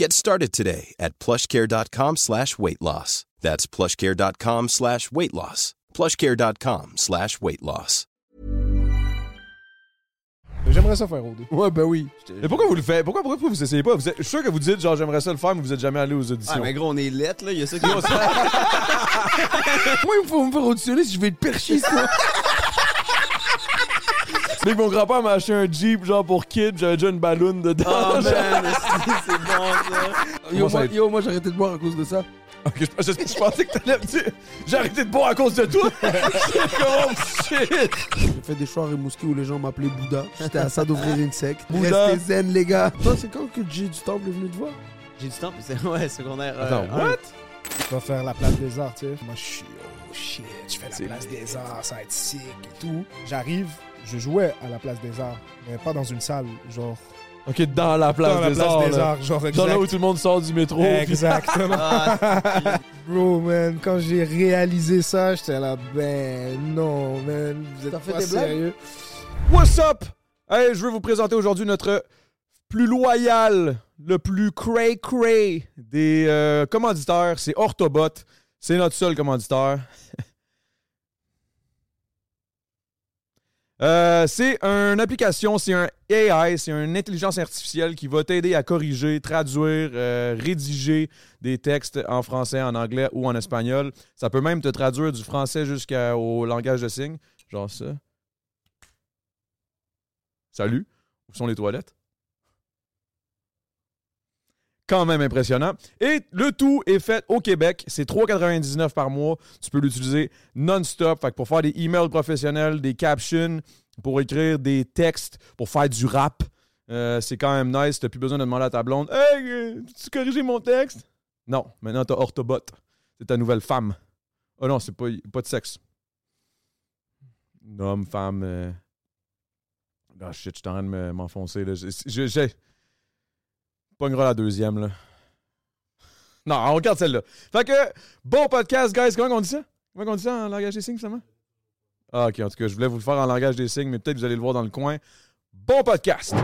Get started today at plushcare.com slash weight loss. That's plushcare.com slash weight loss. plushcare.com slash weight loss. J'aimerais ça faire au deux. Ouais, ben oui. Mais pourquoi vous le faites? Pourquoi, pourquoi vous essayez pas? Vous êtes- je suis sûr que vous dites, genre, j'aimerais ça le faire, mais vous êtes jamais allé aux Ah, auditions. mais gros, on est lettres, là. Il y a ça qui Moi, il me faut me faire auditionner si je vais te percher, ça. Mais mon grand-père m'a acheté un Jeep, genre, pour kid, j'avais déjà une balloune dedans. Oh, man, genre. c'est bon, ça. Yo, Comment ça moi, va être? yo, moi, j'ai arrêté de boire à cause de ça. Ok, je, je- je pensais que t'allais me dire, j'ai arrêté de boire à cause de toi. J'étais comme, oh shit. J'ai fait des choix à Rimouski où les gens m'appelaient Bouddha. J'étais à ça d'ouvrir une secte. Bouddha. Restez zen, les gars. Toi, c'est quand que J du Temple est venu te voir J'ai du temps, puis c'est ouais, secondaire. euh, Attends, un. what? Je vais faire la place des arts, tu sais. Moi, je suis, oh shit, je fais la place des arts, ça va être sick et tout. J'arrive, je jouais à la place des arts, mais pas dans une salle, genre. Ok, dans la place dans la des place arts. des là. arts, genre Genre là où exact. tout le monde sort du métro. Exactement. Ah, Bro, man, quand j'ai réalisé ça, j'étais là, ben non, man, vous T'as êtes fait pas des blagues? sérieux. What's up? Hey, je veux vous présenter aujourd'hui notre plus loyal, le plus cray-cray des euh, commanditeurs. C'est Orthobot. C'est notre seul commanditeur. Euh, c'est une application, c'est un AI, c'est une intelligence artificielle qui va t'aider à corriger, traduire, euh, rédiger des textes en français, en anglais ou en espagnol. Ça peut même te traduire du français jusqu'au langage de signes, genre ça. Salut, où sont les toilettes? Quand même impressionnant. Et le tout est fait au Québec. C'est 3,99 par mois. Tu peux l'utiliser non-stop. Fait que pour faire des emails professionnels, des captions, pour écrire des textes, pour faire du rap, euh, c'est quand même nice. T'as plus besoin de demander à ta blonde Hey, euh, tu corriger mon texte? Non, maintenant t'as Orthobot. C'est ta nouvelle femme. Oh non, c'est pas, pas de sexe. Homme, femme. euh, ah shit, je suis en train de me- m'enfoncer. là. Je- je- J'ai. Pognera la deuxième, là. Non, on regarde celle-là. Fait que, bon podcast, guys. Comment on dit ça? Comment on dit ça en langage des signes, finalement? Ah, ok, en tout cas, je voulais vous le faire en langage des signes, mais peut-être vous allez le voir dans le coin. Bon podcast!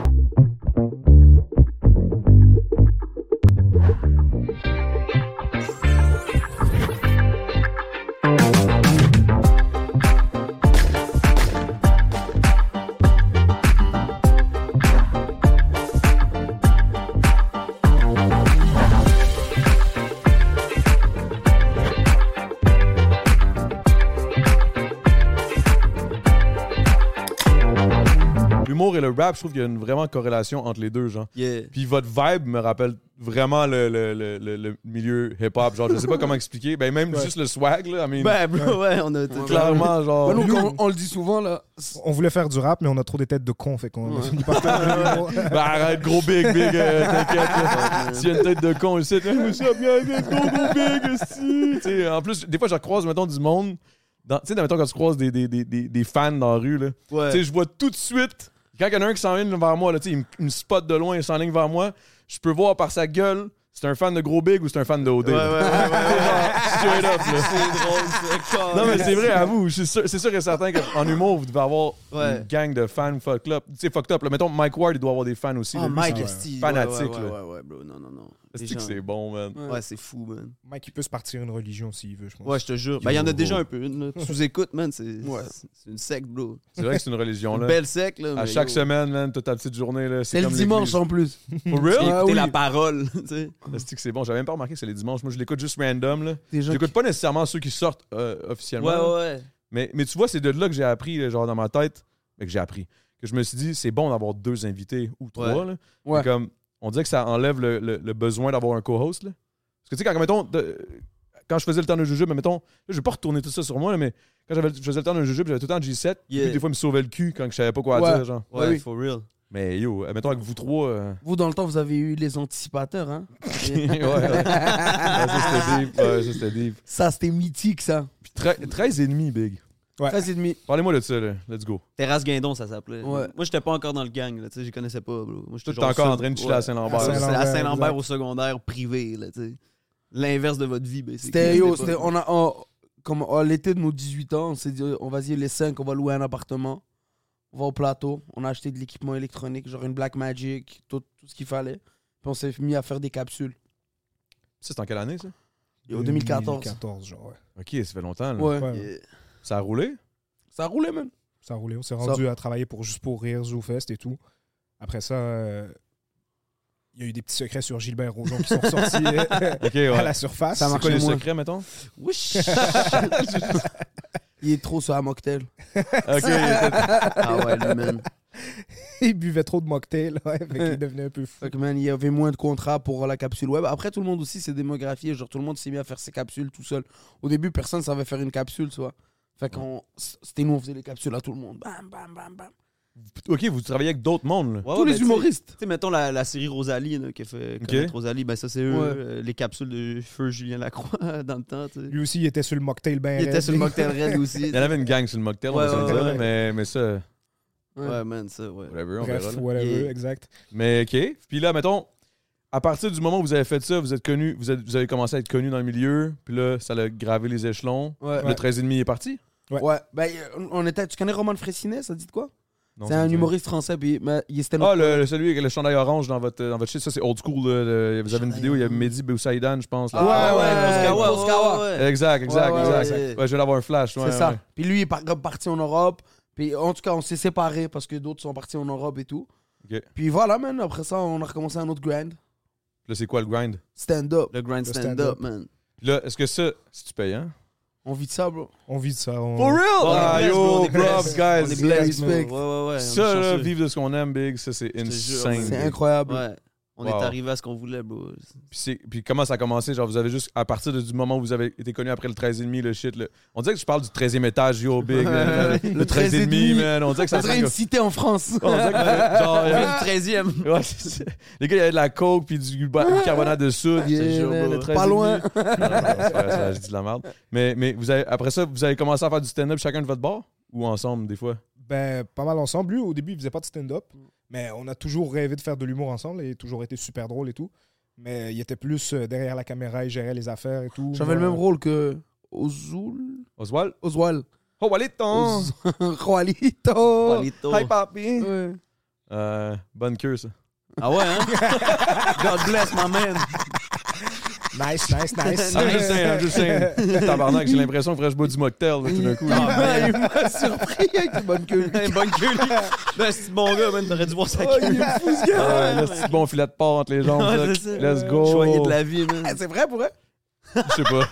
L'humour et le rap, je trouve qu'il y a une vraiment corrélation entre les deux, genre. yeah. Puis votre vibe me rappelle vraiment le, le- le- le- le milieu hip-hop. Genre, je sais pas comment expliquer. Ben, même juste le swag, là. I mean, Ben, bro, ouais, on a. clairement, genre. Ben, nous, on, on le dit souvent, là. On voulait faire du rap, mais on a trop des têtes de cons, fait qu'on a fini par faire de l'humour. Bah Ben, arrête, gros big, big, euh, t'inquiète. là. S'il y a une tête de con, il sait, hey, what's up, yeah, let's go, gros big, aussi. Tu sais, En plus, des fois, je croise, mettons, du monde. dans- Tu sais, mettons, quand tu croises des, des, des, des, des fans dans la rue, là. Ouais. Tu sais, je vois tout de suite, quand il y en a un qui s'enligne vers moi, là, tu sais, il me- il me spot de loin, il s'enligne vers moi, je peux voir par sa gueule C'est un fan de Gros Big ou c'est un fan de OD? Ouais, ouais, là? ouais, ouais, ouais. Straight up, là. C'est drôle, ça. quand Non, mais même. c'est vrai, à vous. C'est sûr, c'est sûr et certain qu'en humour, vous devez avoir Ouais. une gang de fans fuck up. Tu sais, fucked up. Là. Mettons, Mike Ward, il doit avoir des fans Oh, aussi. Ah, là. Lui, Mike c'est- Esti. fanatique, ouais, ouais, là. ouais, ouais, bro, non, non, non. Les c'est que gens- c'est bon, man. Ouais, c'est fou, man. Mike, il peut se partir une religion s'il veut, je pense. Ouais, je te jure. Bah, il y en a Yo. déjà un peu. une, là. Sous-écoute, man, c'est c'est- c'est une sec, bro. C'est vrai que c'est une religion, Une là. belle sec, là. À mais chaque yo, semaine, man, toute ta petite journée, là. C'est le comme dimanche en plus. l'église. For real? Ah, Écoutez oui. la parole, tu sais. C'est que c'est bon. J'avais même pas remarqué que c'est les dimanches. Moi, je l'écoute juste random, là. Des gens J'écoute qui- pas nécessairement ceux qui sortent euh, officiellement. Ouais, là. ouais, ouais. Mais, mais tu vois, c'est de là que j'ai appris, là, genre dans ma tête, mais que j'ai appris, que je me suis dit, c'est bon d'avoir deux invités ou trois. Ouais. là. Ouais. Mais Comme, on dirait que ça enlève le, le- le besoin d'avoir un co-host. là. Parce que tu sais, quand, mettons, de- quand je faisais le temps de jujube, mais mettons, là, je vais pas retourner tout ça sur moi, là, mais quand j'avais- je faisais le temps de jujube, j'avais tout le temps G7. puis Yeah. des fois, il me sauvait le cul quand je savais pas quoi Ouais. dire. Genre. Ouais, oui. for real. Mais yo, mettons avec vous trois. euh, Vous, dans le temps, vous avez eu les anticipateurs, hein ouais, ouais. Ouais, ça, c'était deep. Ouais, ça, c'était deep. Ça, c'était mythique, ça. Puis tre- 13 et demi, Big. Ouais. 13 et demi. Parlez-moi de ça, là. Let's go. Terrasse Guindon, ça s'appelait. Ouais. Moi, j'étais pas encore dans le gang, là, tu sais. Je connaissais pas, bro. Moi, Toi, j'étais t'es genre encore sub- en train de chiller ouais. à Saint-Lambert. C'est Saint-Lambert. à Saint-Lambert au secondaire privé, là, tu sais. L'inverse de votre vie, ben, c'est C'était, yo, c'était- on a, on- comme à l'été de nos 18 ans, on s'est dit, on va y les 5, on va louer un appartement, on va au plateau, on a acheté de l'équipement électronique, genre une Black Magic, tout, tout ce qu'il fallait. Puis on s'est mis à faire des capsules. Ça, c'est en quelle année, ça? Et au 2014. 2014, genre, ouais. Ok, ça fait longtemps. là. Ouais. Ouais, ouais. Yeah. Ça a roulé? Ça roulait, même. Ça roulait. On s'est rendu à travailler pour juste pour rire, ZooFest et tout. Après ça, euh, il y a eu des petits secrets sur Gilbert Rozon qui sont ressortis euh, à Ok, ouais. la surface. Ça C'est marche quoi les moins. secrets, mettons? ok, Wesh. Il est trop sur un mocktail. peut-être- Ah ouais, lui, man. il buvait trop de mocktail, ouais, fait qu'il devenait un peu fou. Fait que, man, il y avait moins de contrats pour euh, la capsule web. Après, tout le monde aussi s'est démographié. Genre, tout le monde s'est mis à faire ses capsules tout seul. Au début, personne ne savait faire une capsule, tu vois. Fait qu'on. C'était nous, on faisait les capsules à tout le monde. Bam, bam, bam, bam. ok, vous travaillez avec d'autres mondes, là. Ouais, Tous ouais, ben, les tu sais- humoristes. Tu sais, mettons la, la série Rosalie là, qui a fait connaître Rosalie, ben ça, c'est eux, Ouais. euh, les capsules de feu Julien Lacroix dans le temps. tu sais. Lui aussi, il était sur le mocktail ben Il était raide. sur le Mocktail Red aussi. Il y en avait une gang sur le mocktail, on Ouais, va se le ouais, dire, ouais. là, mais, mais ça, Ouais, man, ça, ouais. whatever, on verra. Bref, là. whatever, Yeah. exact. Mais ok, puis là, mettons, à partir du moment où vous avez fait ça, vous êtes connu, vous, êtes- vous avez commencé à être connu dans le milieu, puis là, ça a gravé les échelons. Ouais. Le 13 et demi est parti? Ouais. Ouais, ben, euh, on était, tu connais Roman Frécinet, ça te dit de quoi Non, C'est ça me un dit- humoriste français, puis ben, il est stand-up. Ah, le, le- celui avec le chandail orange dans votre, dans votre shit, ça c'est old school. là, le- vous avez une Chandail vidéo, il y a orange. Mehdi Boussaïdan, je pense. là. Ah, ouais, Kurosawa, Kurosawa. ouais, ouais. Exact, exact, Ouais, ouais, exact. ouais. Ouais, je vais l'avoir un flash. ouais, c'est ça. ouais. Puis lui, il est par- parti en Europe. Puis en tout cas, on s'est séparés parce que d'autres sont partis en Europe et tout. Ok. Puis voilà, man, après ça, on a recommencé un autre grand. Là, c'est quoi le grind? Stand-up. Le grand Le stand-up, stand-up. man. Puis là, est-ce que ça, si tu payes, hein? On vit de ça, bro. On vit de ça. on- For real? Oh, on est Ah, blessed, yo, bro, on est props, blessed. guys. On est Respect. blessed, bro. Ouais, ouais, ouais. on est Ça, là, chanceux. vivre de ce qu'on aime, Big, ça, c'est te jure, insane. man. C'est big. incroyable. Ouais. On Wow. est arrivé à ce qu'on voulait, bro. Puis, c'est- puis comment ça a commencé? Genre, vous avez juste, à partir de- du moment où vous avez été connu après le 13,5, le shit, là. On dirait que je parle du 13e étage, yo, Big. euh, là. le 13,5, man. On dirait que Ça ça serait sent une comme- cité en France. On dirait que, genre, On est euh, le 13e. ouais, c'est ça. les gars, il y avait de la coke puis du ba- du carbonate de Ah, soude. Yeah, je te jure, man, bro. pas 13,5. loin. Non, non, c'est vrai, ça, je dis de la merde. Mais, mais vous avez, après ça, vous avez commencé à faire du stand-up chacun de votre bar? Ou ensemble, des fois? Ben, pas mal ensemble. Lui, au début, il faisait pas de stand-up, mais on a toujours rêvé de faire de l'humour ensemble et toujours été super drôle et tout. Mais il était plus euh, derrière la caméra, il gérait les affaires et tout. Euh, J'avais Moi, le même rôle que Ozul. Oswald? Oswald. Oh, Walliton! Oz- Juanito. Palito. Hi, papi! Ouais. Euh, bonne queue, ça. Ah ouais, hein? God bless, my man. Nice, nice, nice. I'm just saying, I'm just saying. hein, Tabarnak, j'ai l'impression que je bois du mocktail là, tout d'un coup. ben, Ah, il ben. m'a surpris avec une bonne queue. Hey, Bonne queue, lui. Ben, c'est bon gars, man. T'aurais dû voir sa Oh, queue. il est fou, ce gars. Ah, là, c'est bon filet de porc entre les jambes. Ouais, là. c'est ça. Let's go. Choyé de la vie, man. Ah, C'est vrai pour vrai? Je sais pas.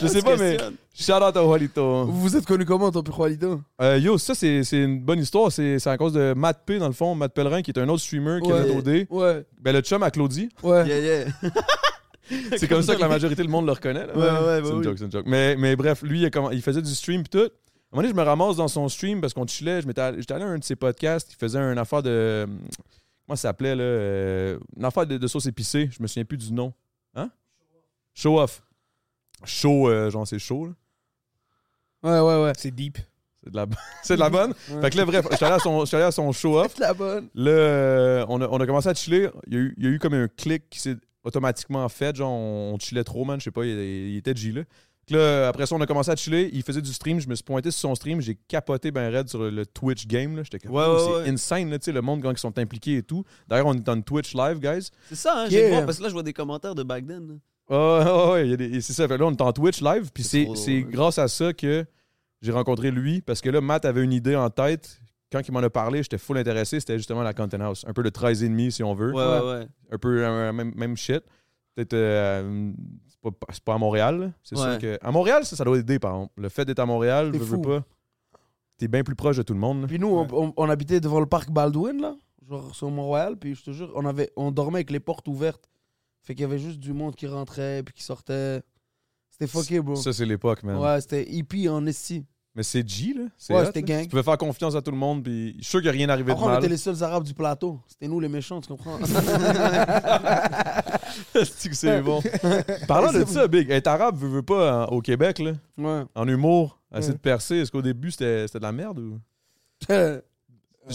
Je sais pas, mais shout out à Walito. Vous vous êtes connu comment, ton père Juanito? Euh, yo, ça, c'est c'est une bonne histoire. C'est c'est à cause de Matt P, dans le fond. Matt Pellerin, qui est un autre streamer, qui Ouais. est OD. Ouais, Ben, le chum à Claudie. ouais. Yeah, yeah. C'est comme ça que la majorité du monde le reconnaît. là. Ouais, ouais, bah c'est une oui. joke, c'est une joke. Mais, mais bref, lui, il, a comm- il faisait du stream pis tout. À un moment donné, je me ramasse dans son stream parce qu'on chillait. Je m'étais allé- J'étais allé à un de ses podcasts. Il faisait une affaire de. Comment ça s'appelait, là euh, Une affaire de, de sauce épicée. Je me souviens plus du nom. Hein Show off. Show, euh, genre, c'est chaud, là. Ouais, ouais, ouais. C'est deep. C'est de la, c'est de la bonne. Fait que là, bref, j'étais allé à son, j'étais allé à son show-off. C'est la bonne. Là, euh, on a, on a commencé à chiller. Il y, a eu, il y a eu comme un clic qui s'est automatiquement fait. Genre, on, on chillait trop, man. Je sais pas, il, il était G là. Fait que là, après ça, on a commencé à chiller. Il faisait du stream. Je me suis pointé sur son stream. J'ai capoté ben raide sur le Twitch game. Là. J'étais comme, Ouais, oh, ouais, c'est ouais. insane, là, tu sais, le monde quand ils sont impliqués et tout. D'ailleurs, on est en Twitch live, guys. C'est ça, hein, j'ai Yeah. voir, parce que là, je vois des commentaires de back then. là. Ah, ah, ouais, il y a des- c'est ça. Fait que là, on est en Twitch live. Puis C'est c'est, trop drôle, c'est man. grâce à ça que j'ai rencontré lui. Parce que là, Matt avait une idée en tête. Quand il m'en a parlé, j'étais full intéressé. C'était justement la Content House. Un peu le 13,5 si on veut. Ouais, ouais, ouais. Un peu euh, même, même shit. Peut-être. euh, c'est, pas, c'est pas à Montréal. là. C'est Ouais. sûr que. À Montréal, ça, ça doit aider, par exemple. Le fait d'être à Montréal, T'es veux, veux fou. pas. T'es bien plus proche de tout le monde. là. Puis nous, on, on- on habitait devant le parc Baldwin, là, genre sur Mont-Royal, puis je te jure, on, avait, on dormait avec les portes ouvertes. Fait qu'il y avait juste du monde qui rentrait, puis qui sortait. C'était fucké, bro. Ça, c'est l'époque, man. Ouais, c'était hippie en esti. Mais c'est G, là. C'est Ouais, hot, c'était là. gang. Tu pouvais faire confiance à tout le monde. Puis je suis sûr qu'il n'y a rien arrivé Après, de on mal. était les seuls arabes du plateau. C'était nous les méchants, tu comprends? Asti que c'est bon. Parlant de ça, Big, être arabe, veux, veux pas, en- au Québec, là, ouais. en humour, essayer Ouais. de percer, est-ce qu'au début, c'était c'était de la merde ou... euh,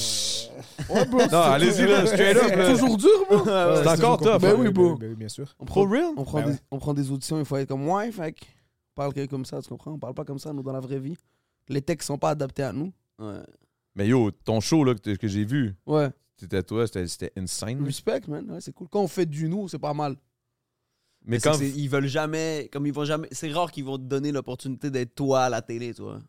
Non, allez-y, là, straight up, là. C'est toujours dur, bro. C'est encore tough. Ben hein. oui, bro. Ben oui, bien sûr. On prend, For real? on prend Ben des, ouais. on prend des auditions, il faut être comme ouais, fait que on parle que comme ça, tu comprends? On parle pas comme ça, nous, dans la vraie vie. Les textes sont pas adaptés à nous. Ouais. Mais yo, ton show là, que, t- que j'ai vu, Ouais. c'était toi, c'était- c'était insane. Mm. Respect, man. Ouais, c'est cool. Quand on fait du nous, c'est pas mal. Mais C'est quand... que c'est- ils veulent jamais, comme ils vont jamais, c'est rare qu'ils vont te donner l'opportunité d'être toi à la télé, toi.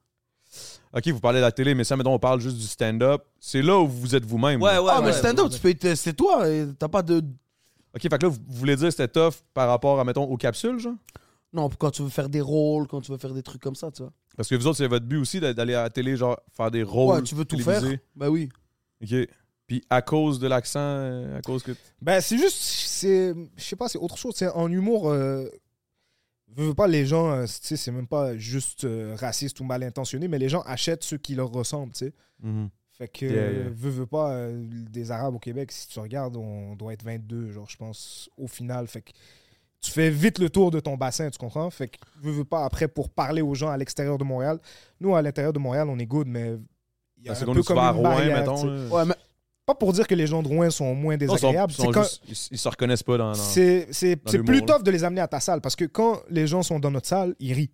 OK, vous parlez de la télé, mais ça, mettons, on parle juste du stand-up. C'est là où vous êtes vous-même. Ouais, là. ouais. Ah, mais ouais. stand-up, tu peux être- c'est toi. et T'as pas de. OK, fait que là, vous vous voulez dire que c'était tough par rapport à, mettons, aux capsules, genre? Non, quand tu veux faire des rôles, quand tu veux faire des trucs comme ça, tu vois. Parce que vous autres, c'est votre but aussi d'a- d'aller à la télé, genre, faire des rôles ouais, tu veux tout télévisés. faire. Bah oui. OK. Puis à cause de l'accent, euh, à cause que... Ben, c'est juste, c'est, je sais pas, c'est autre chose. C'est en humour, euh, veux, veux pas les gens, euh, tu sais, c'est même pas juste euh, raciste ou mal intentionné, mais les gens achètent ceux qui leur ressemblent, tu sais. Fait que, Mm-hmm. Yeah, yeah. veux, veux pas, euh, des Arabes au Québec, si tu regardes, on doit être 22, genre, je pense, au final. Fait que tu fais vite le tour de ton bassin, tu comprends? Fait que, veux, veux pas, après, pour parler aux gens à l'extérieur de Montréal, nous, à l'intérieur de Montréal, on est good, mais il y La a un seconde peu où tu comme vas à une Rouen, barrière, tu mettons... sais. là. Ouais, mais Pas pour dire que les gens de Rouen sont moins Non, ils sont- désagréables. ils, sont c'est quand- juste- ils- ils se reconnaissent pas dans. dans- c'est c'est- dans c'est l'humour, plus là. tough de les amener à ta salle parce que quand les gens sont dans notre salle, ils rient.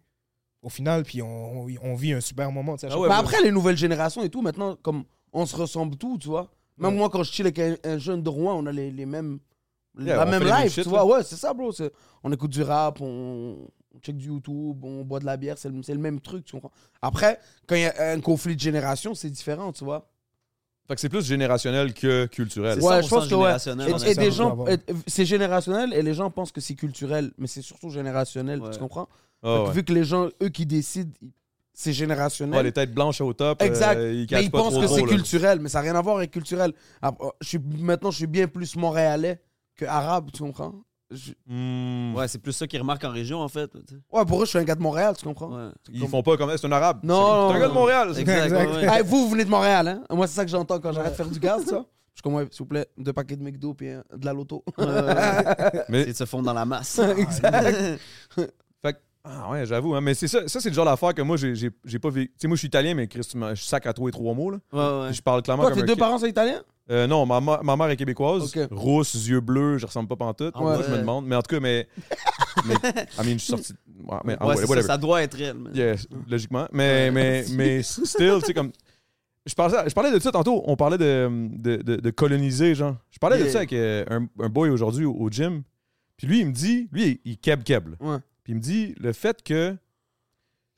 Au final, puis on, on vit un super moment. tu sais, à Ah chaque ouais, fois. Bah après, les nouvelles générations et tout, maintenant, comme on se ressemble tout, tu vois. Même moi, quand je chill avec un, un jeune de Rouen, on a les, les mêmes. Yeah, la on même fait les mêmes life, shit, tu là. vois. Ouais, c'est ça, bro. c'est- On écoute du rap, on, on check du YouTube, on boit de la bière, c'est le, c'est le même truc, tu comprends. Après, quand il y a un conflit de génération, c'est différent, tu vois. Fait que c'est plus générationnel que culturel. C'est Ouais, 100% je pense que ouais. générationnel, Et- on Et, est ça, des on gens, peut et- c'est générationnel et les gens pensent que c'est culturel, mais c'est surtout générationnel, Ouais. tu comprends Ah, Fait que ouais. Vu que les gens, eux qui décident, ils- c'est Ouais, générationnel. les têtes blanches au top. exact. euh, ils mais cachent ils pas pensent trop que trop, c'est là. culturel, mais ça n'a rien à voir avec culturel. Ah, ah, Je suis, maintenant, je suis bien plus montréalais que arabe, tu comprends Je- Hmm. Ouais, c'est plus ça qu'ils remarquent en région, en fait. tu sais. Ouais, pour eux, je suis un gars de Montréal, tu comprends Ouais. Ils font pas comme ça, c'est un arabe. Non, C'est un gars de non. Montréal. c'est- Exact. Exact. ouais, ouais. Hey, vous, vous venez de Montréal, hein Moi, c'est ça que j'entends quand j'arrête de faire du gaz, tu vois Je suis comme, ouais, s'il vous plaît, deux paquets de McDo puis un- de la loto. Mais- Ils se fondent dans la masse. Fait que- ah ouais, j'avoue. hein, Mais c'est ça, ça c'est le genre d'affaire que moi, j'ai- j'ai j'ai pas vécu. Tu sais, moi, je suis italien, mais Christ, tu m'as- je sac à toi et trois mots. Là. Ouais, ouais. Je parle clairement Toi, comme tes un deux Qué- parents sont italiens Euh, non, ma, ma- ma mère est québécoise, Ok. rousse, yeux bleus, je ressemble pas pantoute. Ah Moi, ouais. je me demande. Mais en tout cas, mais. mais I mean, je suis sorti. Ouais, mais, ah Ouais, ouais, c'est ça, whatever. ça doit être elle. man. Ah. Yeah, logiquement. hein, Mais, mais, mais still, tu sais, comme. Je parlais, je parlais de ça tantôt. On parlait de, de, de- de coloniser, genre. Je parlais de Yeah. ça avec euh, un, un boy aujourd'hui au, au gym. Puis lui, il me dit. Lui, il keb-keb. là. Ouais. Puis il me dit le fait que.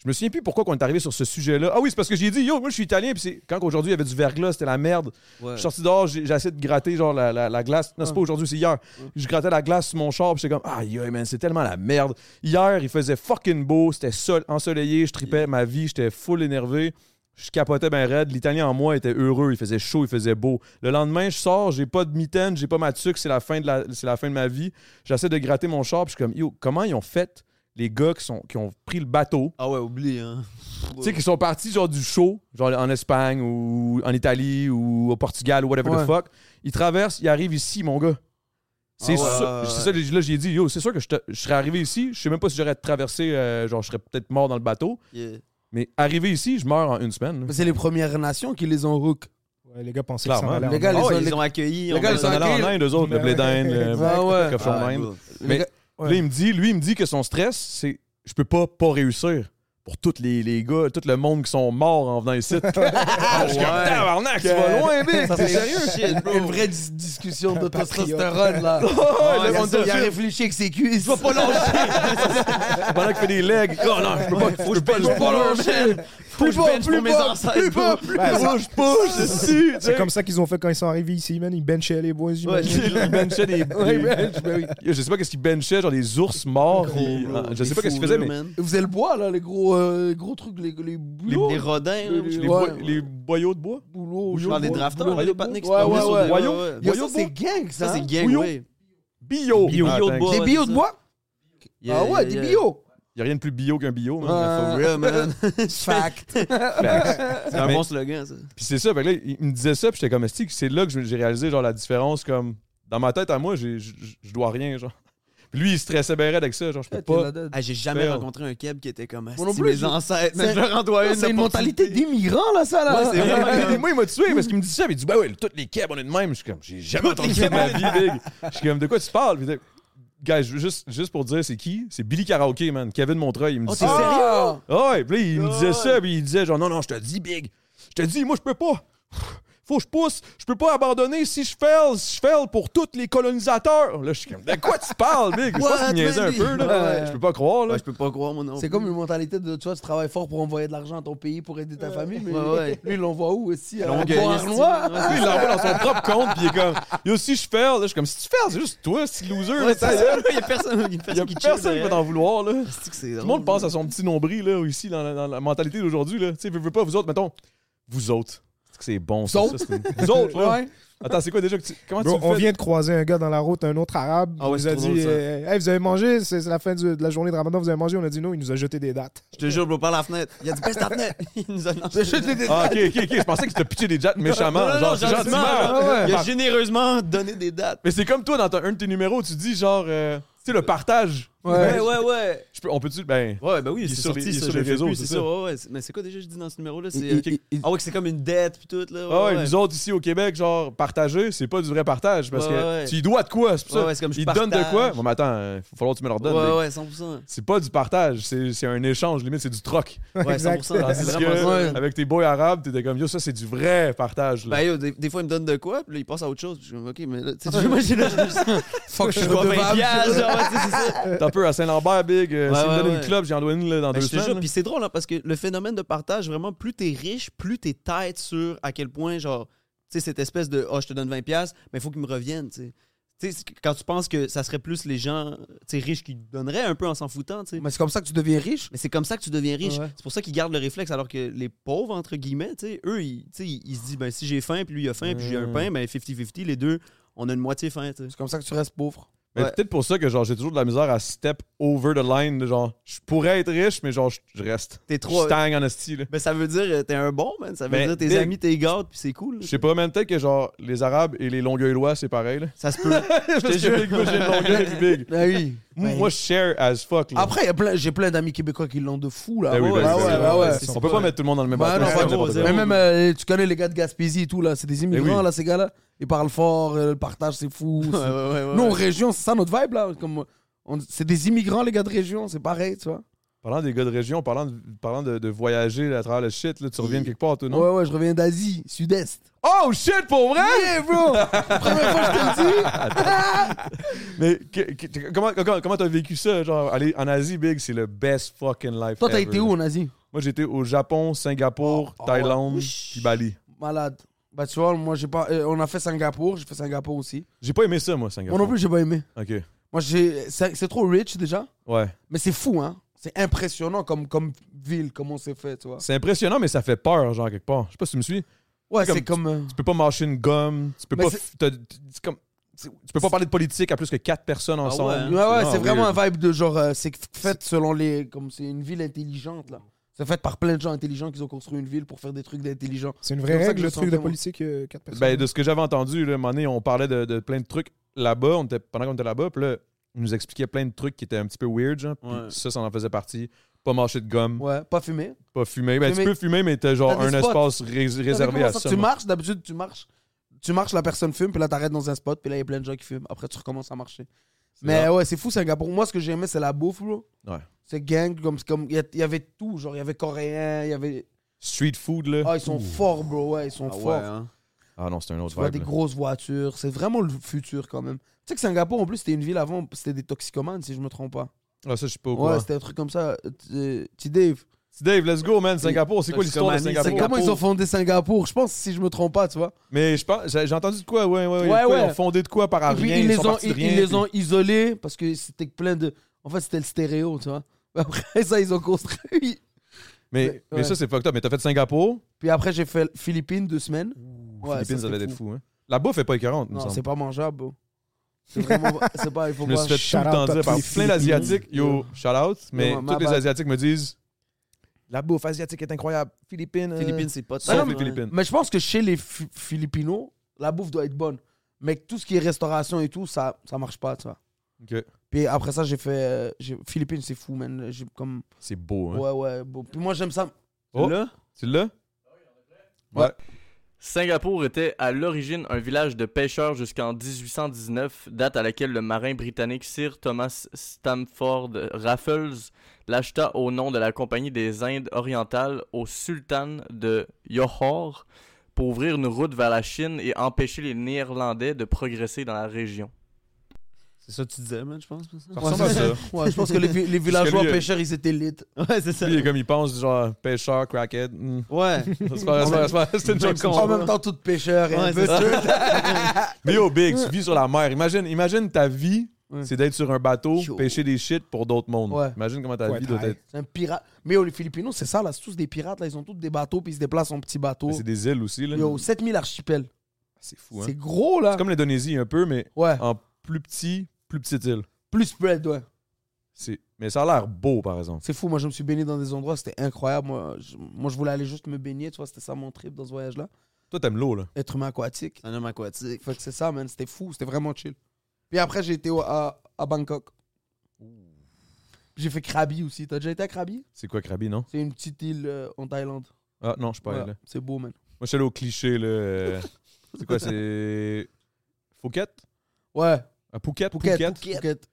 Je me souviens plus pourquoi on est arrivé sur ce sujet-là. Ah oui, c'est parce que j'ai dit, yo, moi je suis italien, puis c'est quand aujourd'hui il y avait du verglas, c'était la merde. Ouais. Je suis sorti dehors, j'ai j'ai essayé de gratter genre la, la- la glace. Non, c'est pas aujourd'hui, c'est hier. Mm. Je grattais la glace sur mon char, puis j'étais comme, ah, yo, man, c'est tellement la merde. Hier, il faisait fucking beau, c'était sol, ensoleillé, je tripais ma vie, j'étais full énervé. Je capotais ben raide. L'italien en moi était heureux, il faisait chaud, il faisait beau. Le lendemain, je sors, j'ai pas de mitaine, j'ai pas ma tuque, c'est la fin de la, c'est la fin de ma vie. J'essaie de gratter mon char, puis je suis comme, yo, comment ils ont fait les gars qui, sont, qui ont pris le bateau Ah ouais, oublie. Hein. tu sais, qui sont partis genre du show, genre en Espagne ou en Italie ou au Portugal ou whatever the Ouais. fuck. Ils traversent, ils arrivent ici, mon gars. C'est Ah ouais, sûr- ouais, ouais. c'est ça, là, j'ai dit, yo, c'est sûr que je, te- je serais arrivé ici, je sais même pas si j'aurais traversé, euh, genre, je serais peut-être mort dans le bateau. Yeah. Mais arrivé ici, je meurs en une semaine. Mais là. c'est les Premières Nations qui les ont hook. Ouais, les gars pensaient Clairement. que ça allait Les gars, en- les- Oh, ont- ils les ont accueillis. les on gars, va- ils Ils sont allés en tranquille. Inde, eux autres, le blé d'Inde, le Ah ouais. cochon Ah, d'Inde. cool. Les Mais- gars- ouais. Là, il me dit, lui, il me dit que son stress, c'est je peux pas pas réussir pour tous les, les gars, tout le monde qui sont morts en venant ici. Ah, je suis comme, tabarnak, tu vas loin, big, t'es sérieux? Shit, bro. Une vraie dis- discussion de testostérone, là. Ouais, il, là, a, on dit, il a shit, réfléchi avec ses cuisses. je vais pas lâcher. Pendant qu'il fait des legs, oh non, je peux pas, faut que Faut je peux pas pas lâcher. lâcher. Faut que je bench pour mes ancêtres. Plus bas, plus Ouais, bas. Je push, je suis. tu sais. C'est comme ça qu'ils ont fait quand ils sont arrivés ici, man. Ils benchaient les boys, Ouais, j'imagine. il benchait des. Ouais, des- bench, ben oui. Je sais pas qu'est-ce qu'il benchait, genre des ours morts. Gros, il- bro. Je sais Les pas qu'est-ce qu'il faisait, fourrures, mais man. Vous faisiez le bois, là, les gros, euh, gros trucs, les, les boulots. Les rodins, là, Les- je les les bois- Ouais. les boyaux de bois. boulots. je parle des drafteurs, là, les patins qui se Ouais, promenaient ouais, sur ouais. des- Voyons. ouais, ouais. Il y a Voyons ça, de c'est bois. gang, ça. Ça, c'est hein. gang, Bouillon. ouais. Bio. Bio. Ah, Bio de thanks. bois. Des Ouais, billots c'est de ça. bois. Yeah, Ah ouais, yeah, des yeah. billots. Y a rien de plus bio qu'un bio, hein, man. Ouais. For real, man. Fact. Ben, C'est un Mais- bon slogan, ça. Puis c'est ça, fait que là, il il me disait ça, puis j'étais comme, Esti, c'est là que je- j'ai réalisé, genre, la différence, comme, dans ma tête à moi, j'ai- je je- je dois rien, genre. Puis lui, il stressait bien raide avec ça, genre, je peux pas. Ah, j'ai jamais Fail. rencontré un keb qui était comme non si plus, mes je- ancêtres. c'est- Mais je leur en dois une. C'est une opportunité. mentalité d'immigrant, là, ça, là. Ouais, c'est vrai. Ouais, mais moi, il m'a tué parce qu'il me dit ça. puis Il dit, ben ouais, toutes les kebs, on est de même. Je suis comme, j'ai jamais entendu ça de ma vie, big. Je suis comme, de quoi tu parles? Puis, guys, je veux juste, juste pour dire, c'est qui? C'est Billy Karaoke, man. Kevin Montreuil, il me dit Oh, t'es ça. sérieux? Oh. Ah ouais, puis là, il me disait Ouais. ça, puis il disait genre non, non, je te dis, Big, je te dis, moi, je peux pas. Faut que je pousse, je peux pas abandonner si je fail, si je fail pour tous les colonisateurs. Là, je suis comme, de quoi tu parles, Big? Je pense What, qu'il niaisait un Mandy? peu, là. Ouais. Je peux pas croire, là. Ouais, je peux pas croire, mon nom. euh, C'est comme une mentalité de, tu vois, tu travailles fort pour envoyer de l'argent à ton pays pour aider ta famille, mais Ouais, ouais. lui, il l'envoie où aussi? À Longueuil, Boire esti. noir Ouais, Lui, il l'envoie dans son propre compte, puis il est comme, yo, si je fail, là, je suis comme, si tu fail, c'est juste toi, si loser, là, Ouais, ta c'est gueule. ça. Il y a personne, il y a Il y a personne qui check personne qui va derrière. t'en vouloir, là. C'est que c'est Tout le drôle, monde pense man. à son petit nombril, là, ici, dans la, dans la mentalité d'aujourd'hui, là. Tu sais, veux, veux pas, vous autres, mettons, vous autres. C'est que c'est bon, ça. Autres? ça, c'est- vous autres, là. Ouais. Attends, c'est quoi déjà que tu. Comment Bro, tu le on fais? vient de croiser un gars dans la route, un autre arabe. Ah il ouais, nous c'est a trop dit drôle, ça. euh, Hey, vous avez mangé C'est c'est la fin du- de la journée de Ramadan, vous avez mangé On a dit non, il nous a jeté des dates. Je te jure, bro, par la fenêtre. Il a dit, baisse ta fenêtre. Il nous a lancé. Ah, ok, ok, ok. Je pensais que tu t'as pitché des jets méchamment. Non, non, non, genre, c'est gentiment. gentiment. Ah ouais. Il a généreusement donné des dates. Mais c'est comme toi, dans ton- un de tes numéros, tu dis genre. euh, tu sais, le partage. Ouais, ouais, Ah ouais. Je peux- on peut-tu. Ben. Ouais, ben oui, Il est c'est sur les- il sorti, est ça, sur je les l'ai réseaux, plus, c'est c'est ça. ça. Ouais, ouais. c'est- Mais c'est quoi déjà, je dis dans ce numéro-là? C'est. Il- il- il- Ah ouais, que c'est comme une dette, puis tout, là. Ah ouais, nous autres ici au Québec, genre, partager, c'est pas du vrai partage parce Ouais, que ouais. tu y dois de quoi, c'est pour ça. Ouais, ouais, c'est comme je Ils te donnent de partage. quoi? Bon, mais attends, il faut falloir que tu me leur donnes. mais Ouais, ouais, 100%. C'est pas du partage, c'est c'est un échange, limite, c'est du troc. Ouais, Exact. 100%. C'est Tandis vraiment que, ça. avec tes boys arabes, t'étais comme, yo, ça, c'est du vrai partage. là. Ben, yo, des, des fois, il me donne de quoi, puis là, il passe à autre chose. Puis je suis comme, OK, mais là, tu Ah, sais, moi, j'ai là, je Fuck, je suis dois 20 redevable. piastres, genre, ouais, tu sais, c'est ça. T'as un peu à Saint-Lambert, Big. euh, Ouais, si me ouais, donne une ouais. club, j'en dois une là, dans Ben, deux je te semaines. jure, là. puis c'est drôle, hein, parce que le phénomène de partage, vraiment, plus t'es riche, plus t'es tête sur à quel point, genre, tu sais, cette espèce de, oh, je te donne 20$, piastres, mais il faut qu'ils me reviennent, tu sais. Tu sais, c'est que- quand tu penses que ça serait plus les gens, tu sais, riches qui donneraient un peu en s'en foutant, tu sais. Mais c'est comme ça que tu deviens riche. Mais c'est comme ça que tu deviens riche. Ouais. C'est pour ça qu'ils gardent le réflexe, alors que les pauvres, entre guillemets, tu sais, eux, ils, tu sais, ils, ils se disent, ben, si j'ai faim, puis lui, il a faim, puis j'ai un Mm. pain, ben, 50-50, les deux, on a une moitié faim, tu sais. C'est comme ça que tu restes pauvre. Mais Ouais. peut-être pour ça que genre j'ai toujours de la misère à step over the line de genre je pourrais être riche mais genre je je reste. T'es Je trop. stagne en esti là. Ben, ça veut dire euh, t'es un bon, man. Ça veut Ben, dire tes big. amis, t'es gardes, puis c'est cool. là. Je sais pas même peut-être que genre les arabes et les longueuilois c'est pareil là. Ça se peut. Parce que jure. Ben big, moi j'ai une longueuil puis big. Ah oui. Moi, Ouais. Moi je share as fuck là. Après, il y a plein- j'ai plein d'amis québécois qui l'ont de fou, là. Ben oui, ben Bah oui, ouais, ben bah oui. ouais. On peut pas mettre tout le monde dans le même Bah bateau, non, c'est bah n'importe non, quoi. zéro. Mais même, euh, tu connais les gars de Gaspésie et tout, là, c'est des immigrants, Eh oui. là, ces gars-là. Ils parlent fort, euh, le partage, c'est fou. c'est- Ouais, ouais, ouais, ouais. Nous, en région, c'est ça notre vibe, là. Comme, on- C'est des immigrants, les gars de région, c'est pareil, tu vois. Parlant des gars de région, parlant de, parlant de, de voyager à travers le shit là, tu reviens de quelque part toi non Ouais, ouais, je reviens d'Asie, sud-est. Oh shit pour vrai Yeah, bro! Première fois, je te le dis. Mais que- que- comment comment comment t'as vécu ça genre aller en Asie big c'est le best fucking life. Toi, t'as ever, été là. où en Asie? Moi, j'étais au Japon, Singapour, Oh, oh, Thaïlande, ouais. puis Bali. Malade. Bah, tu vois, moi, j'ai pas. euh, on a fait Singapour, j'ai fait Singapour aussi. J'ai pas aimé ça, moi, Moi Singapour. non plus, j'ai pas aimé. OK. Moi, j'ai. C'est c'est trop rich déjà, Ouais. mais c'est fou, hein. C'est impressionnant comme, comme ville, comment c'est fait, tu vois. C'est impressionnant, mais ça fait peur, genre, quelque part. Je sais pas si tu me suis. Tu Ouais, c'est c'est comme. euh, peux pas marcher une gomme. Tu peux Mais pas... c'est- f- t'as- t- c'est comme- c'est- Tu peux pas parler de politique à plus que quatre personnes ensemble. ouais, hein? Ah Ouais, ouais, non, c'est vraiment weird. un vibe de genre. euh, c'est fait selon les. Comme c'est une ville intelligente, là. C'est fait par plein de gens intelligents qui ont construit une ville pour faire des trucs d'intelligents. C'est une C'est vraie pour ça que règle, je le sens truc de vraiment. politique, euh, quatre personnes. Ben, de ce que j'avais entendu, là, à un moment donné, on parlait de, de plein de trucs là-bas. On était- Pendant qu'on était là-bas, puis là, ils nous expliquaient plein de trucs qui étaient un petit peu weird, genre. Puis Ouais. ça, ça en faisait partie. pas mâcher de gomme, Ouais, pas fumé. pas fumer. Ben, tu Fumer. peux fumer, mais t'as genre T'as des un spots. espace rés- réservé à ça. Tu marches, d'habitude, tu marches. Tu marches, la personne fume, puis là, t'arrêtes dans un spot, puis là, il y a plein de gens qui fument. Après, tu recommences à marcher. Mais ouais, c'est fou, Singapour. Moi, ce que j'aimais, c'est la bouffe, bro. Ouais. C'est gang, comme. c'est comme- Il y, a- il y avait tout, genre, il y avait coréen, il y avait. Street food, là. Ah, ils sont forts, bro, ouais, ils sont Ah forts. ouais, hein. Ah non, c'est un Tu autre vois vibe. des là. grosses voitures, c'est vraiment le futur quand même. Tu sais que Singapour, en plus, c'était une ville avant, c'était des toxicomanes, si je me trompe pas. Ah, ça, je suis pas au ouais, courant. c'était un truc comme ça. Euh, T- Dave, Dave, let's go, man. Singapour, c'est quoi l'histoire de Toxicomanie, Singapour? c'est comment Singapour. ils ont fondé Singapour Je pense, si je me trompe pas, tu vois. Mais je pense, j'ai j'ai entendu de quoi, ouais, ouais, ouais. Ouais, de quoi, ouais. Ils ont fondé de quoi par Et rien, puis, ils, les sont ont, partis de ils- rien, ils les puis- ont isolés parce que c'était plein de. En fait, c'était le stéréo, tu vois. Après ça, ils ont construit. Mais, Ouais. mais ça, c'est fucked up. Mais t'as fait Singapour, Puis après, j'ai fait Philippines deux semaines. Ouais, Philippines, ça c'était devait être fou. hein. La bouffe est pas écœurante, me Non, semble. c'est pas mangeable, bro. C'est vraiment. c'est pas. Il faut Je me pas. suis fait tout Shout le temps out à dire par tous les plein d'Asiatiques, yo, shout out, mais ma tous les bad. Asiatiques me disent la bouffe asiatique est incroyable. Philippines. euh, Philippines, c'est pas de Sauf ça. les Philippines. Mais je pense que chez les Fi- Filipinos, la bouffe doit être bonne. Mais tout ce qui est restauration et tout, ça, ça marche pas, tu vois. Ok. Puis après ça, j'ai fait. euh, j'ai- Philippines, c'est fou, man. J'ai comme. C'est beau, hein. Ouais, ouais. bon. Puis moi, j'aime ça. Oh, Là, tu l'as? Ouais. Ouais. Singapour était à l'origine un village de pêcheurs jusqu'en 1819, date à laquelle le marin britannique Sir Thomas Stamford Raffles l'acheta au nom de la Compagnie des Indes orientales au sultan de Johor pour ouvrir une route vers la Chine et empêcher les Néerlandais de progresser dans la région. c'est ça que tu disais, man, je pense. Ça ressemble à ça. Ouais, je pense que les, vi- les villageois Parce que lui, euh, pêcheurs, ils étaient lit. Ouais, c'est ça. Lui, il est comme il pense, genre pêcheur, crackhead. hmm. Ouais. C'est pas- c'est pas- c'est pas- c'est une joke con. En même temps, tout pêcheur et un Ouais, peu c'est ça. tout. Mais yo, Big, tu vis sur la mer. Imagine, imagine ta vie, Ouais. c'est d'être sur un bateau, Yo. pêcher des shit pour d'autres mondes. Ouais. Imagine comment ta Ouais, vie doit t'as- être. C'est un pirate. Mais oh, les Filipinos, c'est ça, là. C'est tous des pirates, là. Ils ont tous des bateaux, puis ils se déplacent en petits bateaux. Mais C'est des îles hein. aussi, là. Yo, 7000 archipels. C'est fou, hein. C'est gros, là. C'est comme l'Indonésie un peu, mais Ouais. en plus petit, plus petite île. Plus spread, ouais. C'est- Mais ça a l'air beau, par exemple. C'est fou, moi je me suis baigné dans des endroits, c'était incroyable. Moi je, moi, je voulais aller juste me baigner, tu vois, c'était ça mon trip dans ce voyage-là. Toi, t'aimes l'eau, là. Être humain aquatique. Un homme aquatique. Fait que c'est ça, man, c'était fou, c'était vraiment chill. Puis après, j'ai été au- à, à Bangkok. J'ai fait Krabi aussi. T'as déjà été à Krabi C'est quoi, Krabi, non? C'est une petite île euh, en Thaïlande. Ah, non, je suis pas allé, Voilà, là. c'est beau, man. Moi, je suis allé au cliché, là. euh, C'est quoi, c'est. Phuket? Ouais, À Phuket? Phuket. Phuket? Phuket.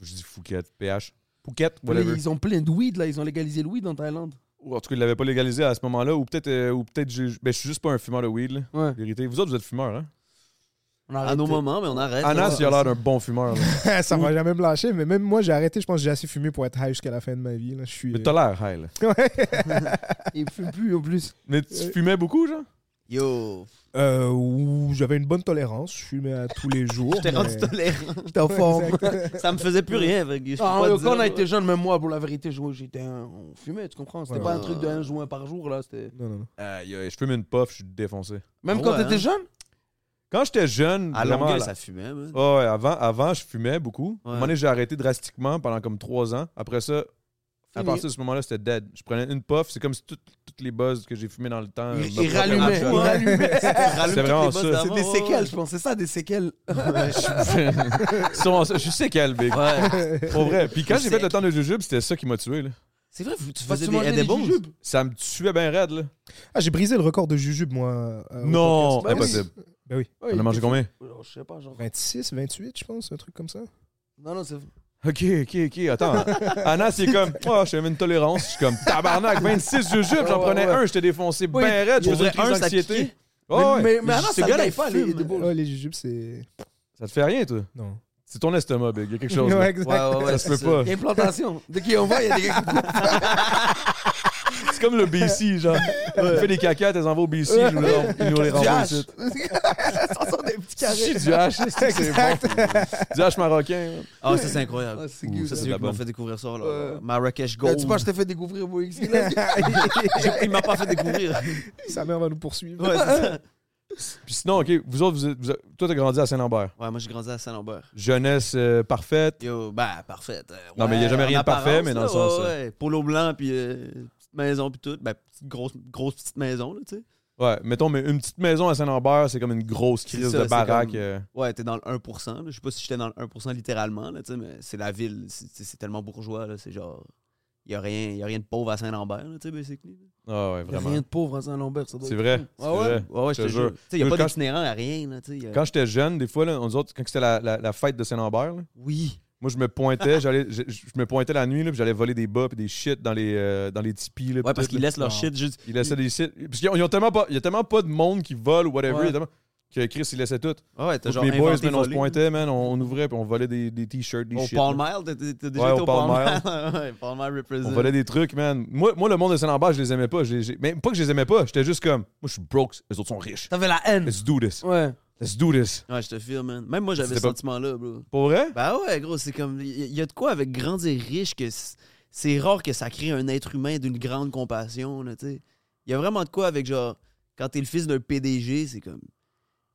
Je dis Phuket, PH. Phuket, Mais whatever. Ils ont plein de weed, là, ils ont légalisé le weed en Thaïlande. Ou en tout cas, ils l'avaient pas légalisé à ce moment-là, ou peut-être. euh, ou peut-être j'ai- ben, je suis juste pas un fumeur de weed, là. Ouais. Vérité. Vous autres, vous êtes fumeur, hein? On a À arrêté. nos moments, mais on arrête. Anas, il a l'air d'un bon fumeur, là. ça m'a jamais me lâcher, mais même moi, j'ai arrêté. Je pense que j'ai assez fumé pour être high jusqu'à la fin de ma vie. Là. Je suis. Mais t'as l'air high, là. Ils fument plus en plus. Mais tu fumais beaucoup, genre? Yo. Euh, où j'avais une bonne tolérance. Je fumais à tous les jours. J'étais mais- rendu tolérant. T'es en forme. Ça me faisait plus rien. fait que je peux Ah, pas yo, dire, quand on a là. été jeune, même moi, pour la vérité, je- j'étais un... on fumait, tu comprends C'était Ouais. pas un truc de un joint par jour, là. c'était- Non, non, non. Aïe, aïe, Euh, je fume une puff, je suis défoncé. Même Ah quand ouais, t'étais hein. jeune Quand j'étais jeune, À vraiment, Longueuil, là- ça fumait, man. Ah ouais, avant, avant, je fumais beaucoup. À un Ouais. moment donné, j'ai arrêté drastiquement pendant comme trois ans. Après ça, à Fini. partir de ce moment-là, c'était dead. Je prenais une puff, c'est comme si tout- toutes les buzz que j'ai fumé dans le temps. Euh, euh, Il, me il prenaient rallumait, il dans le rallumait. C'est vraiment ça. C'est des séquelles, je pense. C'est ça, des séquelles. cœur. Ils sont- Je sais quel, big. Pour vrai. Puis quand j'ai fait le temps de jujube, c'était ça qui m'a tué. là. C'est vrai, vous- tu Parce faisais que tu des mangeais des edibles. jujubes. Ça me tuait bien raide. Là. Ah, j'ai brisé le record de Jujube, moi. euh, au non, Bah Eh, bah, podcast. Ben oui. impossible. Ben oui. On a mangé combien Oh, Je sais pas, genre. 26, 28, je pense, un truc comme ça. Non, non, c'est. Ok, ok, ok. Attends. Anna, c'est comme, oh, je fais une tolérance. Je suis comme, tabarnak, 26 jujubes, j'en Ouais, prenais ouais. un, j'étais défoncé Oui, bien raide. Je Pour faisais vrai, une crise un, ça d'anxiété. piquait. Ouais, ouais. Mais, mais Mais Anna, ce ça gars-là, gagne il pas, les fume. les Oh, balls. les Jujubes, c'est. Ça te fait rien, toi Non. C'est ton estomac, big. Il y a quelque chose. là. Ouais, exact. Ouais, ouais, ouais. Ça se peut c'est pas. Il y a une plantation. Dès qu'il on voit, il y a des gars qui coupent. C'est comme le BC, genre. Tu fais des caca, t'es envoies au BC, ils nous les ils nous les du renvoient hache. ici. Ça sort des petits Tu carrés. chies du hache, c'est c'est bon. Du hache marocain. hein. là. Ah, ça, c'est incroyable. Ah, c'est Ouh, cute, Ça, ça, c'est de lui la qui m'a bonne. fait découvrir ça. là. Ouais. Marrakech Là, Gold. Tu penses que je t'ai fait découvrir Moïse là? Il m'a pas fait découvrir. Ouais, Sa mère va nous poursuivre. c'est ça. Puis sinon, OK, vous autres, vous, êtes- vous êtes- toi, t'as grandi à Saint-Lambert. Ouais, moi, j'ai grandi à Saint-Lambert. Jeunesse euh, parfaite. Yo, bah, parfait. Euh, Non, mais il y a jamais en rien de parfait, apparence, mais dans le là, sens, Ouais, ouais. Polo blanc, puis euh, petite maison, puis tout. Ben, petite, grosse, grosse petite maison, là, tu sais. Ouais, mettons, mais une petite maison à Saint-Lambert, c'est comme une grosse C'est crise ça, de c'est baraque. comme- euh. Ouais, t'es dans le 1%. là. Je sais pas si j'étais dans le 1% littéralement, là, tu sais, mais c'est la ville. C'est c'est- c'est tellement bourgeois, là. C'est genre. il n'y a, rien- il y a rien de pauvre à Saint-Lambert, là, tu sais, basically. Ah ouais, Y a vraiment. Rien de pauvre à Saint-Lambert, ça doit C'est être- vrai. c'est Ah ouais? vrai. Ouais, ouais, je te jure. Tu sais, Il n'y a Quand pas je- d'itinérant à rien. Là, tu sais, euh. il y a- Quand j'étais jeune, des fois, là, nous autres, quand c'était la, la- la fête de Saint-Lambert, là, Oui. moi, je me pointais, j'allais, je, je me pointais la nuit, là, puis j'allais voler des bas et des shit dans les, euh, dans les tipis. là, Ouais, puis parce tout, qu'ils là. laissent leur Non. shit juste. Ils laissaient des shit. Parce qu'il y a tellement pas, il y a tellement pas de monde qui vole ou whatever, Ouais. il y a tellement- que Chris, il laissait tout. Ah Ouais, t'as Moi, genre. puis mes boys, inventé man, on se voler. pointait, man, on, on ouvrait puis on volait des, des t-shirts, des Au shit. Paul là. Mile, t'as- t'as t'as Ouais, déjà au été au Paul Paul Mile. Ouais, Paul Mile represent. On volait des trucs, man. Moi, moi, le monde de Saint-Lambert, je les aimais pas. Je les- j'ai- Mais pas que je les aimais pas, j'étais juste comme, moi, je suis broke, les autres sont riches. T'avais la haine. Let's do this. Ouais. Let's do this. Ouais, je te filme, man. Même moi, j'avais C'était ce pas- sentiment-là, bro. Pour vrai? Bah ouais, gros, c'est comme. Il y- y a de quoi avec grandir riche que c- c'est rare que ça crée un être humain d'une grande compassion, là, tu sais. Il y a vraiment de quoi avec, genre, quand t'es le fils d'un PDG, c'est comme.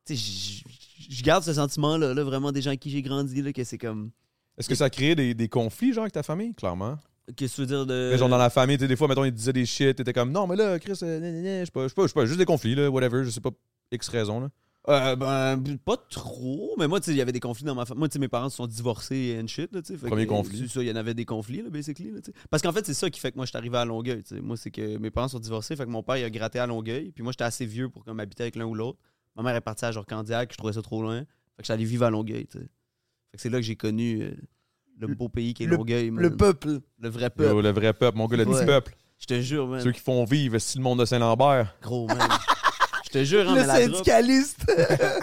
Tu sais, j- j- je garde ce sentiment-là, là, vraiment des gens avec qui j'ai grandi, là, que c'est comme. Est-ce que ça crée des, des conflits, genre, avec ta famille? Clairement. Qu'est-ce que tu veux dire de. Mais genre, dans la famille, tu sais, des fois, mettons, ils te disaient des shit, t'étais comme, non, mais là, Chris, euh, gna, gna, gna, je sais pas, je sais pas, je sais pas, juste des conflits, là, whatever, je sais pas, X raison, là. Euh, ben, pas trop. Mais moi, tu sais, il y avait des conflits dans ma famille. Moi, tu sais, mes parents se sont divorcés and shit, là, tu sais. Fait Premier que, euh, conflit. c'est ça, il y en avait des conflits, là, basically, là, tu sais. Parce qu'en fait, c'est ça qui fait que moi, je suis arrivé à Longueuil, tu sais. Moi, c'est que mes parents sont divorcés, fait que mon père, il a gratté à Longueuil. Puis moi, j'étais assez vieux pour comme habiter avec l'un ou l'autre. Ma mère est partie à genre Candiac, je trouvais ça trop loin. Fait que j'allais vivre à Longueuil, tu sais. Fait que c'est là que j'ai connu euh, le beau pays qui est Longueuil, man. Le peuple. Le vrai peuple. Yo, le vrai peuple, mon gars, le petit Ouais. peuple. Je te jure, man. Ceux qui font vivre, si le monde de Saint-Lambert. Gros, man. Je te jure, hein, le mais la drop- syndicaliste.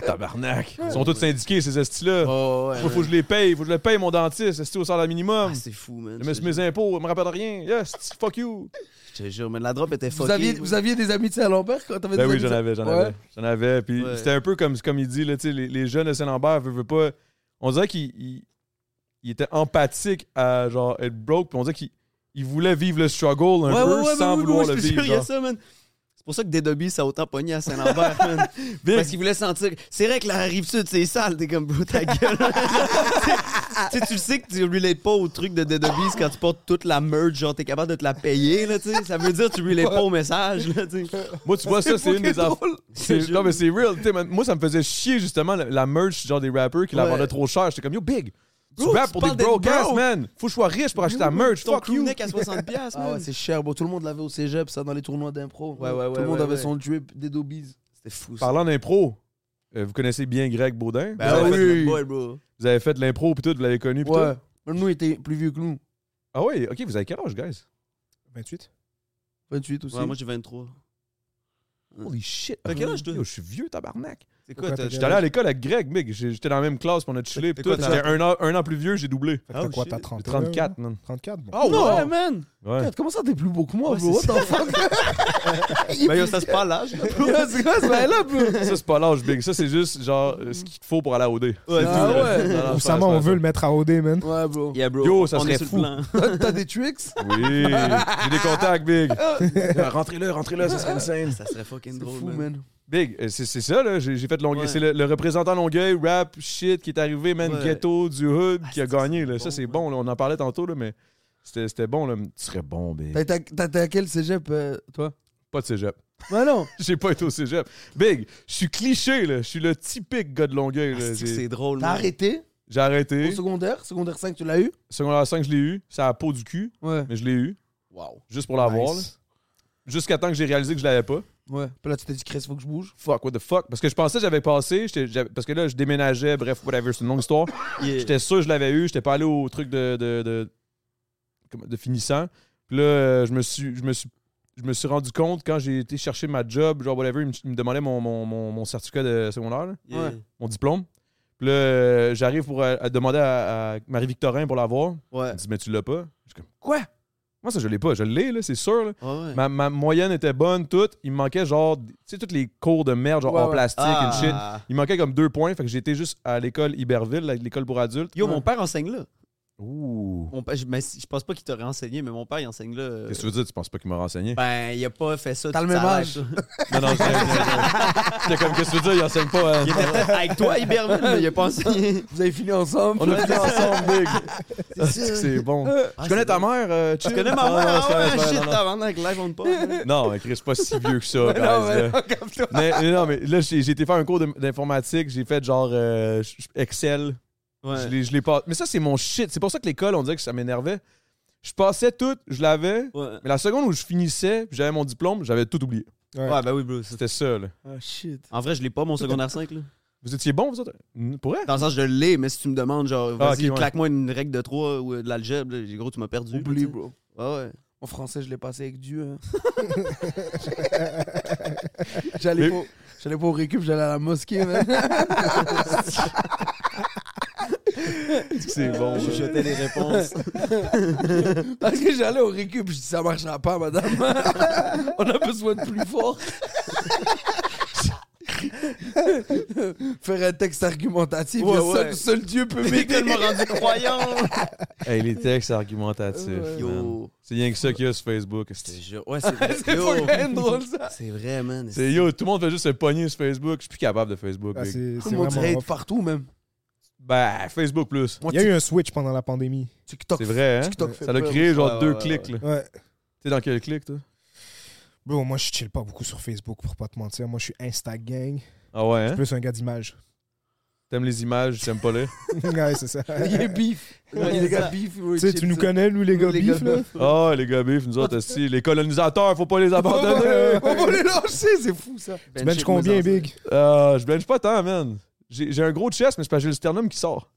Tabarnak. Ils sont tous syndiqués, ces estis-là. Oh, ouais, Moi, faut man. que je les paye, faut que je le paye, mon dentiste, esti au salaire minimum. Ah, c'est fou, man. Je me Je suis te mes jure. impôts, elle me rappelle rien. Yes, esti, fuck you. Je te jure, man. La drop était Vous fuckée. aviez, man. vous aviez des amis de Saint-Lambert quand t'avais Ben des oui, amis de- j'en avais, j'en Ouais. avais. J'en avais. Puis Ouais. c'était un peu comme, comme il dit, là, tu sais, les, les jeunes de Saint-Lambert, veulent, veulent pas. On dirait qu'ils ils- ils étaient empathiques à genre être broke, puis on dirait qu'ils ils voulaient vivre le struggle un Ouais, peu ouais, ouais, sans mais oui, vouloir oui, le je te jure, vivre. il y a genre. ça, man. C'est pour ça que Dédobby, ça a autant pogné à Saint-Lambert, man. Parce qu'il voulait sentir. C'est vrai que la rive sud, c'est sale, t'es comme, bro, ta gueule. tu sais, tu le sais que tu relates pas au truc de Dédobby c'est quand tu portes toute la merge, genre, t'es capable de te la payer, là, tu sais. Ça veut dire que tu relates pas au message, là, tu sais. Moi, tu vois, ça, c'est une des affaires. C'est- Non, mais c'est real. tu sais, man, Moi, ça me faisait chier, justement, la, la merch genre des rappers qui la Ouais. vendaient trop cher. J'étais comme, yo, big. Tu Bro, rap tu pour des parles d'être broke ass, broke. man. Faut que je sois riche pour acheter ta merch. Ton Fuck you. crewneck à 60$, piastres, Ah ouais, man. c'est cher, bro. Tout le monde l'avait au cégep, ça, dans les tournois d'impro. Ouais, ouais, ouais, Tout le monde ouais, avait ouais. son drip des dobies. C'était fou, ça. Parlant d'impro, euh, vous connaissez bien Greg Baudin. Ben vous, ouais, avez fait fait, le boy, bro. vous avez fait de l'impro, puis tout, vous l'avez connu, puis Ouais. tout. Même nous, il était plus vieux que nous. Ah ouais, ok, vous avez quel âge, guys? 28. 28 aussi. Ouais, moi, j'ai 23. Holy shit. T'as quel âge, toi? Yo, je suis vieux, tabarnak. C'est quoi, Pourquoi t'as. t'as- J'étais allé à l'école avec Greg, mec. J'ai- J'étais dans la même classe, puis on a chillé, puis T'es tout. quoi, J'étais un an, un an plus vieux, j'ai doublé. Fait que t'as Oh, quoi, shit. t'as 30 34, man. 34, bon. Oh, Ah Ouais, man! Ouais. Comment ça, t'es plus beau que moi, Ouais, bro? What c'est the fuck? Ben, yo, ça se parle l'âge, là. Bro, C'est quoi ce bail-là, bro? Ça, c'est pas l'âge, big. Ça, c'est juste, genre, euh, ce qu'il te faut pour aller à OD. Ouais, Ah ouais. Non, non, c'est Oussama, pas- on c'est veut le mettre à OD, man. Ouais, bro. Yeah, bro. Yo, ça on serait est sur le plan. fou. T'as t'as des tricks? pas- Oui. J'ai des contacts, big. Ah, Rentrez-le, rentrez-le, ça serait insane. Ça serait fucking C'est drôle, fou, man. man. Big, euh, c'est c'est ça, là. J'ai j'ai fait Longueuil. Ouais. C'est le, le représentant Longueuil, rap, shit, qui est arrivé, man, Ouais. ghetto, du hood, Ah, qui a c'est- gagné, là. c'est ça, bon, c'est ouais. bon, là. On en parlait tantôt, là, mais c'était c'était bon, là. Tu serais bon, big. T'as été à- t'as été à quel cégep, euh, toi? Pas de cégep. Ben Bah non. J'ai pas été au cégep. Big, je suis cliché, là. Je suis le typique gars de Longueuil, Ah, là. c'est que J'ai- C'est drôle, T'as man. arrêté J'ai au arrêté. secondaire? Secondaire 5, tu l'as eu? Secondaire 5, je l'ai eu. C'est à la peau du cul, Ouais. mais je l'ai eu. Wow. Juste pour l'avoir, là. Nice. Jusqu'à temps que j'ai réalisé que je l'avais pas. Ouais. Puis là, tu t'es dit, Chris, faut que je bouge. Fuck, what the fuck? Parce que je pensais que j'avais passé, j'étais- j'avais- parce que là, je déménageais, bref, whatever, c'est une longue histoire. Yeah. J'étais sûr que je l'avais eu. J'étais pas allé au truc de, de, de, comment- de finissant. Puis là, euh, je me suis. Je me suis je me suis rendu compte quand j'ai été chercher ma job, genre whatever, il me, il me demandait mon, mon, mon, mon certificat de secondaire, là, Yeah. mon diplôme. Puis là, euh, j'arrive pour euh, à demander à, à Marie-Victorin pour l'avoir. Ouais. Elle me dit, mais tu l'as pas. Je suis comme, quoi? Moi, ça, je l'ai pas. Je l'ai, là, c'est sûr. là. Ouais, ouais. Ma, ma moyenne était bonne, toute. Il me manquait, genre, tu sais, toutes les cours de merde, genre Ouais, en ouais. plastique, Ah. and shit. Il me manquait comme deux points, fait que j'étais juste à l'école Iberville, là, l'école pour adultes. Yo, mon père enseigne là. Ouh. Mon père- je, mais si- je pense pas qu'il t'aurait enseigné, mais mon père, il enseigne là. euh, Qu'est-ce que tu veux dire? Tu penses pas qu'il m'a renseigné? Ben, il a pas fait ça. T'as toute le même sa âge. life, là. Non, non, j'étais- j'étais- j'étais comme, qu'est-ce que tu veux dire? Il enseigne pas. hein? Il était peut-être avec toi, Iberville, mais il a pas enseigné. Vous avez fini ensemble? On a fait ensemble, big. Ah, c'est que C'est bon. Ah, Je connais c'est ta vrai. mère, euh, Tu chill. connais Ah, ma non, mère? c'est vrai, Ah, c'est ouais, vrai, shit, non, non. t'as vendu avec live on pas. man. Non, mais Chris, c'est pas si vieux que ça, guys, non, là. mais non, comme toi. mais, mais non, mais là, j'ai j'ai été faire un cours de- d'informatique. J'ai fait genre euh, j- Excel. Je Ouais. l'ai- Je l'ai pas. Mais ça, c'est mon shit. C'est pour ça que l'école, on dirait que ça m'énervait. Je passais tout, je l'avais. Ouais. Mais la seconde où je finissais, puis j'avais mon diplôme, j'avais tout oublié. Ouais. Ouais, ben oui, bro. c'est- C'était ça, là. Ah, shit. En vrai, je l'ai pas, mon secondaire 5, là. Vous étiez bon, vous autres? Mm, Pour vrai? Dans le sens, je l'ai, mais si tu me demandes, genre, Ah, vas-y, ok, ouais. claque-moi une règle de 3 ou euh, de l'algèbre, là, j'ai- gros, tu m'as perdu. Oublie, là, bro. tu sais. Ah, Ouais, ouais. Mon euh, français, je l'ai passé avec Dieu. hein. j'allais, Mais- pas, j'allais pas au récup, j'allais à la mosquée, man. C'est bon. Je jetais les réponses. Parce que j'allais au récup, je dis ça marchera pas, madame. On a besoin de plus fort. Faire un texte argumentatif, Ouais, le seul, ouais. seul Dieu peut T'es m'aider. tellement rendu croyant. hey, les textes argumentatifs. Ouais. man. Yo. C'est rien que ça qu'il y a sur Facebook. Je te C'est jure. Ouais, c'est vrai. C'est Yo. fucking drôle ça. C'est vrai, man. c'est- yo, tout le monde fait juste se pogner sur Facebook. Je suis plus capable de Facebook. Ah, big. c'est Tout c'est le monde vraiment hate rough. partout, même. ben, Facebook plus. Moi, Il y a eu un switch pendant la pandémie. TikTok. C'est vrai, hein? TikTok Ouais. fait Ça l'a peur. créé genre Ouais, deux ouais, clics, là. Ouais. T'es dans quel clic, toi? Bro, moi, je chill pas beaucoup sur Facebook, pour pas te mentir. Moi, je suis Instagang. Ah ouais, hein? Plus un gars d'image. T'aimes les images, t'aimes pas les. ouais, c'est ça. Il est beef. Il Ouais, est c'est gars ça. beef. Tu sais, tu nous connais, nous, les gars bif, là? Ah, les gars, bif, nous autres, aussi. Les colonisateurs, faut pas les abandonner. On va les lâcher, c'est fou ça. Tu benches combien, Big? Euh, je blanche pas tant, man. J'ai j'ai un gros chest, mais c'est parce que j'ai le sternum qui sort.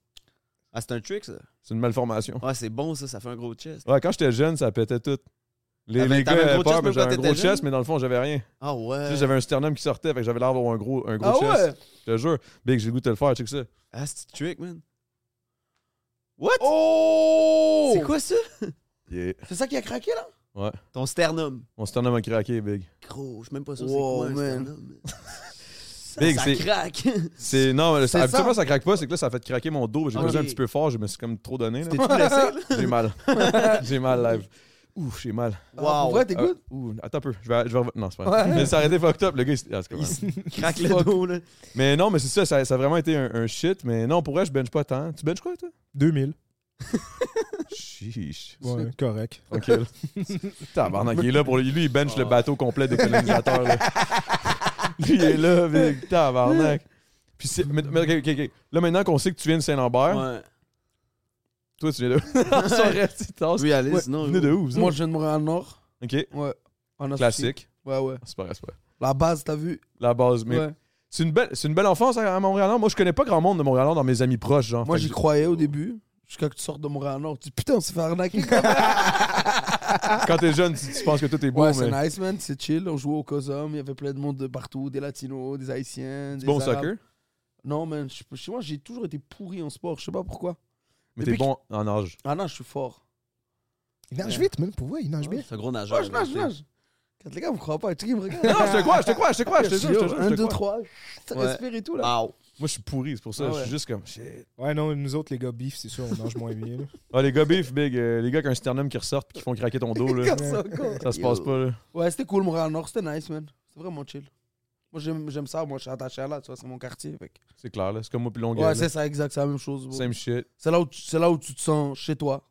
Ah, c'est un trick, ça. C'est une malformation. Ouais, c'est bon, ça. Ça fait un gros chest. Ouais, quand j'étais jeune, ça pétait tout. Les, Ah, ben, T'avais- les gars t'avais un avaient gros peur, chest mais même quand j'avais un gros t'étais jeune? chest, mais dans le fond, j'avais rien. Ah, ouais. Juste, J'avais un sternum qui sortait, fait que j'avais l'air d'avoir un gros, un gros Ah chest. ouais? Je te jure. Big, j'ai le goût de te le faire, check ça. Ah, c'est un trick, man. What? Oh! C'est quoi ça? Yeah. C'est ça qui a craqué là? Ouais. Ton sternum. Mon sternum a craqué, Big. Gros, je suis même pas sûr Wow, c'est quoi un man. sternum. Ça, Big, ça c'est- craque. C'est non, mais ça- C'est habituellement ça. ça craque pas, c'est que là ça a fait craquer mon dos, j'ai Ok. posé un petit peu fort, je me suis comme trop donné là. T'es-tu blessé, là? J'ai mal. j'ai mal live. Ouf, j'ai mal. Ah, Wow. pour vrai, t'es Ah, good? ouh, attends un peu, je vais je vais rev- non, c'est pas. vrai. Mais ça a arrêté fucked up le gars. il- ah, c'est correct. craque le dos, là. mais non, mais c'est ça, ça, ça a vraiment été un, un shit, mais non, pour vrai, je bench pas tant. Tu benches quoi toi 2000. Chiche. Ouais, correct. OK. Tabarnak, il est là pour lui, lui, il bench Ah. le bateau complet des colonisateurs. là. lui, il est là, big. Tabarnak. Puis c'est- mais- mais, ok, ok, ok. Là, maintenant qu'on sait que tu viens de Saint-Lambert, Ouais. toi, tu viens de. Ça reste, tu tasses. Oui, allez, Ouais. sinon. Venez de où, vous Moi, autres? je viens de Montréal-Nord. OK. Ouais. En Associé. Classique. Ouais, ouais. Ah, C'est pas, grave, c'est pas. grave. La base, t'as vu? La base, mais Ouais. c'est une belle, c'est une belle enfance à à Montréal. Moi, je connais pas grand monde de Montréal dans mes amis proches, genre. Moi, Fait que j'y je- croyais au début. Jusqu'à que tu sortes de Montréal-Nord, tu dis putain, on s'est fait arnaquer. quand même. Quand t'es jeune, tu, tu penses que tout est beau, ouais, mais c'est nice, man. C'est chill. On jouait au Cosum. Il y avait plein de monde de partout. Des Latinos, des Haïtiens. c'est des bon au Arabes. soccer. Non, man. je- Chez moi, j'ai toujours été pourri en sport. Je sais pas pourquoi. Mais Depuis t'es bon en âge. Ah non, je suis fort. Il nage vite, man. Pour vrai, il nage bien. C'est un gros nageur. Ouais, je nage, je là, tu sais. nage. Quand les gars, vous croyez pas. Tu sais, ils me regardent. Non, je te crois, je te crois, je te crois, je te jure, je te jure, je Un, te deux, crois. trois. Ça Ouais. respire et tout, là. Wow. Moi, je suis pourri, c'est pour ça. Ah Je ouais. suis juste comme. shit. Ouais, non, nous autres, les gars bif, c'est sûr, on mange moins bien. là. Ah, les gars beef, big. euh, les gars qui ont un sternum qui ressortent et qui font craquer ton dos, là. Comme ça, encore. ça se passe pas, là. Ouais, c'était cool, Montréal Nord, c'était nice, man. C'est vraiment chill. Moi, j'aime j'aime ça, moi, je suis attaché à là, tu vois, c'est mon quartier. fait que- C'est clair, là. C'est comme moi plus longue. Ouais, c'est ça, exact, c'est la même chose. bro. Same shit. C'est là, où tu- c'est là où tu te sens chez toi.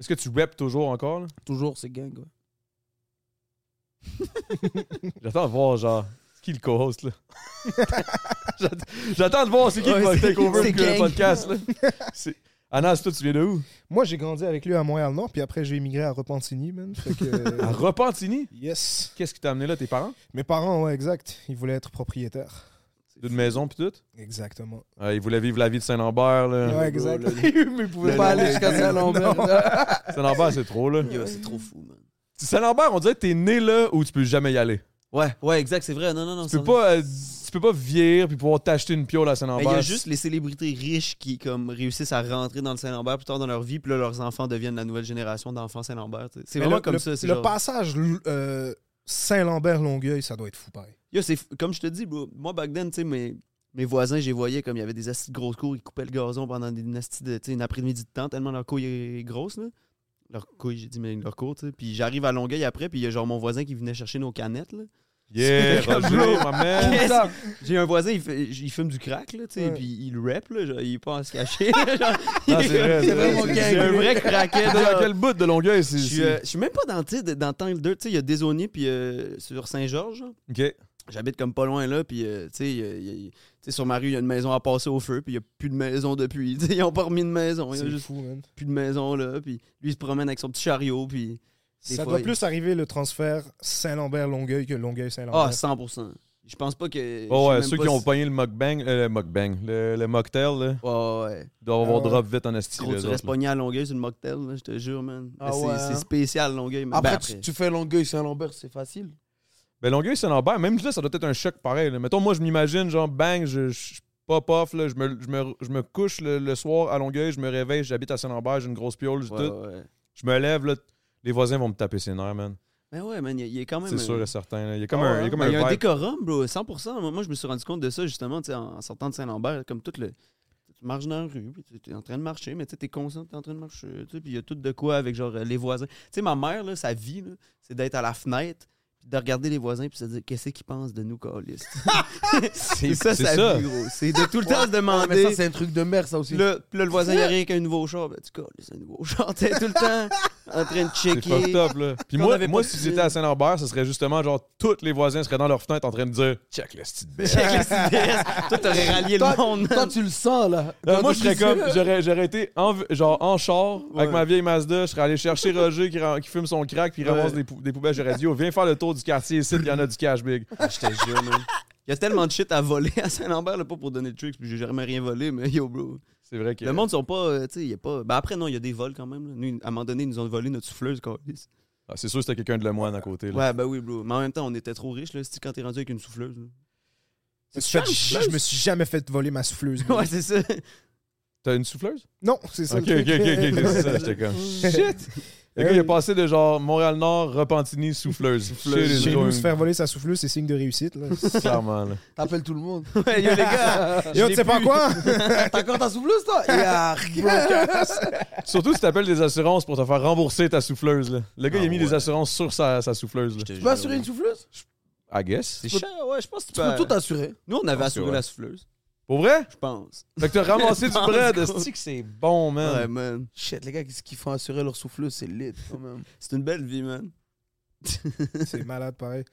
Est-ce que tu rap toujours encore, là? Toujours, c'est gang, ouais. J'attends de voir, genre, c'est qui le co-host, là. J'att- J'attends de voir c'est qui qui va take over c'est le gang. podcast, là. C'est- Anas, toi, tu viens de où? Moi, j'ai grandi avec lui à Montréal-Nord, puis après, j'ai émigré à Repentigny, man. Fait euh, À que... Repentigny? yes. Qu'est-ce qui t'a amené là, tes parents? Mes parents, ouais, exact. Ils voulaient être propriétaires. D'une maison, puis tout? Exactement. Ah, ils voulaient vivre la vie de Saint-Lambert, là. Ouais, exact. Mais ils pouvaient Le- pas le- aller jusqu'à Saint-Lambert. Saint-Lambert, c'est trop, là. Yo, c'est trop fou, man. Saint-Lambert, on dirait que t'es né là où tu peux jamais y aller. Ouais, ouais, exact, c'est vrai. Non, non, non. Tu c'est peux vrai. pas, euh, tu peux pas vieillir puis pouvoir t'acheter une piole à Mais il y a Saint-Lambert. juste les célébrités riches qui comme réussissent à rentrer dans le Saint-Lambert plus tard dans leur vie, puis là leurs enfants deviennent la nouvelle génération d'enfants Saint-Lambert. tu sais. C'est Mais vraiment le, comme le- ça. c'est Le genre- passage euh, Saint-Lambert-Longueuil, ça doit être fou, pareil. Yo, c'est f- comme je te dis, bro, moi back then, tu sais, mes, mes voisins, je les voyais comme il y avait des astis de grosses cours, ils coupaient le gazon pendant des astis de, tu sais, une après-midi de temps, tellement leur couille est grosse, là. Leur couille, j'ai dit, mais leur cours, tu sais. Puis j'arrive à Longueuil après, puis il y a genre mon voisin qui venait chercher nos canettes, là. Yeah, C'est comme Roger, ma mère. Qu'est-ce- J'ai un voisin, il, fait- il fume du crack, là, tu sais, Ouais. puis il rap, là, genre, il est pas à se cacher. là, genre. Non, c'est vrai, c'est vrai. vraiment C'est- gang. c'est un vrai T'es craquette. dans là. quel bout de Longueuil? c'est- Je suis, c'est- euh, je suis même pas dans, tu sais, dans le temps 2, tu sais, il y a Desaunier, puis euh, sur Saint-Georges, genre. Ok. J'habite comme pas loin là, puis euh, tu sais, il y a- il y a- il- tu sais, sur ma rue, il y a une maison à passer au feu, puis il n'y a plus de maison depuis. Tu sais, ils ont pas remis de maison, il y a C'est juste fou, man. plus de maison là, puis lui il se promène avec son petit chariot, puis. Ça fois, doit il- plus arriver le transfert Saint-Lambert-Longueuil que Ah, Longueuil-Saint-Lambert. 100%. Je pense pas que. Oh, je ouais, sais même ceux pas qui ont si- pogné le mukbang, euh, le mukbang, le, le mocktail, là, Ouais, ouais. doivent avoir Ah ouais. drop vite en esti. Gros, les tu autres, restes là. pogné à Longueuil sur le mocktail, là, je te jure, man. Ah c'est ouais, c'est hein? spécial, Longueuil. mais- Après, ben, Tu, après. tu fais Longueuil, Saint-Lambert, c'est facile. Ben, Longueuil, c'est Lambert. Même là, ça doit être un choc pareil. là. Mettons, moi, je m'imagine, genre, bang, je, je pop off, là, je, me, je, me, je me couche le, le soir à Longueuil, je me réveille, j'habite à Saint-Lambert, j'ai une grosse piole, j'ai Ouais, tout. ouais. Je me lève, là, les voisins vont me taper ses nerfs, man. Ben ouais, man, il y a- il y, a quand même. C'est un- sûr et certain. là. Il y a comme Ah un, ouais, il y a comme ben, un il y a un vibe. décorum, bro, 100%. Moi, moi, je me suis rendu compte de ça, justement, tu sais, en, en sortant de Saint-Lambert, comme tout le. Tu marches dans la rue, puis tu es en train de marcher, mais tu es conscient que tu es en train de marcher. tu sais, Puis il y a tout de quoi avec genre euh, les voisins. Tu sais, ma mère, là, sa vie, là, c'est d'être à la fenêtre, puis de regarder les voisins, puis se dire qu'est-ce qu'ils pensent de nous, Carlis. C'est ça, c'est sa ça. vie, gros. C'est de tout le temps se Ouais, mais demander. ça, c'est un truc de merde, ça aussi. Puis là, puis là, le voisin, il arrive avec un nouveau char. Ben, tu colles, c'est un nouveau char. T'es tout le temps en train de C'est fucked checker. up, là. Puis Qu'on moi, avait moi pas de si cuisine. j'étais à Saint-Lambert, ce serait justement genre tous les voisins seraient dans leur fenêtre en train de dire check le style bête. Check la CDS. Toi, t'aurais rallié Toi- le monde. Toi, tu le sens, là. Euh, Quand moi, tu je serais dis- comme, j'aurais, j'aurais été en, v- genre en char Ouais. avec ma vieille Mazda, je serais allé chercher Roger qui, ram- qui fume son crack puis il ramasse Ouais. des, pou- des poubelles, j'aurais dit, oh, viens faire le tour du quartier ici, il y en a du cash big. Je te jure, man. Il y a tellement de shit à voler à Saint-Lambert, là, pas pour donner de tricks, puis j'ai jamais rien volé, mais yo, bro. C'est vrai que. Le monde, sont pas. euh, tu sais, il y a pas. Ben après, non, il y a des vols quand même. là. Nous, à un moment donné, ils nous ont volé notre souffleuse, câlisse. Ah, c'est sûr que c'était quelqu'un de Lemoine à côté. Là. Ouais, ben oui, bro. Mais en même temps, on était trop riches, là, c'est quand t'es rendu avec une souffleuse. là. Je me suis fait- je me suis jamais fait voler ma souffleuse. bro. Ouais, c'est ça. T'as une souffleuse? Non, c'est ça. Ok, ok, ok, le ok, truc. c'est ça, j'étais comme. Shit! Le Euh, gars, il est passé de genre Montréal-Nord, Repentini, souffleuse. Shit is Chez going- nous, se faire voler sa souffleuse, c'est signe de réussite. Là. Clairement, là. T'appelles tout le monde. Ouais, yo, les gars. je Yo, l'ai tu sais pas plus. quoi? T'as encore ta souffleuse, toi Yark. Surtout si t'appelles des assurances pour te faire rembourser ta souffleuse. Là. Le gars, il a mis des assurances sur sa, sa souffleuse. Là. Ah Je te Tu jure, peux assurer bro. une souffleuse I guess. C'est cher, ouais, je pense que Tu peux tout assurer. Nous, on avait pense que assuré ouais. la souffleuse, Ah, Pour vrai? je pense. Fait que t'as ramassé Je du pense bread. qu'on- Est-ce que c'est bon, man? Ouais, man. Shit, les gars, qu'est-ce qu'ils font assurer leur souffleuse C'est lit, oh, quand même. C'est une belle vie, man. C'est malade, pareil.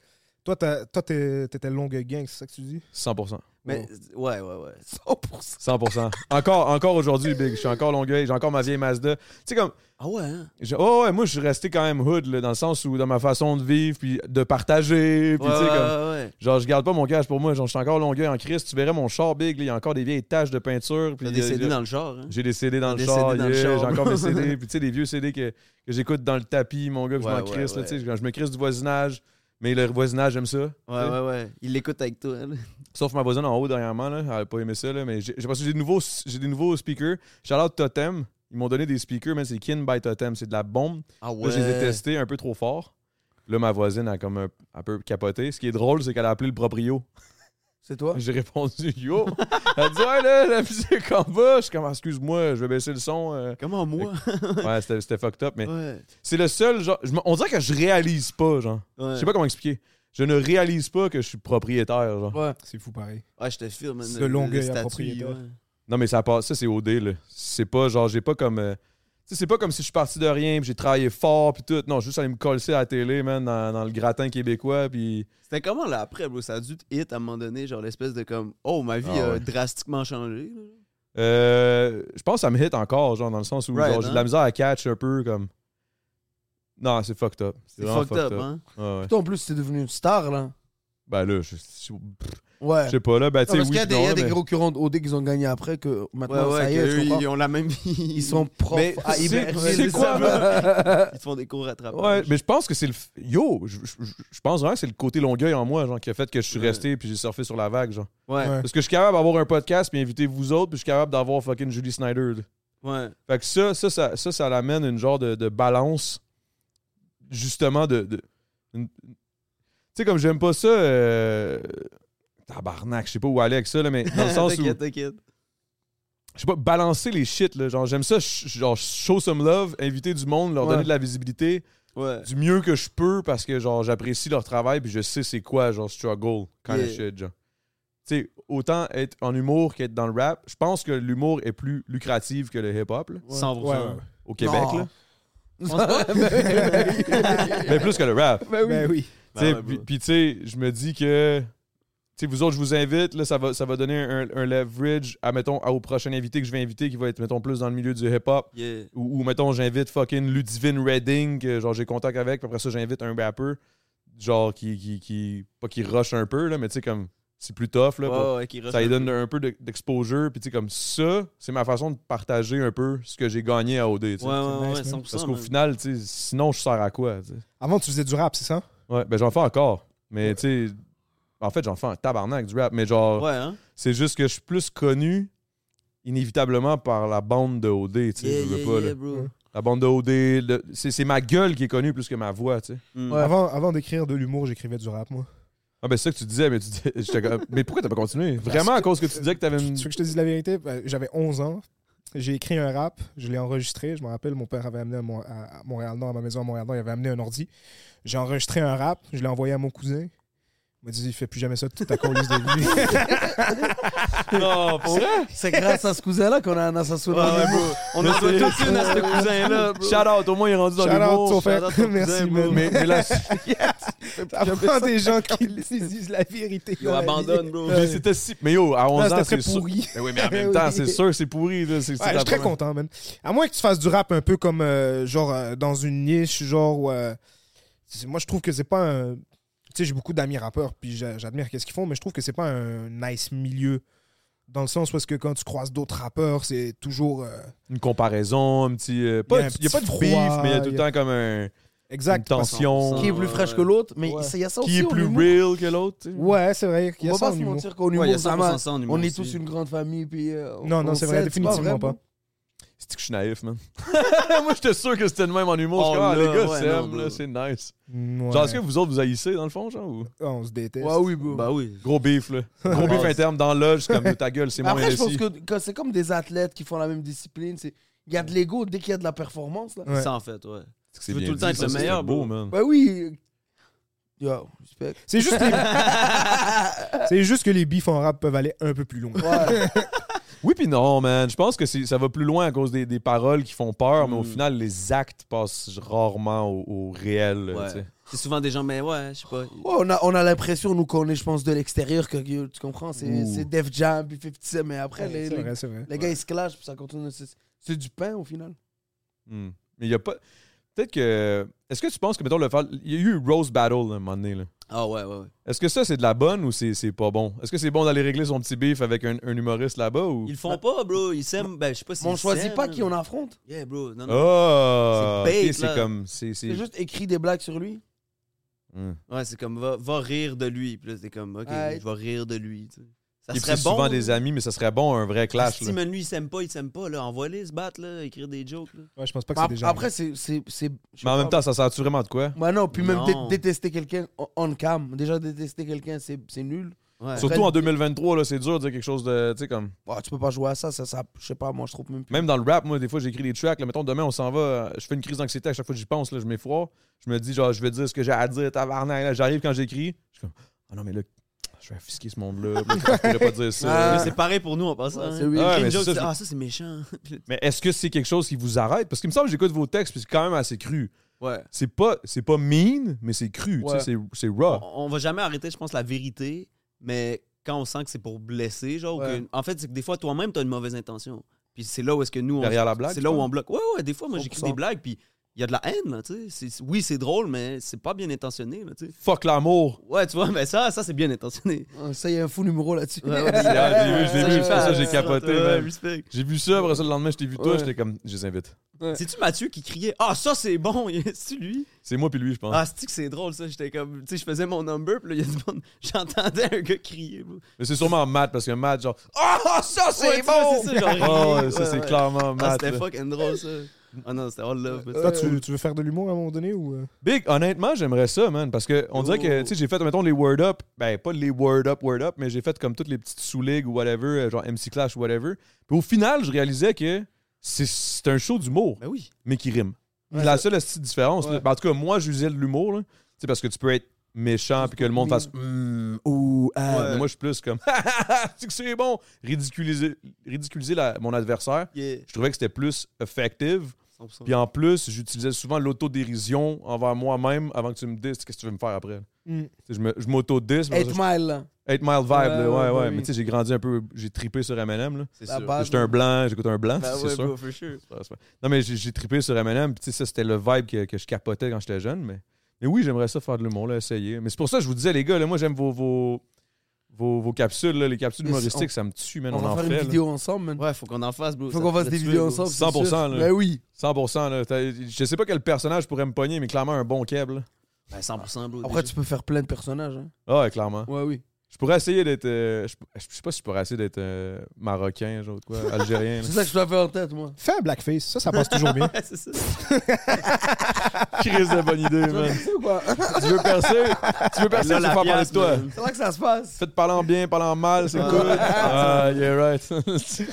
Toi, t'as- toi, t'es- t'étais longue gang, c'est ça que tu dis? 100%. Mais Oh. ouais, ouais, ouais. 100%. 100%. Encore, encore aujourd'hui, Big. Je suis encore Longueuil. J'ai encore ma vieille Mazda. Tu sais, comme. Ah ouais, hein? je- oh, ouais, moi, je suis resté quand même hood, là, dans le sens où, dans ma façon de vivre, puis de partager. Puis, Ouais, tu sais, ouais, comme. ouais. Genre, je garde pas mon cash pour moi. Genre, je suis encore Longueuil en crise. Tu verrais mon char, Big. là, Il y a encore des vieilles taches de peinture. Puis, T'as il y a- décédé dans le genre, hein? J'ai des CD dans le Des char, CD dans le yeah, char. j'ai encore mes CD. Puis tu sais, des vieux CD que, que j'écoute dans le tapis, mon gars, puis Ouais, je m'en crisse. ouais, là, tu sais, quand je me crisse du voisinage, mais le voisinage, j'aime ça. tu Ouais, sais. ouais, ouais. Il l'écoute avec toi, là. Sauf ma voisine en haut dernièrement, là, elle a pas aimé ça, là, mais j'ai j'ai- parce que j'ai des nouveaux, j'ai des nouveaux speakers. Shout-out Totem. Ils m'ont donné des speakers, mais c'est Kin by Totem. C'est de la bombe. Ah ouais. Là, je les ai testés un peu trop fort. Là, ma voisine a comme un, un peu capoté. Ce qui est drôle, c'est qu'elle a appelé le proprio. C'est toi J'ai répondu Yo! Elle dit Ouais, là, la musique en bas. Je suis comme Excuse-moi, je vais baisser le son. euh. Comment moi? Ouais, c'était c'était fucked up, mais ouais. C'est le seul genre. je me- on dirait que je réalise pas, genre. Ouais. Je sais pas comment expliquer. Je ne réalise pas que je suis propriétaire, genre. Ouais. C'est fou, pareil. Ouais, je te filme, man. C'est de Longueuil statut, à propriétaire. ouais. Non, mais ça passe. Ça, c'est OD, là. C'est pas genre, j'ai pas comme. euh, tu sais, c'est pas comme si je suis parti de rien, puis j'ai travaillé fort, puis tout. Non, je suis juste allé me coller à la télé, man, dans, dans le gratin québécois, puis. C'était comment, là, après, bro? Ça a dû te hit à un moment donné, genre l'espèce de comme, oh, ma vie Ah a ouais. drastiquement changé. là. Euh, je pense que ça me hit encore, genre, dans le sens où Right, genre, j'ai hein? de la misère à catch un peu, comme. Non, c'est fucked up. C'est C'est vraiment fucked up, hein? Ouais, ouais. Toi, en plus, t'es devenu une star, là. Ben là, je je- Ouais. je sais pas, là. Ben, tu Non, sais, parce oui, qu'il y a puis des, non, il y a là, des mais- gros curants de OD qu'ils ont gagné après, que Ouais, maintenant, ça ouais, y est, qu'eux, tu comprends? ils ont la même vie. Ils sont profs Mais ah, à c'est- Iber. c'est C'est quoi, quoi Ils te font des cours rattrapage. Ouais, mais je pense que c'est le. f- Yo, je, je- je- je pense vraiment que c'est le côté Longueuil en moi, genre, qui a fait que je suis Ouais. resté puis j'ai surfé sur la vague, genre. Ouais, ouais. Ouais. Parce que je suis capable d'avoir un podcast puis inviter vous autres, puis je suis capable d'avoir fucking Julie Snyder. là. Fait que ça, ça, ça, ça, ça l'amène une genre de, de balance, justement, de. de- une- Tu sais, comme j'aime pas ça. euh, Tabarnak, je sais pas où aller avec ça, là, mais dans le sens où. t'inquiète, t'inquiète. Je sais pas, balancer les shit, là. Genre, j'aime ça, ch- genre, show some love, inviter du monde, leur Ouais. donner de la visibilité Ouais. du mieux que je peux parce que genre j'apprécie leur travail puis je sais c'est quoi genre struggle kind Yeah. of shit genre. Tu sais, autant être en humour qu'être dans le rap, je pense que l'humour est plus lucratif que le hip-hop là, 100%. Ouais, ouais. au Québec Non. Mais là. Mais plus que le rap. Ben oui. Tu sais, Ben ouais, Ben Ben puis- bro. puis tu sais, je me dis que sais, vous autres, je vous invite. Là, ça va, ça va donner un, un leverage à, mettons, au prochain invité que je vais inviter qui va être, mettons, plus dans le milieu du hip-hop. Yeah. Ou, ou, mettons, j'invite fucking Ludivine Redding, que, genre, j'ai contact avec. Puis après ça, j'invite un rapper, genre, qui, qui, qui- pas qui rush un peu, là, mais tu sais, comme, c'est plus tough, là. pour- Ouais, ouais, qui reste ça lui un donne peu. un peu de- d'exposure. Puis, tu sais, comme ça, c'est ma façon de partager un peu ce que j'ai gagné à OD. tu sais. Ouais, ouais, nice, ouais, man. 100%. Parce qu'au man. final, tu sais, sinon, je sers à quoi, tu sais. Avant, tu faisais du rap, c'est ça? Ouais, ben j'en fais encore. Mais tu sais, en fait, j'en fais un tabarnak du rap. Mais genre, Ouais, hein? c'est juste que je suis plus connu inévitablement par la bande de OD. Tu sais, Yeah, je veux yeah, pas, yeah, là. bro. La bande de OD, le- c'est c'est ma gueule qui est connue plus que ma voix, tu sais. Mm. Avant, avant d'écrire de l'humour, j'écrivais du rap, moi. Ah ben c'est ça que tu disais, mais tu dis- j'étais comme, mais pourquoi t'as pas continué? Vraiment à cause que tu disais que t'avais une. Tu veux que je te dise la vérité? Ben, J'avais 11 ans. J'ai écrit un rap, je l'ai enregistré. Je me rappelle, mon père avait amené à, Mon- à Montréal-Nord, à ma maison à Montréal-Nord, il avait amené un ordi. J'ai enregistré un rap, je l'ai envoyé à mon cousin. Il m'a dit, fais plus jamais ça de toute ta colise de vie. Non, pour vrai? Ah, C'est grâce à ce cousin-là qu'on a un assassin. Ouais, ouais, bro. On en doit tous une à ce cousin-là, bro. Shout out, au moins il est rendu dans Shout out, l'humour. ton frère. shout out ton Merci, cousin, man. bro. Mais, mais là, T'apprends des gens qui disent la vérité. Yo, dans la abandonne, vie. bro. mais c'était si. Mais yo, à 11 Non, ans, C'était c'est très sûr. pourri. Mais oui, mais en même temps, Oui. c'est sûr, c'est pourri. Là. c'est- c'est Ouais, je la suis très première- content, man. À moins que tu fasses du rap un peu comme, euh, genre, euh, dans une niche, genre, où, euh, c'est- moi, je trouve que c'est pas un... Tu sais, j'ai beaucoup d'amis rappeurs, puis j'a- j'admire qu'est-ce qu'ils font, mais je trouve que c'est pas un nice milieu, dans le sens où est-ce que quand tu croises d'autres rappeurs, c'est toujours... euh, une comparaison, un petit. euh, pas- Il y il a un n'y a, pas de petit beef, froid, mais il y a tout le il y temps comme un, une exact. parce- tension. Qui est plus fraîche que l'autre, mais Ouais. il y a ça aussi. Qui est en plus humour. real que l'autre? tu sais. Ouais, c'est vrai qu'il y On va a ça pas en se humour. mentir qu'en Ouais, il y a humour, ça 100% marche. ça en humour On est aussi. tous une grande famille, puis. euh, Non, non, on c'est vrai, s'aide, pas définitivement pas. bro. C'est que je suis naïf, man. Moi, j'étais sûr que c'était le même en humour. Je suis Oh comme, ah, les là, gars ouais, s'aiment, non, là, bro. c'est nice. Mm, Ouais. Genre, est-ce que vous autres, vous haïssez, dans le fond, genre? Ou... Ah, On se déteste. Ouais, oui, bro. Bah oui. Gros beef, là. Gros beef interne dans l'âge, c'est comme ta gueule, c'est moins Après, je pense réussi. que, que c'est comme des athlètes qui font la même discipline. c'est- Il y a de l'ego dès qu'il y a de la performance. Là. Ouais. Ça, en fait, ouais. C'est veux bien tout le temps dit, être ça, le c'est meilleur, beau, bro. man. Bah oui. Yo, respect. C'est juste, les- c'est juste que les bifs en rap peuvent aller un peu plus loin. Ouais. Oui, puis non, man. Je pense que c'est- ça va plus loin à cause des, des paroles qui font peur, mais au Mm. final, les actes passent rarement au, au réel. là, Ouais. tu sais. C'est souvent des gens, mais ouais, je sais pas. Ouais, Oh, on a, on a l'impression, nous, qu'on est, je pense, de l'extérieur, que yo, tu comprends, c'est Ouh. c'est Def Jam, puis 50 Cent, mais après, les, c'est les- vrai, c'est vrai. les gars, ils se clashent, puis ça continue. c'est- C'est du pain, au final. Hmm. Mais il y a pas. Peut-être que. Est-ce que tu penses que, mettons, le faire. Il y a eu Rose Battle là, à un moment donné. là. Ah ouais, ouais, ouais. Est-ce que ça, c'est de la bonne ou c'est c'est pas bon? Est-ce que c'est bon d'aller régler son petit beef avec un, un humoriste là-bas ou. Ils le font pas, bro. Ils s'aiment. Ben, je sais pas si Mais on choisit pas qui on affronte. Yeah, bro. Non, non. Ah! C'est bait, Ok, c'est là. comme. C'est. c'est- C'est juste écrit des blagues sur lui. Hmm. Ouais, c'est comme, va, va rire de lui. Puis là, c'est comme, ok, Ouais. je vais rire de lui. tu sais. Ça Puis serait c'est bon. souvent des amis, mais ça serait bon un vrai clash. Si là. man, lui, il s'aime pas, il s'aime pas. là Envoie-les se battre, là, écrire des jokes. Là. Ouais, je pense pas que Mais c'est ap- déjà. Bah, après, c'est. c'est- c'est- je sais Mais en même pas. temps, ça sert-tu vraiment de quoi? Bah non, puis même dé- Non. détester quelqu'un on- on cam. Déjà, détester quelqu'un, c'est c'est nul. Ouais. Surtout en 2023, là, c'est dur de dire quelque chose de. Tu sais, comme. Bah, tu peux pas jouer à ça, ça, ça je sais pas, moi, je trouve même plus. Même dans le rap, moi, des fois, j'écris des tracks. Là, mettons, demain, on s'en va. euh, Je fais une crise d'anxiété à chaque fois que j'y pense. Là, je m'effroie. Je me dis, genre, je vais dire ce que j'ai à dire, tabarnak. là. J'arrive quand j'écris. Je suis comme, ah non, mais là, je vais offusquer ce monde-là. Puis là, Je pourrais pas dire ça. Mais Ah. c'est pareil pour nous en passant. Ouais, hein. c'est real. Écrire Ouais, une mais joke, ça, c'est- je- ah, ça, c'est méchant. Mais est-ce que c'est quelque chose qui vous arrête? Parce qu'il me semble que j'écoute vos textes, puis c'est quand même assez cru. ouais. C'est pas, c'est pas mean, mais c'est cru. tu sais, Ouais. C'est, c'est On, raw. on va jamais arrêter, je pense, la vérité, mais quand on sent que c'est pour blesser, genre, ou que- Ouais. en fait, c'est que des fois, toi-même, t'as une mauvaise intention. Puis c'est là où est-ce que nous, on, Derrière la blague. c'est là tu où vois? on bloque. Ouais, ouais, des fois, moi, j'écris 100%. des blagues, puis il y a de la haine, là, tu sais. C'est- Oui, c'est drôle, mais c'est pas bien intentionné, là, tu sais. Fuck l'amour. Ouais, tu vois, mais ça, ça c'est bien intentionné. Ah, Ça, il y a un fou numéro là-dessus. Ouais, ouais, j'ai vu, je l'ai Ça, vu, j'ai c'est pour ça que fait, j'ai capoté, ouais, même. respect. J'ai vu ça, après ça, le lendemain, je t'ai vu toi, Ouais. j'étais comme, je les invite. C'est-tu Mathieu qui criait Ah, ça c'est bon C'est-tu lui C'est moi puis lui, je pense. Ah, c'est-tu que c'est drôle ça J'étais comme, tu sais, je faisais mon number, puis là, il y a du monde, j'entendais un gars crier. bro. Mais c'est sûrement Matt, parce que Matt, genre, ah, ça, c'est Ouais, tu vois, bon! C'est ça, genre. Oh, rier. ça, Ouais, c'est ouais. clairement Ah, Matt. c'était là. fucking drôle ça. Ah non, c'était all Euh, love. mais Toi, c'était tu, tu veux faire de l'humour à un moment donné ou. euh? Big, honnêtement, j'aimerais ça, man. Parce que on dirait que, Oh. tu sais, j'ai fait, mettons, les Word Up. Ben, pas les Word Up, Word Up, mais j'ai fait comme toutes les petites sous-ligues ou whatever, euh, genre MC Clash ou whatever. Puis au final, je réalisais que c'est- c'est un show d'humour, Ben oui. mais qui rime. la seule petite différence. là. Ben, en tout cas, moi, j'usais de l'humour, là. Tu sais, parce que tu peux être méchant puis que le monde fasse Hmm, Hum, ou euh, ah. Ouais. Mais moi, je suis plus comme Tu sais que c'est bon. Ridiculiser, ridiculiser la- mon adversaire. Yeah. Je trouvais que c'était plus effective. 100%. Puis en plus, j'utilisais souvent l'autodérision envers moi-même avant que tu me dises qu'est-ce que tu veux me faire après. Mm. Tu sais, Je, me- je m'auto-dis. 8 Mile, là. 8 Mile Vibe, Ouais, là, ouais, ouais, ouais. bah oui. Mais tu sais, j'ai grandi un peu, j'ai tripé sur Eminem. Là. C'est La sûr. base, J'étais un blanc, j'écoute un blanc, Ben Ah, c'est ouais, sûr. bro, for sure. Non, mais j'ai j'ai trippé sur Eminem. Puis, tu sais, ça, c'était le vibe que, que je capotais quand j'étais jeune. Mais, mais oui, j'aimerais ça faire de l'humour, là, essayer. Mais c'est pour ça que je vous disais, les gars, là, moi, j'aime vos, vos, vos, vos capsules, là, les capsules Mais c'est- humoristiques, ça me tue, man. On, On, va en faire fait. une là. vidéo ensemble, man. Ouais, faut qu'on en fasse, bro. Faut Ça- qu'on fasse ça des tue, bro. vidéos ensemble. c'est 100%, sûr. là. Ben oui. 100%, là. T'as- Je sais pas quel personnage pourrait me pogner, mais clairement, un bon keb, là. Ben, 100%, bro. Après, déjà. tu peux faire plein de personnages. hein. Ah, ouais, clairement. Ouais, oui. Je pourrais essayer d'être. euh, je, je sais pas si je pourrais essayer d'être euh, marocain, genre, ou de quoi, algérien. là. C'est ça que je dois faire en tête, moi. Fais un blackface, ça, ça passe toujours bien. Ouais, c'est ça. Chris, de bonne idée, Tu vois, man. tu sais ou pas? tu veux percer, tu veux percer, tu Là, veux la faire parler pièce, de toi. man. C'est là que ça se passe. Faites parler en bien, parler en mal, c'est Ah. cool. Ah, yeah, right.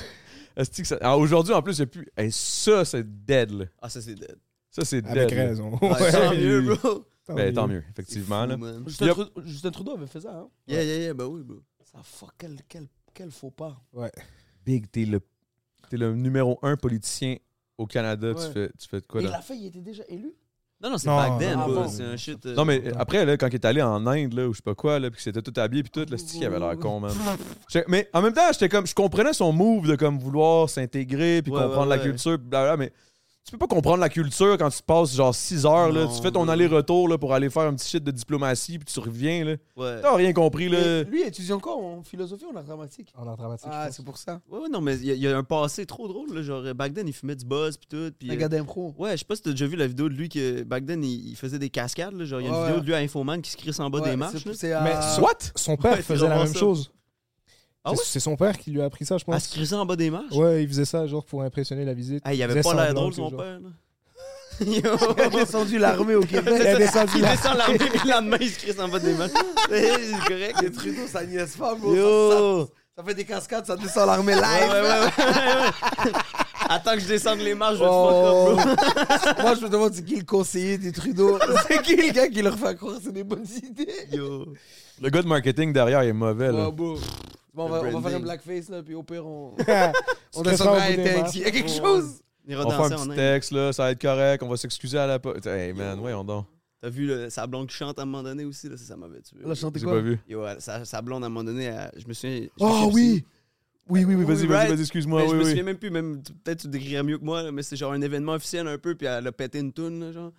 Esti que ça- Alors, Aujourd'hui, en plus, il n'y a plus. Hey, ça, c'est dead, là. Ah, ça, c'est dead. Ça, c'est dead. Avec là. raison. Ouais, tant Ouais. mieux, bro. Tant Ben, mieux. tant mieux, C'est effectivement. fou, là. man. Justin, Yep. Trudeau- Justin Trudeau avait fait ça. Hein? Yeah, yeah, yeah, ben oui, bro. Ça, fuck, quel, quel, quel faux pas. Big, t'es le, t'es le numéro un politicien au Canada. Tu, Ouais. fais, tu fais de quoi, Et là? il a fait, il était déjà élu. Non, non, c'est Non, back then, non, bro. non. C'est un shit. euh, Non, mais euh, après, là, quand il est allé en Inde, là, ou je sais pas quoi, là, puis qu'il s'était tout habillé, puis tout, là, c'est qu'il avait l'air con, man. J'étais- Mais en même temps, j'étais comme, je comprenais son move de comme vouloir s'intégrer, puis Ouais, comprendre ouais, la ouais. culture, puis blablabla, mais tu peux pas comprendre la culture quand tu te passes genre 6 heures, là, Non, tu fais ton ouais. aller-retour là, pour aller faire un petit shit de diplomatie, puis tu reviens, là. Ouais. T'as rien compris, Mais là. Lui, il étudie encore en philosophie ou en art dramatique En art dramatique, Ah, je c'est pour ça. Ouais, ouais, non, mais il y, a- il y a un passé trop drôle, là. Genre, back then, il fumait du buzz, pis tout. Pis, Un gars d'impro. Ouais, je sais pas si t'as déjà vu la vidéo de lui que back then il, il faisait des cascades. Là, genre, il y a une Ouais. vidéo de lui à Infoman qui se crisse en bas Ouais, des marches. c'est- là. c'est à- Mais ça- What? pense. Son père Ouais, c'est faisait la vraiment même ça. chose. Ah C'est- ouais? C'est son père qui lui a appris ça, À se je pense. crisser en bas des marches. Ouais, il faisait ça, genre, pour impressionner la visite. Ah, il avait faisait pas l'air semblant drôle, que, son genre- père. là. Yo! Il a descendu l'armée au Il a Québec. descendu il la- descend l'armée, puis le lendemain, il se crisse en bas des marches. c'est correct. Et Trudeau, ça niaise pas, gros. Yo! Ça, ça fait des cascades, ça descend l'armée live. Ouais, ouais, ouais, ouais, ouais. Attends que je descende les marches, je vais te Oh. fuck up, bro. Moi, je me demande c'est qui le conseiller des Trudeau. C'est qui le gars qui leur fait croire que c'est des bonnes idées Yo! Le gars de marketing derrière il est mauvais, là. Ouais, bon. Bon, on, va, Le on va faire un branding. blackface, là, puis au pire, on, Tu on te laisseras au descendra à bout des Inter- marches. Il y a quelque chose On ira On fait un danser en petit Inde. texte, là, ça va être correct, on va s'excuser à la... po- Hey, man, voyons donc. T'as vu le- sa blonde qui chante à un moment donné aussi, là, ça, ça m'avait tué. Elle a chanté J'ai quoi Ah pas vu. Yo, elle- sa, sa blonde à un moment donné, elle- je me souviens. je me Oh, souviens plus oui! Oui, oui, Oui, oui, vas-y, right. vas-y, vas-y, excuse-moi, Mais je oui, me oui. souviens même plus, même tu- peut-être tu décrirais mieux que moi, là, mais c'est genre un événement officiel un peu, puis elle a pété une toune, là, genre.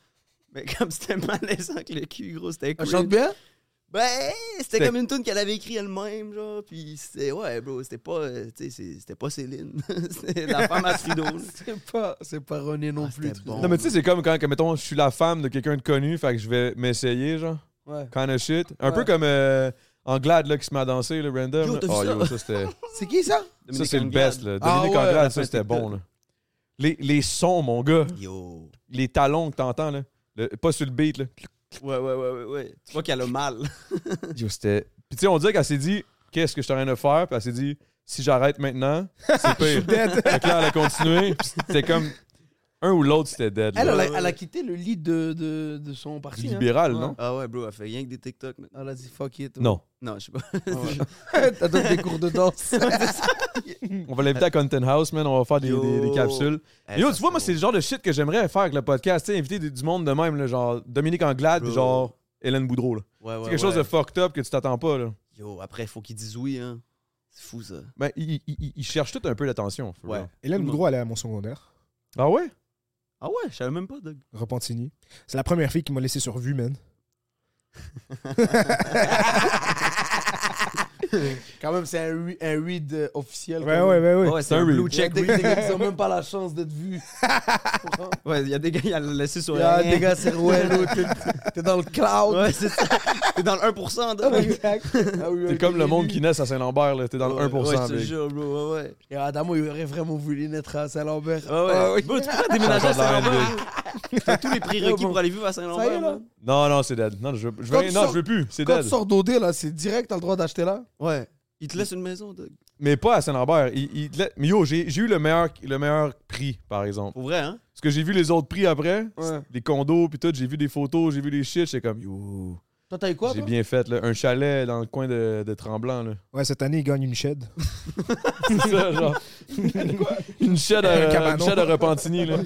Mais comme c'était malaisant que le cul, gros, c'était Elle cringe. chante bien Ben, c'était C'était- comme une toune qu'elle avait écrite elle-même, genre, puis c'était, ouais, bro, c'était pas, euh, tu sais, c'est- c'était pas Céline. c'était la femme à Trudeau, là. C'est pas, c'est pas René non Ah, plus. c'était Trudeau. Non, mais tu sais, c'est comme quand, que, mettons, je suis la femme de quelqu'un de connu, fait que je vais m'essayer, genre. Ouais. Kind of shit. Un Ouais. peu comme euh, Anglade, là, qui se met à danser, le random. Yo, là. t'as vu oh, ça? yo, ça, c'était. C'est qui ça ça, Dominique c'est le Anglade. best, là. Ah Dominique ouais, Anglade, la ça, fin c'était TikTok. bon, là. Les, les sons, mon gars. Yo. Les talons que t'entends, là. Le- pas sur le beat, là. Ouais, ouais, ouais, ouais, ouais. Tu vois qu'elle a mal. Yo, c'était. Puis, tu sais, on dirait qu'elle s'est dit, qu'est-ce que je suis en train de faire? Puis, elle s'est dit, si j'arrête maintenant, c'est pire. fait que là, elle a continué. Puis c'était comme. Un ou l'autre, c'était dead. elle, là. elle, a, elle a quitté le lit de, de, de son Du parti. hein. libéral, Ouais. non? Ah ouais, bro, elle fait rien que des TikTok maintenant. Elle a dit fuck it. Non. Non, je sais pas. Ouais. T'as donné des cours de danse. On va l'inviter à Content House, man. On va faire des, Yo. des- des capsules. Eh, Yo, ça, tu vois, moi, bon. c'est le genre de shit que j'aimerais faire avec le podcast. Tu sais, inviter du- du monde de même, là, genre Dominique Anglade, Bro. puis genre Hélène Boudreau. là. Ouais, ouais, c'est quelque chose ouais. de fucked up que tu t'attends pas. Là. Yo, après, faut qu'ils disent oui, hein. C'est fou, ça. Ben, ils il, cherchent tout un peu l'attention. for Ouais. real. Hélène Boudreau, elle est à mon secondaire. Ah ouais? Ah ouais, je savais même pas, Doug. Repentini. C'est la première fille qui m'a laissé sur vue, man. Quand même, c'est un, re- un read euh, officiel. Ben Ouais, ouais, ouais, ouais. ouais, un read. blue check. Check des gars qui ont même pas la chance d'être vus. Ouais, il y a des gars, il a laissé sur Ah, des gars, c'est Rouello, t'es- t'es dans le cloud. Ouais, c'est ça. T'es dans le 1%, Doug. Exact. Ah oui, T'es oui, comme le monde lui. qui naît à Saint-Lambert, là. T'es dans Ouais, le 1%. Ouais, je te big. jure, bro, ouais, ouais. Et Adamo, il aurait vraiment voulu naître à Saint-Lambert. Ouais, ouais. Ah oui. Bro, tu peux pas déménager à Ça change de la Saint-Lambert. Fais tous les prérequis Ouais, bon. pour aller vivre à Ça y est, Saint-Lambert. là. man. Non, non, c'est dead. Non, je, veux- je veux, Quand rien- tu non, sors- je veux plus. C'est Quand dead. tu sors d'OD, là, c'est direct, t'as le droit d'acheter là. Ouais. Il te laisse une maison, Doug. Mais pas à Saint-Lambert. Il- il te la- Mais yo, j'ai j'ai eu le meilleur, le meilleur prix, par exemple. Pour vrai, hein? Parce que j'ai vu les autres prix après, Ouais. les condos, puis tout. J'ai vu des photos, j'ai vu les shit. J'étais comme, yo. Toi, t'as eu quoi, J'ai toi bien fait, là. Un chalet dans le coin de, de Tremblant, là. Ouais, cette année, il gagne une shed. C'est ça, genre. une chaîne Un à, une cabanon. chaîne à Repentigny, là.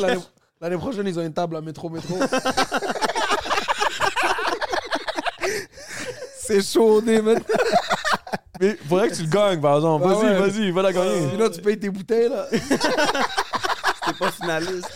L'année- L'année prochaine, ils ont une table à métro-métro. C'est chaudé, man. Mais faudrait que tu le gagnes, par exemple. Ah Vas-y, ouais. vas-y, va la Puis gagner. là, tu payes tes bouteilles, là. T'es pas finaliste.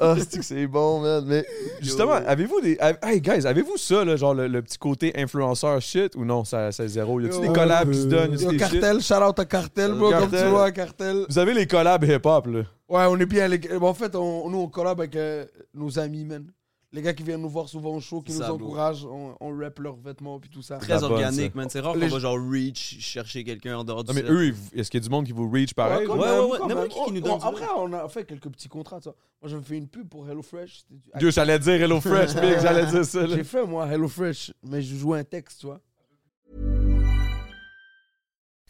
Ah, c'est que c'est bon, man. Mais justement, avez-vous des. av- Hey, guys, avez-vous ça, là, genre le, le petit côté influenceur shit ou non, ça, c'est zéro? Y a-tu des collabs qui se donnent? Y a-tu Yo, des shit? Euh, cartel, shout out à cartel, bro, comme tu Cartel. vois, cartel. Vous avez les collabs hip-hop, là. Ouais, on est bien. les gars. Bon, En fait, on, nous, on collab avec euh, nos amis, man. Les gars qui viennent nous voir souvent au show, qui nous Ça, bro. encouragent, on, on rap leurs vêtements puis tout ça. La Très bonne, organique, ça. man. C'est rare Les- qu'on va genre reach, chercher quelqu'un en dehors du Non, mais set. eux, ils vous- est-ce qu'il y a du monde qui vous reach pareil? quand ouais, même, ouais, ouais. quand N'importe même. qui qui nous On- donne on- du Oh, Après, on a fait quelques petits contrats, tu vois. Moi, j'avais fait une pub pour HelloFresh. c'était du- Dieu, j'allais dire Hello Fresh, big, j'allais dire ça, là. J'ai fait, moi, HelloFresh, mais je jouais un texte, tu vois.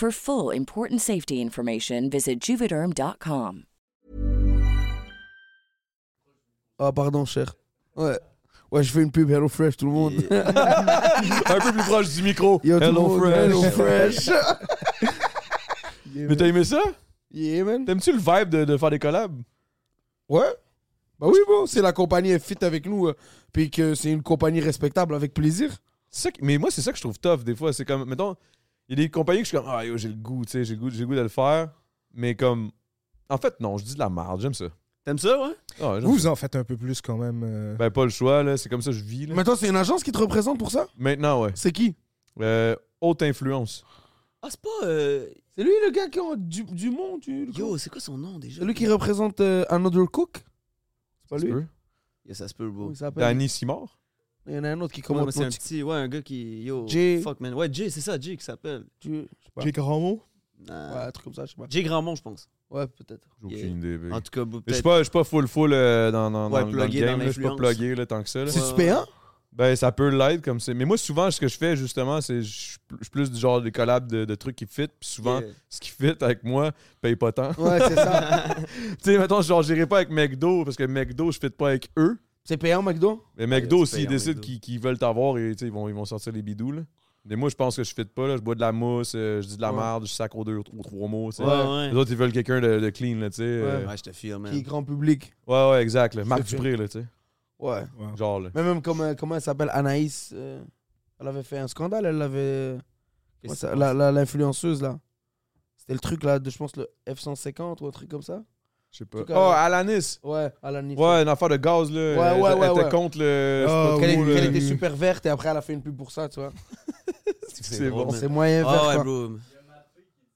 For full important safety information, visit juvederm.com. Ah, pardon, cher. Ouais. Ouais, je fais une pub HelloFresh, tout le monde. Un peu plus proche du micro. Yo, tout le Hello monde, Fresh. HelloFresh. Mais t'as aimé ça? Yeah, man. T'aimes-tu le vibe de, de faire des collabs? Ouais. Bah oui, bon, c'est la compagnie est fit avec nous, euh, puis que c'est une compagnie respectable, avec plaisir. C'est ça qui- mais moi, c'est ça que je trouve tough des fois. C'est comme, mettons, il y a des compagnies que je suis comme, ah yo, j'ai le goût, tu sais, j'ai le goût, j'ai le goût de le faire. Mais comme, en fait, non, je dis de la merde, j'aime ça. T'aimes ça, ouais? Ah, j'aime Vous ça. en faites un peu plus quand même. euh. Ben, pas le choix, là, c'est comme ça que je vis. là. Mais toi, c'est une agence qui te représente pour ça Maintenant, ouais. C'est qui Euh, haute influence. Ah, c'est pas. euh, C'est lui le gars qui a du, du monde, du. le- Yo, c'est quoi son nom déjà? C'est lui qui représente euh, Another Cook C'est pas Ça se lui peut. Yo, ça se peut, bro. Comment il s'appelle Danny Simard. Il y en a un autre qui Comment commande c'est un notre- petit. Ouais, un gars qui. Yo, Jay. fuck, man. Ouais, Jay, c'est ça, Jay qui s'appelle. tu- je sais pas. Jake Rameau? Ouais, Nah. un truc comme ça, je sais pas. Jay Grandmont, je pense. Ouais, peut-être. J'ai aucune Yeah. idée. big. En tout cas, Je suis peut-être. pas, je suis pas full full euh, dans, dans, Ouais, dans, le- dans le plugué dans game. là. Je suis pas l'influence. plugué là, tant que ça. là. Ouais. C'est-tu payant Ben, ça peut l'être comme c'est. Mais moi, souvent, ce que je fais, justement, c'est je suis pl- je suis plus du genre des collabs de, de trucs qui fit. Puis souvent, Yeah. ce qui fit avec moi paye pas tant. Ouais, c'est ça. tu sais, mettons, genre, j'irai pas avec McDo parce que McDo, je fit pas avec eux. C'est payant, McDo Mais Ouais, McDo, tu s'ils payes en décident McDo. qu'ils qu'ils veulent t'avoir, et, tu sais, ils, vont, ils vont sortir les bidoux. Là. Mais moi, je pense que je fit pas. Là. Je bois de la mousse, euh, je dis de la Ouais. merde, je sacre aux deux ou trois mots. tu sais. Ouais, ouais. Les autres, ils veulent quelqu'un de, de clean. Là, tu sais. euh, Ouais, je te file, Qui est man. grand public. ouais, ouais, exact. là. Marc Ok. Dupré, là, tu sais. Ouais. Ouais. Genre, là. Mais même comme, euh, comment elle s'appelle Anaïs. euh, elle avait fait un scandale, elle avait. Ouais, ça- la- la- L'influenceuse, là. C'était le truc, là, de, je pense, le F-150 ou un truc comme ça. Je sais pas. En tout cas, Oh, ouais. Alanis! Ouais, Alanis. Ouais, une affaire de gaz, Ouais, là. Elle- ouais, elle ouais, était ouais. Oh, contre le. Ah, Qu'elle ouais. est- qu'elle était super verte et après, elle a fait une pub pour ça, tu vois. C'est drôle, bon. man. C'est moyen vert. Ah ouais, quoi. bro.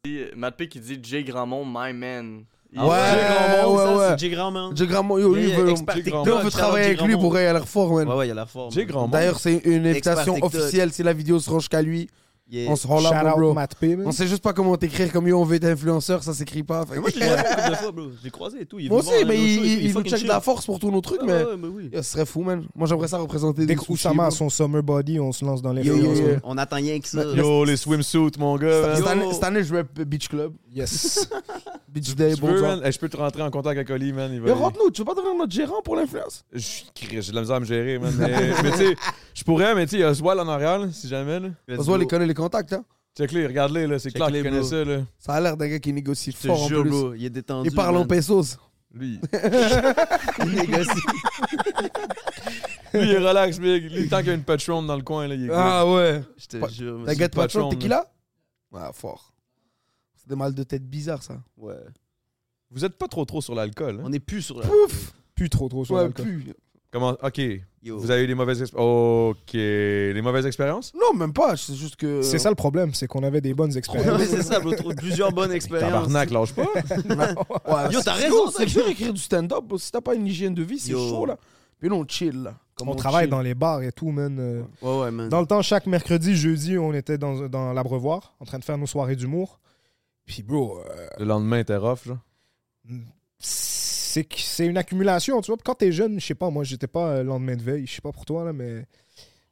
Dit- Matt P qui dit Jay Grandmont, my man. Il- Ouais, ouais, ça, ouais. c'est Ah Jay Grandmont. Jay Grandmont, yo, lui, Il il est veut- expert Jay TikTok, Grandmont. Là, on veut shout out travailler Jay avec lui Grandmont. pour elle a l'air fort, man. Ouais, ouais, il a l'air fort. Jay man. Grandmont. D'ailleurs, c'est une Expert invitation TikTok. officielle. Si la vidéo se range qu'à lui, Yeah. on se rend Shout là, out bro. Matt P, man. On sait juste pas comment t'écrire comme yo, on veut être influenceur, ça s'écrit pas. Fait- Mais Moi, je l'ai croisé une couple de fois, bro. Je l'ai croisé et tout. Il est Moi venu voir aussi, un mais de nos shows il, et tout, il, nous fucking check de chill. la force pour tous nos trucs, Ouais, mais ouais, mais oui. yo, ce serait fou, man. Moi, j'aimerais ça représenter Dès des que sushis, Oussama a bro. son summer body, on se lance dans les Yo, yo, Yo, yo. On attend rien que ça. Yo, les swimsuits, mon gars. Cette man. année- cette année, je rap Beach Club. Yes. Bitch Tu Day, veux, bonjour. man? Hey, je peux te rentrer en contact avec Oli, man. Il va- Mais rentre-nous, tu veux pas devenir notre gérant pour l'influence Je- Chris, J'ai de la misère à me gérer, man. Mais, mais tu sais, je pourrais, mais tu sais, il y a Oswald en arrière, là, si jamais. là. On se voit les connaît les contacts, hein. Check-les, regarde-les, là. C'est clair Check-les, qu'il connaît bro. ça, là. Ça a l'air d'un gars qui négocie Je fort te en jure, plus. bro, il est détendu. Il parle en man. pesos. Lui, Il négocie. lui, il est relax, big. Lui, tant qu'il y a une patron dans le coin, là, il est cool. Ah ouais. Je te jure. man. T'as gâte pas de patron, t'es qui là Ouais, fort. C'est des mal de tête bizarres, ça. Ouais. Vous êtes pas trop trop sur l'alcool, hein? On est plus sur la. Pouf Plus trop, trop sur Ouais, l'alcool. pu. Comment... OK. Yo. Vous avez eu des mauvaises expériences. OK. Les mauvaises expériences? Non, même pas, c'est juste que. euh, C'est ça le problème, c'est qu'on avait des bonnes expériences. Ouais, c'est ça, bro. trop- Plusieurs bonnes expériences. Tabarnak, lâche pas. Ouais, Yo, c'est- t'as raison, C'est dur écrire du stand-up, bro. si t'as pas une hygiène de vie, c'est Yo. chaud là. Puis là, on chill là. Comme on, travaille chill. dans les bars et tout, man. euh, Ouais, ouais, man. Dans le temps, chaque mercredi, jeudi, on était dans, dans l'abreuvoir, en train de faire nos soirées d'humour. Puis, bro, euh, Le lendemain, t'es rough, genre. c'est que- c'est une accumulation, tu vois. Quand t'es jeune, je sais pas, moi, j'étais pas euh, le lendemain de veille, je sais pas pour toi, là, mais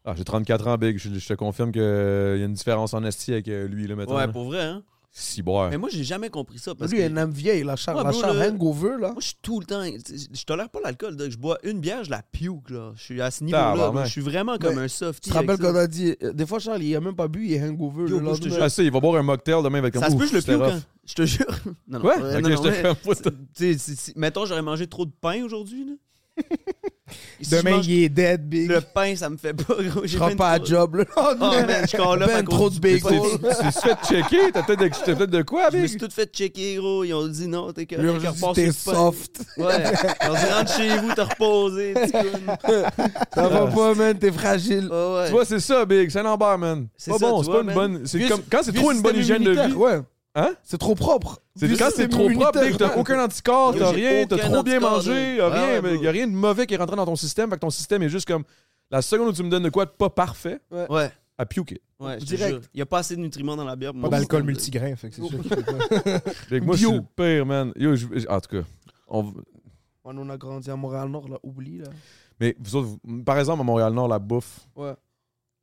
Ah, j'ai 34 ans, big. Je, je te confirme qu'il y a une différence en esti avec euh, lui, là, maintenant. Ouais, là. pour vrai, hein. Si, boire. Mais moi, j'ai jamais compris ça. Parce Lui, il que est un homme vieil, la char, Ouais, la bro, char le- hangover là. Moi, je suis tout le temps. Je tolère pas l'alcool. donc Je bois une bière, je la puke, là. Je suis à ce niveau-là. Tabarnak. bro. Je suis vraiment comme Mais un softie. Tu te rappelles avec ça. quand on a dit. euh, Des fois, Charles, il a même pas bu, il est hangover. Yo, le bro, je te lendemain. Ah, ça, il va boire un mocktail demain, il va être comme Ça se Ouf, peut, je le c'était puke, rough. hein. Je te jure. Non, non. Quoi? euh, Ok, non, non, j'étais mais- comme, what the- Tu sais, si- si- mettons, j'aurais mangé trop de pain aujourd'hui. là. Si je demain, mange il est dead, big. Le pain, ça me fait pas, gros. J'ai Je rentre ben pas à trop- job le Oh, lendemain. man, je suis encore là. Ben fait qu'au- trop de Tu t'es- bagels. tu t'es fait checker? T'as peut-être de, t'as peut-être de quoi, Je me suis big? tout fait checker, gros. Ils ont dit non, t'es que. Lui, on t'es juste dit, repassé t'es le pain. soft. Ouais. Ils ont dit rentre chez vous, t'as reposé. petit con. Ça va pas, man, t'es fragile. Ouais, ouais. Tu vois, c'est ça, big. Saint-Lambert, man. C'est C'est pas ça, bon, tu c'est vois, pas une man. bonne. C'est Vieux- comme, quand c'est vieux trop une bonne système hygiène de immunitaire, vie. Ouais. Hein? C'est trop propre. C'est Vieux quand c'est système trop propre, immunitaire, big, t'as ouais. aucun anticorps, Yo, t'as j'ai rien, t'as aucun trop bien anticorps, mangé, là. y'a Ah rien, ouais, mais bro. y a rien de mauvais qui est rentré dans ton système, fait que ton système est juste comme la seconde où tu me donnes de quoi de pas parfait, Ouais. à puke it. Ouais, je te Direct. jure. Il n'y a pas assez de nutriments dans la bière. Pas d'alcool multigrain, fait que c'est sûr qu'il est pas- Fait que moi, je suis Bio. le pire, man. Yo, je- je- en tout cas, on- Man, on a grandi à Montréal-Nord, là, oublie, là. mais vous autres, vous- par exemple, à Montréal-Nord, la bouffe, Ouais.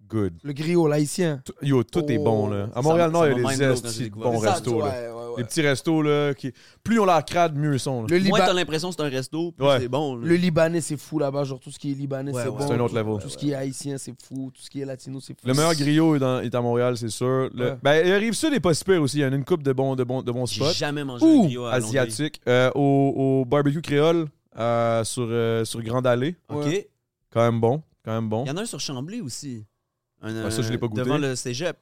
good. Le griot, l'haïtien. Tout- Yo, tout est Oh. bon, là. Ça À Montréal-Nord, m'a- il ça y m'a a mind des blown quand j'ai estis de découvert bons ça, restos, là. Ouais, ouais, ouais. Les petits restos, là, qui... plus on leur crade, mieux ils sont, là. Le, Moi, Liba- t'as l'impression que c'est un resto. puis Ouais. C'est bon. là. le Libanais, c'est fou là-bas. Genre, tout ce qui est Libanais, Ouais, c'est ouais. bon. C'est un autre Tout- level. Tout ce qui est haïtien, c'est fou. Tout ce qui est latino, c'est fou. Le meilleur griot est, dans- est à Montréal, c'est sûr. Le, Ouais. ben, il arrive sud est pas si pire aussi. Il y en a une coupe de bons de bons, de bons J'ai spots. jamais mangé un griot Ou à Longueuil. asiatique. Euh, au, au barbecue créole euh, sur, euh, sur Grande Allée. OK. Ouais. Quand même bon. Quand même bon. Il y en a un sur Chambly aussi. Un, Ah, ça, je l'ai pas euh, goûté. Devant le cégep.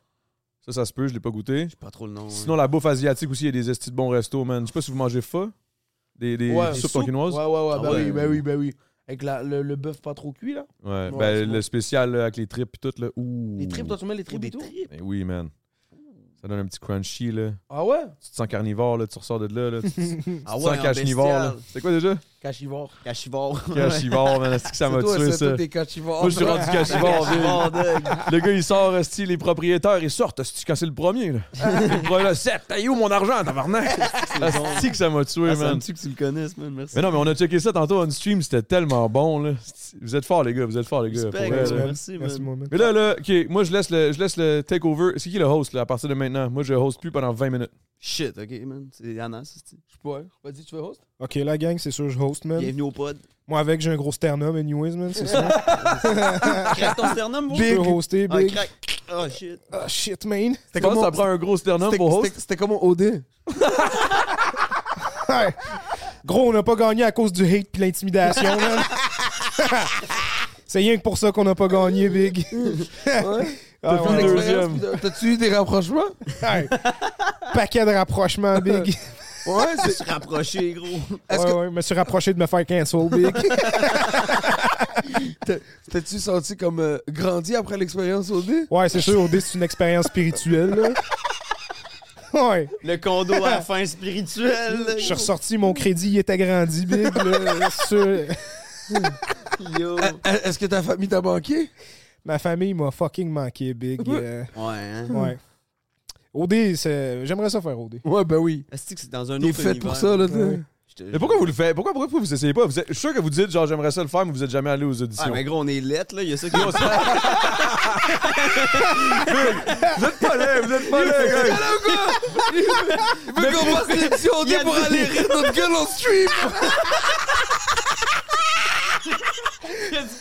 Ça, ça se peut, je l'ai pas goûté. J'ai pas trop le nom. hein. Sinon, la bouffe asiatique aussi, il y a des estis de bons restos, man. Je sais pas si vous mangez pho. Des, des Ouais. soupes Des soupes, tonkinoises. Ouais, ouais, ouais. Ah Ben bah ouais. oui, bah oui, bah oui. Avec la- le, le bœuf pas trop cuit là. Ouais. Ouais, c'est ben, bon. le spécial là, avec les tripes et tout. Là. Ouh. Les tripes, toi, tu mets les tripes et tout. Ben oui, man. Ça donne un petit crunchy. Là. Ah ouais Tu te sens carnivore, là, tu ressors de là. là. Tu, tu Ah te ouais, sens cachivore. là. C'est quoi déjà? Cachivore. Cachivore. Cachivore, man. Est-ce que ça m'a C'est toi, tué, c'est ça? toi, t'es cachivore. Moi, je suis rendu cachivore, ville. Cachivore, dog. Le gars, il sort, esti, les propriétaires, ils sortent, esti, quand c'est le premier, là. le premier, là, Seth, t'as eu où mon argent, tabarnak? Esti que ça m'a tué, Ah, Ça man. me tue que tu le connaisses, man. Merci. Mais non, mais on a checké ça tantôt on stream, c'était tellement bon, là. Esti, Vous êtes forts, les gars, vous êtes forts, les gars. Respect, pour gros, vrai, là. Merci, Merci, man. moi, man. Mais là, là, OK, moi, je laisse le, je laisse le takeover. C'est qui le host, là, à partir de maintenant? Moi, je host plus pendant 20 minutes. Shit, OK, man. C'est Anas. c'est-tu. Ouais. hein. Vas-y, tu veux host Ok, la gang, c'est sûr, je host, man. Bienvenue au pod. Moi, avec, j'ai un gros sternum, anyways, man, c'est sûr. Craque ton sternum, bro. Je peux hoster, Ah, big. craque. Oh, shit. Ah, shit, man. Je pense que ça prend un gros sternum C'était- pour host. c'était- C'était comment OD Ouais. Gros, on n'a pas gagné à cause du hate puis l'intimidation, man. C'est rien que pour ça qu'on n'a pas gagné, Big. Ah, T'as ouais, vu ouais. deuxième. Expérience, T'as-tu eu des rapprochements Ouais. Paquet de rapprochements, Big. Ouais, Je c'est. suis rapproché, gros. Est-ce ouais, que ouais, je me suis rapproché de me faire cancel, Big. t'as- t'as-tu senti comme euh, grandi après l'expérience OD Ouais, c'est sûr, OD, c'est une expérience spirituelle, là. Ouais. Le condo à la fin spirituelle. Je suis ressorti, mon crédit, il était grandi, Big. là. C'est sûr. Yo. Euh, euh, Est-ce que ta famille t'a manqué Ma famille m'a fucking manqué, Big. euh, Ouais, hein. ouais. OD, c'est- j'aimerais ça faire OD. Ouais, ben oui. Est-ce que c'est dans un T'es autre fait univers, pour ça, là. t'es- Ouais. je te Mais pourquoi jure. vous le faites? Pourquoi, pourquoi vous essayez pas? Vous êtes- Je suis sûr que vous dites, genre, j'aimerais ça le faire, mais vous êtes jamais allé aux Ah, auditions. mais gros, on est lettres, là. Il y a ça qui Vous êtes pas là, vous êtes pas là, gars. Il veut qu'on passe l'émission on Il a dit pour dit- aller rire notre gueule en stream.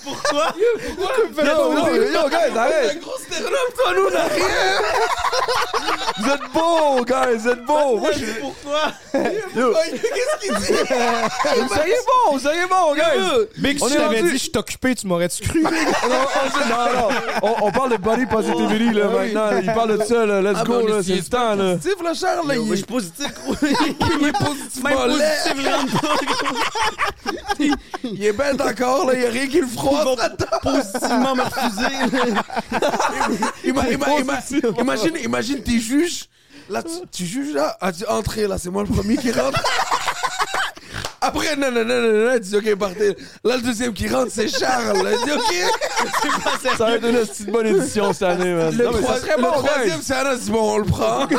Pourquoi? Yo, yo, yo, guys, arrête. Gros sternum, toi, nous, on a rien. Vous êtes beaux, guys, vous êtes beaux. Moi, je suis. Pourquoi? Yo, Oh, Qu'est-ce qu'il dit Vous seriez bons, vous seriez bons, guys. Big, On si est je t'avais rendu- dit je suis occupé, tu m'aurais-tu cru? Non, on- non, non. On, on parle de body positivity, là, maintenant. Il parle de ça, là. Let's Ah, go, mais on là. est- C'est le temps, là. Positif, le Charles, là, Yo, il moi, je suis est positif, gros. il est positif, Même en l'air. positif, je rentre pas, gros. Il est bête encore, là, il y a rien qui le froisse. Positivement me refuser. là. Ima- ima- ima- Imagine, imagine, t'es juge. Là, tu, tu juges, là. Ah, tu entrez, là, c'est moi le premier qui rentre. Après, non, non, non, non, non, tu dis, OK, partez. Là, le deuxième qui rentre, c'est Charles. Là, il dit, OK. Ça va être une petite bonne édition cette année, man. Le, Non, mais ça trois- serait le bon, guys. troisième, c'est Anna. Il dit, bon, on le prend. Yo,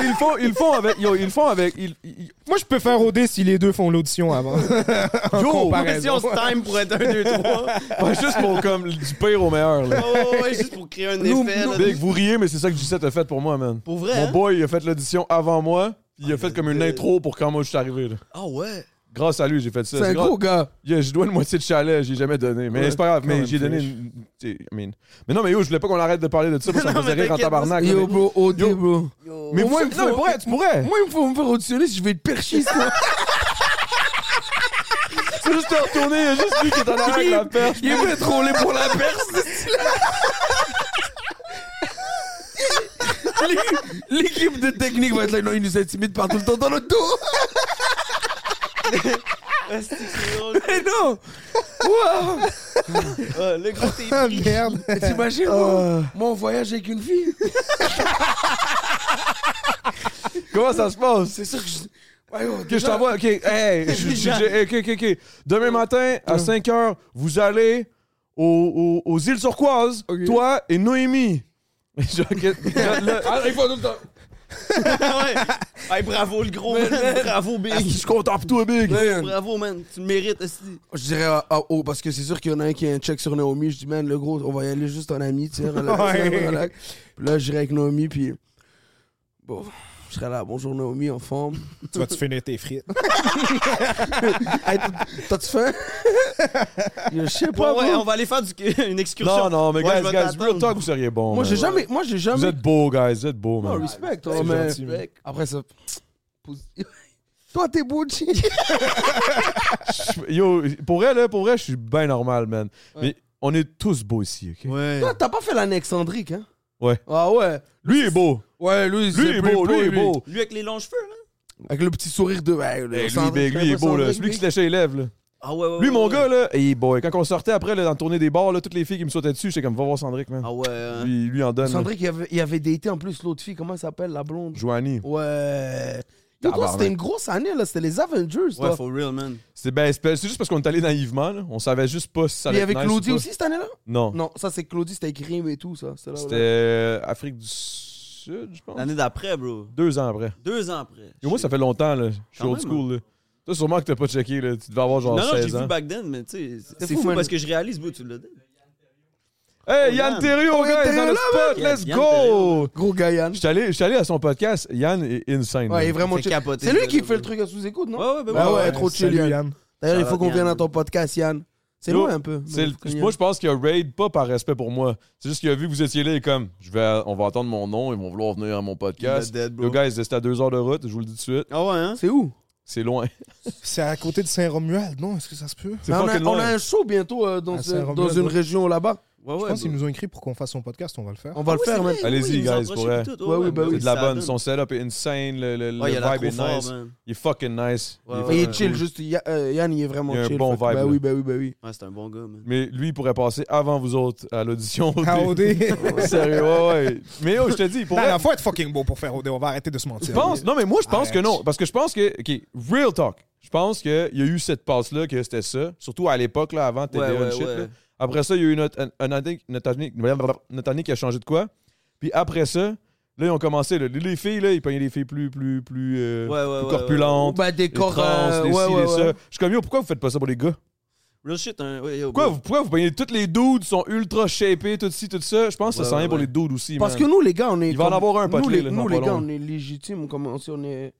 ils le font, ils le font avec. Yo, ils le font avec. Ils, ils- Moi, je peux faire OD si les deux font l'audition avant. En Mais si on se time pour être un, deux, trois. ouais, juste pour comme du pire au meilleur. Là. Oh, ouais, juste pour créer un Nous- effet. nous- là. Big, vous riez, mais c'est ça que J7 a fait pour moi, man. Pour vrai, Mon hein? boy, il a fait l'audition avant moi. puis Il a fait comme une euh, intro pour quand moi je suis arrivé. là. Ah ouais. Grâce à lui, j'ai fait ça. C'est un grâce- gros gars. Yeah, je dois une moitié de chalet, j'ai jamais donné. Mais Ouais, c'est pas grave, quand mais même, j'ai c'est donné riche. une. tu sais, I mean. Mais non, mais yo, je voulais pas qu'on arrête de parler de ça parce que ça me Non, faisait mais rire en t'inquiète, moi, tabarnak. là, Yo, mais- bro, OD, Yo. bro. Mais Au moins, moi, il non, mais faut- pour vrai, tu pourrais. Moi, il me faut me faire auditionner si je vais te percher, ça. C'est juste te retourner, il y a juste lui qui est en arrière avec la perche. Il est venu troller pour la perse. L'équipe de technique va être là. Non, il nous intimide par tout le temps dans notre dos. Ah, c'est- c'est drôle. Mais non! Wow! Ah, le gros, t'es Ah, pris. merde. T'imagines, Ah. moi, moi, on voyage avec une fille. Comment ça se passe? C'est sûr que je. Ouais, ouais, Ok, je déjà- t'envoie. Ok, hey, je- je- je- ok, ok, ok. Demain matin, à 5 h, vous allez aux, aux- aux îles Turquoises, Ok. toi et Noémie. Genre, que- le- Ah, il faut tout le temps. Ouais. Hey, bravo, le gros. man. Bravo, Ah, Je Big. suis content pour toi, Big. Man, Bravo, man. Tu le mérites, aussi. Je dirais ah, ah, oh, parce que c'est sûr qu'il y en a un qui a un check sur Naomi. Je dis, man, le gros, on va y aller juste en ami, tu sais. relax, Ouais. relax. Puis là, j'irai avec Naomi, puis. Bon, je serai là. Bonjour, Naomi, en forme. Tu vas-tu finir tes frites? Hey, t'as- T'as-tu faim? Je sais Ouais, pas. ouais, bro. on va aller faire du- une excursion. Non, non, mais Ouais, je guys, vais guys, t'attendre. real talk, vous seriez bon. Moi, j'ai jamais. Moi, j'ai Vous jamais. êtes beau, guys, vous êtes beau, Non, Oh, man. respect, toi, C'est mais. gentil, man. Après ça. positif. Toi, t'es beau, Chi. Je- Yo, pour vrai, là, pour vrai, je suis bien normal, man. Mais on est tous beaux ici, ok? Ouais. Toi, t'as pas fait l'anexandrique, hein? Ouais. Ah ouais. Lui est beau. Ouais, lui, Lui est beau, lui est beau. Lui avec les longs cheveux, là. Avec le petit sourire de. Ouais, Hey, lui, Big, lui est beau, là. Celui qui se léchait les lèvres, là. Ah ouais, ouais. Lui, ouais, mon ouais. gars, là, hey boy, quand on sortait après, là, dans le tournée des bars, là, toutes les filles qui me sautaient dessus, j'étais comme, va voir Sandrick, man. Ah ouais. hein. Lui, lui en donne. là. Sandrick, il avait, il avait daté en plus l'autre fille, comment elle s'appelle, la blonde? Joanie. Ouais. Yo, toi, Tabarnak. c'était une grosse année, là. C'était les Avengers, toi. Ouais, for real, man. C'est ben, c'est c'est juste parce qu'on est allé naïvement, là. On savait juste pas si ça allait Et être avec nice Claudie ou pas. aussi cette année-là? Non. Non, ça, c'est Claudie, c'était avec Rim et tout, ça. C'était là, C'était là. euh, Afrique du Sud, je pense. L'année d'après, bro. Deux ans après. Deux ans après. Et moi, ça fait longtemps, là. Je suis Quand même, old hein. school, là. Toi, sûrement que t'as pas checké, là. Tu devais avoir genre Non, non, j'ai 16 vu ans. back then, mais tu sais, c'est C'est fou fou, parce man. que je réalise, bro, tu l'as dit. Hey, Oh, Yann Yann. Terrio, Oh, Yann guys, dans le Thériault, spot, mec. let's Yann Thériault. go! Gros Gaïan. J'étais allé, j'étais allé à son podcast. Yann est insane. Ouais, il est là. vraiment Fait chill. capoter, C'est lui ce qui gars-là, fait le bro. trury à sous-écoute, non? Ouais, ouais, ben Ah ouais. ouais, trop chill, salut, Yann. D'ailleurs, il Shout faut out, qu'on vienne Yann. à ton podcast, Yann. C'est Yo, loin un peu. C'est mais le- faut qu'on y moi, aille. je pense qu'il a raid pas par respect pour moi. C'est juste qu'il a vu que vous étiez là et comme, je vais, on va entendre mon nom, ils vont vouloir venir à mon podcast. Il l'a dead, bro. Le gars, c'était à deux heures de route, je vous le dis tout de suite. Ah ouais, hein? C'est où? C'est loin. C'est à côté de Saint-Romuald, non? Est-ce que ça se peut? C'est Mais on, fucking a, on a loin. un show bientôt euh, dans, À ce- Saint-Romuald, dans une ouais. région là-bas. Ouais, Je ouais. pense qu'ils bah. bro. nous ont écrit pour qu'on fasse son podcast, on va le faire. On va Ah le oui, faire, c'est man. vrai, Allez-y, oui, ils nous ont guys, pour approché vrai. puis tout. Ouais, oui, bah mais oui. C'est de la ça bonne. donne. Son setup est insane. Le, le- le Ouais, il a l'air vibe est nice. trop fort, man. Il est fucking nice. Ouais, Il est Il ouais. est chill, cool. juste Ya- euh, Yann, il est vraiment Il y a un chill. bon fait que Bah vibe, là. oui, bah oui, bah oui. Ouais, c'est un bon gars, man. Mais lui, il pourrait passer avant vous autres à l'audition. À Des- OD. Sérieux, ouais, ouais. Mais yo, je te dis, pour Non, vrai, non, faut être fucking beau pour faire OD, on va arrêter de se mentir. Je pense, non, mais moi, je pense Arrête. que non. Parce que je pense que, OK, real talk. Je pense qu'il y a eu cette passe-là, que c'était ça. Surtout à l'époque, là, avant TDA Ouais, and ouais, shit. ouais. là. Après ça, il y a eu notre, un- un année- notre, année- notre année qui a changé de quoi. Puis après ça, là, ils ont commencé. là, les filles, là, ils pognaient des filles plus, plus, plus, euh, Ouais, ouais, plus ouais, corpulentes. Bah, des des corps. trans, euh, des ouais, ci, ouais, des ouais. ça. Je suis comme, yo, pourquoi vous faites pas ça pour les gars? Real shit, un. ouais, yo, Pourquoi bro. vous, pourquoi vous payez toutes les dudes sont ultra shapés, tout ci, tout ça? Je pense que ça Ouais, sent rien ouais, pour ouais. les dudes aussi, Parce que man. nous, les gars, on est. Il va en comme- avoir un, pas de Nous, clé, les, là, nous, dans les pas gars, long. on est légitimes. Comme si on est.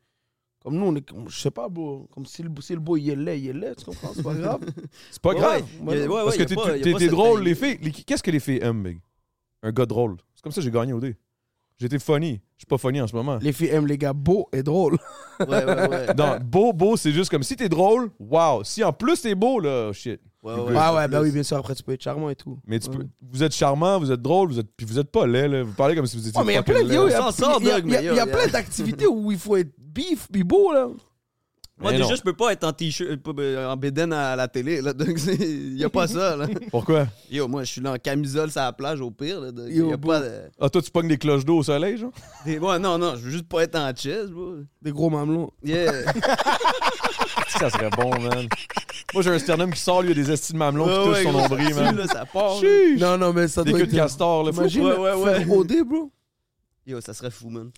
Comme nous, on est. comme- Je sais pas, bro. Comme si le, si le beau, il est laid, il est laid. Tu comprends? C'est pas grave. C'est pas Ouais, grave. ouais, Moi, y a- non. ouais, Parce ouais, y a pas- y que a t'es- t'es pas t'es cette drôle, dingue- les filles. les- Qu'est-ce que les filles aiment, Big? Un gars drôle. C'est comme ça que j'ai gagné au dé. J'étais funny. Je suis pas funny en ce moment. les filles aiment les gars beaux et drôles. Ouais, ouais, ouais. Non, beau, beau, c'est juste comme si t'es drôle, wow. Si en plus t'es beau, là, oh, shit. Ouais, Ouais, ouais, Ah ouais, plus. bah oui, bien sûr. Après, tu peux être charmant et tout. Mais tu Ouais. peux, vous êtes charmant, vous êtes drôle, vous êtes, puis vous êtes pas laid, là. Vous parlez comme si vous étiez. Oh, mais il y a plein fucking de laid. yo, y a- Ça en sort, y a- Doug, y a- mais y yo, a y a- plein d'activités où il faut être bif, puis beau, là. Moi, Mais déjà, non. je peux pas être en t-shirt, euh, pas- euh, en bédaine à la télé, là. Donc, c'est- y a pas ça, là. Pourquoi? Yo, moi, je suis là en camisole sur la plage, au pire, là. Donc, Yo, y a bro. pas de- Ah, toi, tu pognes des cloches d'eau au soleil, genre? des- Ouais, non, non, je veux juste pas être en chest, bro. Des gros mamelons. Yeah. Ça serait bon, man. Moi, j'ai un sternum qui sort, lui, il y a des estis de mamelon qui Ouais, touchent ouais, son gros, nombril, man. là, ça part, là. Chiche! Non, non, mais ça Des doit queues de être. euh, castor, là. Faut- Imagine Ouais, ouais, ouais. faire OD, bro. Yo, ça serait fou, man.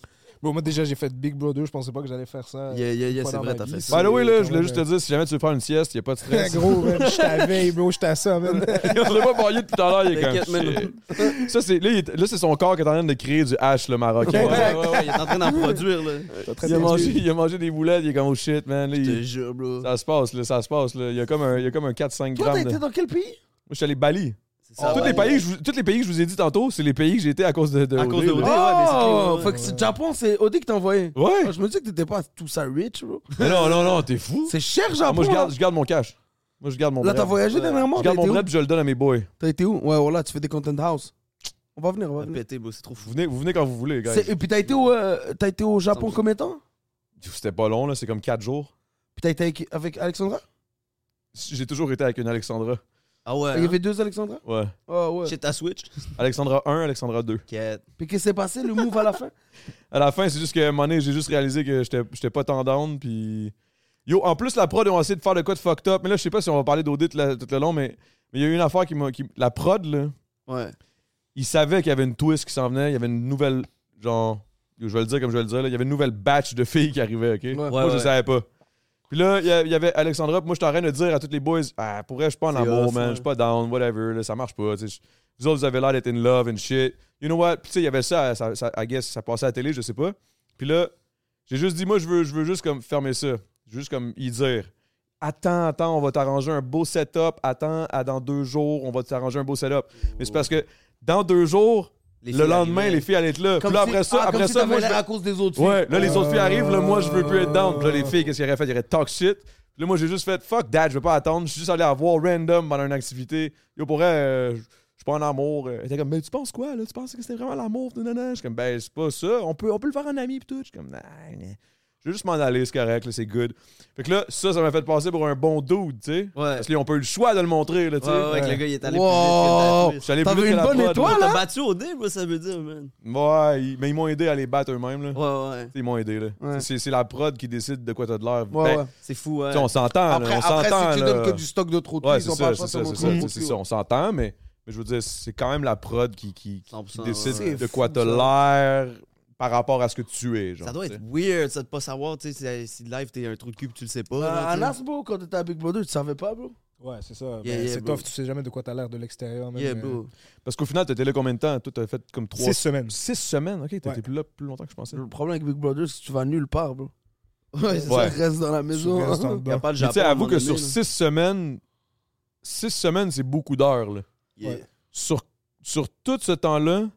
Bon, moi, déjà, j'ai fait Big Brother. Je pensais pas que j'allais faire ça. Yeah, yeah, yeah, Pas c'est dans vrai, ma t'as vie, fait ça. By the way, là, je Ouais. voulais juste te dire, si jamais tu veux faire une sieste, il a pas de Très stress. gros, man. Je t'avais, bro. Je t'ai ça, man. Je l'ai pas broyé depuis tout à l'heure, il est T'inquiète, comme man. shit. Ça, c'est, là, il est- là, c'est son corps qui est en train de créer du hash, le marocain. Ouais, ouais, ouais, ouais, il est en train d'en produire, là. T'as très Il a, bien mangé, joué. il a mangé des boulettes, il est comme oh shit, man. Là, Je te il- jure, bro. ça se passe, là, ça se passe. Là. Il, y a comme un, il y a comme un 4-5 Toi, t'as grammes. De... été Moi, dans quel pays? je suis allé Bali. C'est ça, tous, ouais. les pays, que je vous- tous les pays que je vous ai dit tantôt, c'est les pays que j'ai été à cause de. de À OD, cause de là. OD, ouais, Oh, euh, basically, ouais. fait que c'est Japon, c'est OD qui t'a envoyé. Ouais! Ah, Je me disais que t'étais pas tout ça rich, bro. Mais non, non, non, t'es fou! C'est cher, Ah, Japon. moi, je garde, là. je garde mon cash. Moi, je garde mon Là, t'as bread. voyagé dernièrement. Je T'as garde mon été, où? bread puis je le donne à mes boys. T'as été où Ouais, voilà, tu fais des content house. On va venir, on va Ça va venir. péter, bro, c'est trop fou. Vous venez, vous venez quand vous voulez, gars. C'est- Et puis t'as été, où, euh, t'as été au Japon combien de temps C'était pas long, là, c'est comme 4 jours. Puis t'as été avec, avec Alexandra J'ai toujours été avec une Alexandra. Ah ouais. Il y hein? avait deux Alexandra Ouais. Ah ouais. Shit, ta Switch. Alexandra 1, Alexandra 2. Quête. Puis qu'est-ce qui s'est passé, le move à la fin À la fin, c'est juste qu'à un moment donné, j'ai juste réalisé que j'étais j'étais pas tendance, puis... Yo, en plus, la prod, ont essayé de faire de quoi de fucked up. Mais là, je sais pas si on va parler d'audit tout la- tout le long, mais mais il y a eu une affaire qui m'a... qui- La prod, là, Ouais. ils savaient qu'il y avait une twist qui s'en venait. Il y avait une nouvelle, genre... Je vais le dire comme je vais le dire, là, il y avait une nouvelle batch de filles qui arrivait, OK? moi, je ouais. savais pas. Puis là, il y a- il y avait Alexandra, puis moi, j'étais en train de dire à tous les boys, « Ah, pour vrai, je suis pas en C'est amour, off, man. ouais. Je suis pas down, whatever. Là, ça marche pas. tu sais. Je- Vous autres, vous avez l'air d'être in love and shit. You know what? » Puis tu sais, il y avait ça, ça, ça- I guess, ça passait à la télé, je sais pas. Puis là, j'ai juste dit, « Moi, je veux, je veux juste comme fermer ça. Je veux Juste comme y dire. » Attends, attends, on va t'arranger un beau setup. Attends, à dans deux jours, on va t'arranger un beau setup. Mais c'est parce que dans deux jours, Les le filles lendemain, arrivaient. les filles allaient être là. Puis Comme là, si- après ça, ah, comme après si ça, t'avais moi, je l'air à cause des autres filles. Ouais, là, les autres filles arrivent, là, moi, je veux plus être down. Puis là, les filles, qu'est-ce qu'ils auraient fait? Ils auraient talk shit. Puis là, moi, j'ai juste fait, fuck dad, je vais pas attendre. Je suis juste allé la voir random pendant une activité. Yo, pour vrai, euh, je je suis pas en amour. euh. Elle était comme, mais tu penses quoi, là? Tu penses que c'était vraiment l'amour? Non, non, non. Je suis comme, ben, c'est pas ça. On peut, on peut le faire en ami, puis tout. Je suis comme, nah, nah. Je vais juste m'en aller, c'est correct, là, c'est good. Fait que là, ça, ça m'a fait passer pour un bon dude, tu sais. Ouais. Parce qu'on peut eu le choix de le montrer, là, tu Ouais, sais. ouais, ouais, que le gars, il est allé Wow. plus vite que ta Switch. J'allais T'avais une bonne étoile, hein? T'as là battu au dé, bro, ça veut dire, man. Ouais, ils- mais ils m'ont aidé à les battre eux-mêmes, là. Ouais, ouais. Ils m'ont aidé, là. Ouais. C'est c'est la prod qui décide de quoi t'as de l'air. Ouais, Ben, ouais. C'est fou, ouais. Tu sais, on s'entend, là, Après, on après s'entend. si tu là. donnes que du stock de trop de Ouais, filles, c'est on ça, parle c'est pas ça, sur c'est mon ça, truc. c'est c'est ça, on s'entend, mais, mais je veux dire, c'est quand même la prod qui, qui, qui 100%, décide Ah, ouais. de quoi C'est t'as fou, l'air par rapport à ce que tu es. Genre, Ça doit tu être sais. weird, ça, de pas savoir, tu sais, si- si live t'es un trou de cul pis tu le sais pas. Euh, Bah, là, tu Anas, bro, quand t'étais à Big Brother, tu savais pas, bro Ouais, c'est ça. Yeah, Ben, yeah, c'est bro. tough. Tu sais jamais de quoi t'as l'air de l'extérieur. sais. même, Yeah, euh, bro. Parce qu'au final, t'étais là combien de temps Toi, t'as fait comme trois. Six semaines. six semaines, ok, t'étais Ouais. plus là plus longtemps que je pensais. Le problème avec Big Brother, c'est que tu vas nulle part, bro. Ouais, c'est Ouais. ça. Tu restes dans la maison. restes dans le Y a Bon. pas le Mais Japon. tu sais, à un avoue moment que donné, sur là. six semaines, six semaines, c'est beaucoup d'heures. là. Yeah. Ouais. Sur, sur tout ce temps-là,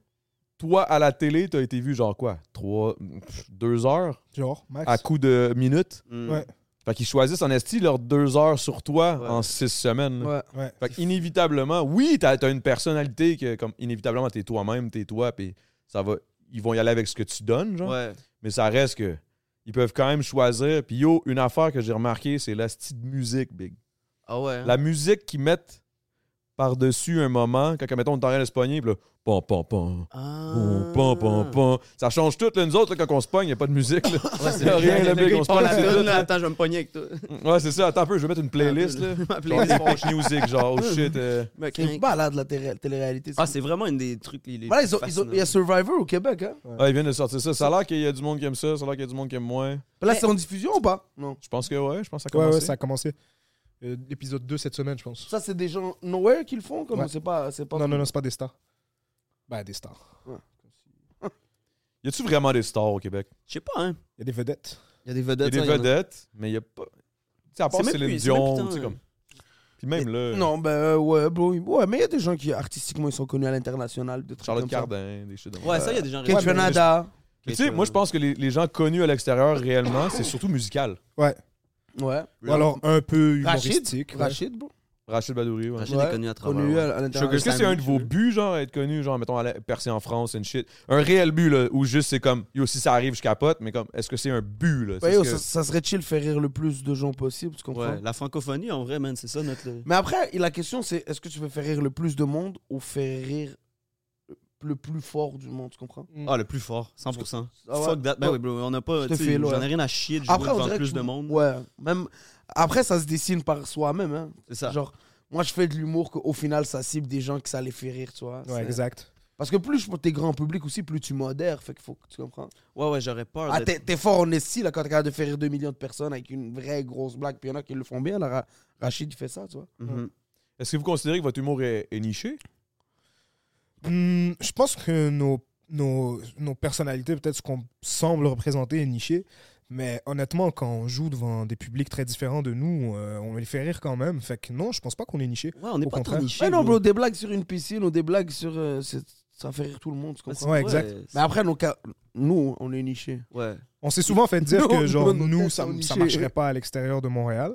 toi, à la télé, t'as été vu genre quoi Trois, pff, deux heures Genre, Max. à coup de minutes Mm. Ouais. Fait qu'ils choisissent en esti leurs deux heures sur toi Ouais. en six semaines. là. Ouais. Ouais. Fait qu'inévitablement, oui, t'as as une personnalité que, comme, inévitablement, t'es toi-même, t'es toi, puis ça va. Ils vont y aller avec ce que tu donnes, genre. Ouais. Mais ça reste que. Ils peuvent quand même choisir. Puis yo, une affaire que j'ai remarqué, c'est la style de musique, Big. Ah ouais. hein. La musique qu'ils mettent par-dessus un moment, quand, mettons, on est en train de se pogner, puis là, pom, pom, pom. Ah. pom, pom, pom, pom. Ça change tout. Là, nous autres, là, quand on se pogne, il a pas de musique. Là. Ouais, c'est Y a rien, le mec, gars, on il se part parle, la c'est toune, là. tout, là. Attends, je vais me pogner avec toi. Ouais, c'est ça. Attends un peu, je vais mettre une playlist. Là. Ah, Ma playlist. Genre, des music, genre, oh shit. euh. Me C'est craint. balade, la télé- télé-réalité. Ah, c'est vraiment une des trucs. les- les Voilà, plus ils ont- ils ont- fascinants. il y a Survivor au Québec, hein Ah, ils viennent de sortir ça. Ça a l'air qu'il y a du monde qui aime ça, ça a l'air qu'il y a du monde qui aime moins. Là, c'est en diffusion ou pas Non. Je pense que ouais, je pense que ça a Ouais, commencé. ouais, ça a commencé. euh, l'épisode 2 cette semaine, je pense. Ça, c'est des gens nowhere qui le font comme Ouais. c'est pas, c'est pas Non, non, non, c'est pas des stars. Bah, des stars. Y a-tu vraiment des stars au Québec? Je sais pas, hein. Il y a des vedettes. Il y a des Y a vedettes. des ça, il y en a. vedettes, mais y a pas. Tu sais, à part C'est même Céline plus- c'est même plus Dion, tant, tu sais, euh, comme. Puis même là, Non, ben euh, ouais, bro, ouais, mais il y a des gens qui artistiquement ils sont connus à l'international, de trucs Charlotte comme ça. Cardin, des choses de Ouais, ça, il y a des gens. Kate riches. Renada. Mais Tu sais, moi, je pense que les, les gens connus à l'extérieur réellement, c'est surtout musical. Ouais. Ouais. Ou alors un peu Rachid. humoristique. ouais. Rachid, bro. Rachid Badouri, ouais. Rachid Ouais, est connu à travers. Connu ouais. à à l'international. Est-ce que c'est un de vos buts, genre, être connu, genre, mettons, à la- percer en France, and shit? Un réel but, là, où juste c'est comme, yo, si ça arrive, je capote, mais comme, est-ce que c'est un but, là? Ouais, Est-ce yo, que- ça, ça serait chill faire rire le plus de gens possible, tu comprends Ouais, la francophonie, en vrai, man, c'est ça notre. hein. Mais après, la question c'est est-ce que tu veux faire rire le plus de monde ou faire rire le plus fort du monde, tu comprends Ah, le plus fort, 100%. Ah ouais. Fuck that. Ben Ouais. oui, bro, on n'a pas. Je te tu sais, file, J'en ouais. ai rien à chier de jouer Après, on devant dirait plus que- de monde. Ouais, même après ça se dessine par soi-même hein. C'est ça. Genre moi je fais de l'humour qu'au final ça cible des gens que ça les fait rire, tu vois. Ouais, C'est- exact. Parce que plus t'es grand public aussi, plus tu modères, fait qu'il faut que tu comprends. Ouais, ouais, j'aurais peur. Ah, d'être- t'es, t'es fort en esti, là, quand t'es capable de faire rire 2 millions de personnes avec une vraie grosse blague, puis il y en a qui le font bien, là, Ra- Rachid il fait ça, tu vois. Mhm. Est-ce que vous considérez que votre humour est, est niché? Hmm, je pense que nos, nos, nos personnalités, peut-être ce qu'on semble représenter, est niché. Mais honnêtement, quand on joue devant des publics très différents de nous, euh, on les fait rire quand même. Fait que non, je pense pas qu'on est niché. Ouais, on n'est Au pas trop contraire. niché. Ouais, non, bro, des blagues sur une piscine ou des blagues sur. euh, c'est- ça fait rire tout le monde, tu Ouais, c'est comprends. Ouais, vrai, exact. c'est- Mais après, nos cas- nous, on est nichés. Ouais. On s'est souvent fait dire Non, que genre, non, non, nous, non, ça, on est ça niché. marcherait pas à l'extérieur de Montréal.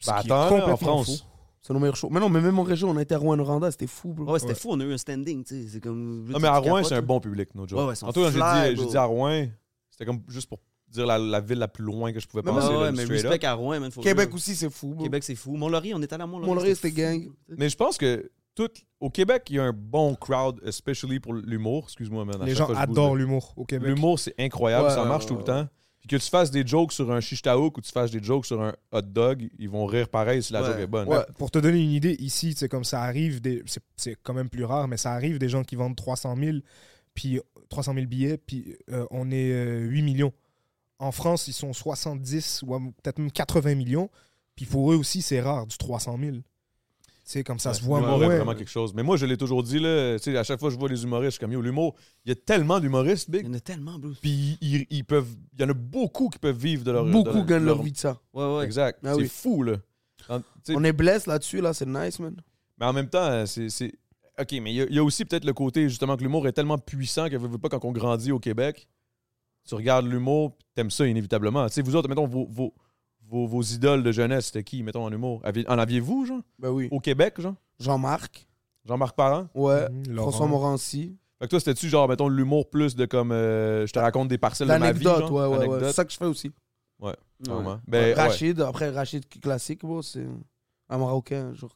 Ce Bah, qui est attends, là, complètement en France. faux. C'est nos meilleurs shows. Mais non, mais même en région, on a été à Rwanda, c'était fou, bro. Ah Ouais, c'était fou, on a eu un standing, tu sais. C'est comme. Non, mais à tu Rouen, capotes, c'est un là. bon public, no joke. Ouais, ouais, ils sont en tout cas, fly, j'ai dit, j'ai bro. dit à Rouen, c'était comme juste pour dire la, la ville la plus loin que je pouvais Ouais, penser, ouais, là, mais straight up. respect à Rouen, man. faut- Québec aussi, c'est fou, bro. Québec, c'est fou. Mont-Laurier, on est allé à Mont-Laurier. Mont-Laurier, c'était hein, fou. gang. Mais je pense que tout au Québec, il y a un bon crowd, especially pour l'humour. Excuse-moi, man. à Les chaque gens fois, je bouge, adorent là. l'humour au Québec. L'humour, c'est incroyable, Ouais, ça marche ouais, tout le ouais. temps. Puis que tu fasses des jokes sur un shish taouk ou tu fasses des jokes sur un hot dog, ils vont rire pareil si la Ouais. joke est bonne. Ouais, Pour te donner une idée, ici, c'est comme ça arrive, des- c'est- c'est quand même plus rare, mais ça arrive des gens qui vendent 300 000, puis, 300 000 billets, puis euh, on est euh, 8 millions. En France, ils sont 70 ou euh, peut-être même 80 millions, puis pour eux aussi, c'est rare, du 300 000. C'est comme ça se voit Ouais, moins. ouais, vraiment quelque chose. Mais moi, je l'ai toujours dit, là, tu sais, à chaque fois que je vois les humoristes, je suis comme, yo, l'humour, il y a tellement d'humoristes, Il big, y en a tellement, bro. puis ils, ils peuvent, il y en a beaucoup qui peuvent vivre de leur de Beaucoup leur- gagnent de leur vie de ça. Ouais, ouais. Exact. Ah c'est oui. fou, là. En- tu sais, On est blessé là-dessus, là, c'est nice, man. Mais en même temps, euh, c'est. c'est- OK, mais il y a- il y, a aussi peut-être le côté, justement, que l'humour est tellement puissant que, veux, veux pas, quand on grandit au Québec, tu regardes l'humour, puis t'aimes ça inévitablement. Tu sais, vous autres, mettons, vos, vos, vos, vos idoles de jeunesse, c'était qui, mettons, en humour? Aviez- en aviez-vous, genre? Ben oui. Au Québec, genre? Jean-Marc, Jean-Marc Parent? ouais. Mmh, Laurent. François Morancy. Fait que toi, c'était-tu, genre, mettons, l'humour plus de comme, euh, je te raconte des parcelles de ma vie, L'anecdote, genre? ouais, ouais, ouais. Anecdote, C'est ça que je fais aussi. sûrement. Ouais. Ben, ouais. Rachid, après Rachid classique, bro, c'est un Marocain. Genre,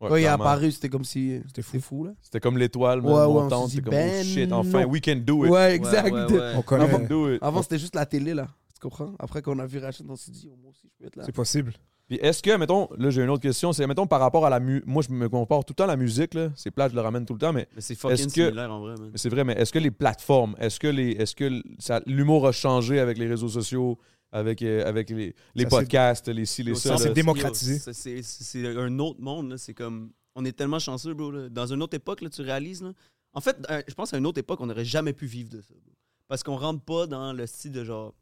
Ouais, quand il est clairement. apparu, c'était comme si. C'était fou. C'était fou, là. C'était comme l'étoile, Ouais, ouais, ouais, on montante, s'est dit, c'était comme, oh ben shit, enfin, non. we can do it. Ouais, Ah, Ouais, exact. ouais, ouais. On We connaît. can do it. Avant, c'était juste la télé, là. Tu comprends? Après qu'on a vu Rachid, on s'est dit, oh, moi aussi, je peux être là. C'est possible. Puis est-ce que, mettons, là j'ai une autre question, c'est, mettons, par rapport à la musique, moi je me compare tout le temps à la musique, là, c'est plat, je le ramène tout le temps, mais, Mais c'est fucking Est-ce que- similaire, en vrai, man. mais c'est vrai, mais est-ce que les plateformes, est-ce que, les, est-ce que l- ça, l'humour a changé avec les réseaux sociaux, avec, euh, avec les, les Ça, c'est- podcasts, les ci, les ça? Ça, c'est là? dé- démocratisé. C'est- C'est c'est un autre monde. là. C'est comme. On est tellement chanceux, bro. là. Dans une autre époque, là, tu réalises. là. En fait, euh, je pense qu'à une autre époque, on n'aurait jamais pu vivre de ça. bro. Parce qu'on rentre pas dans le style de genre.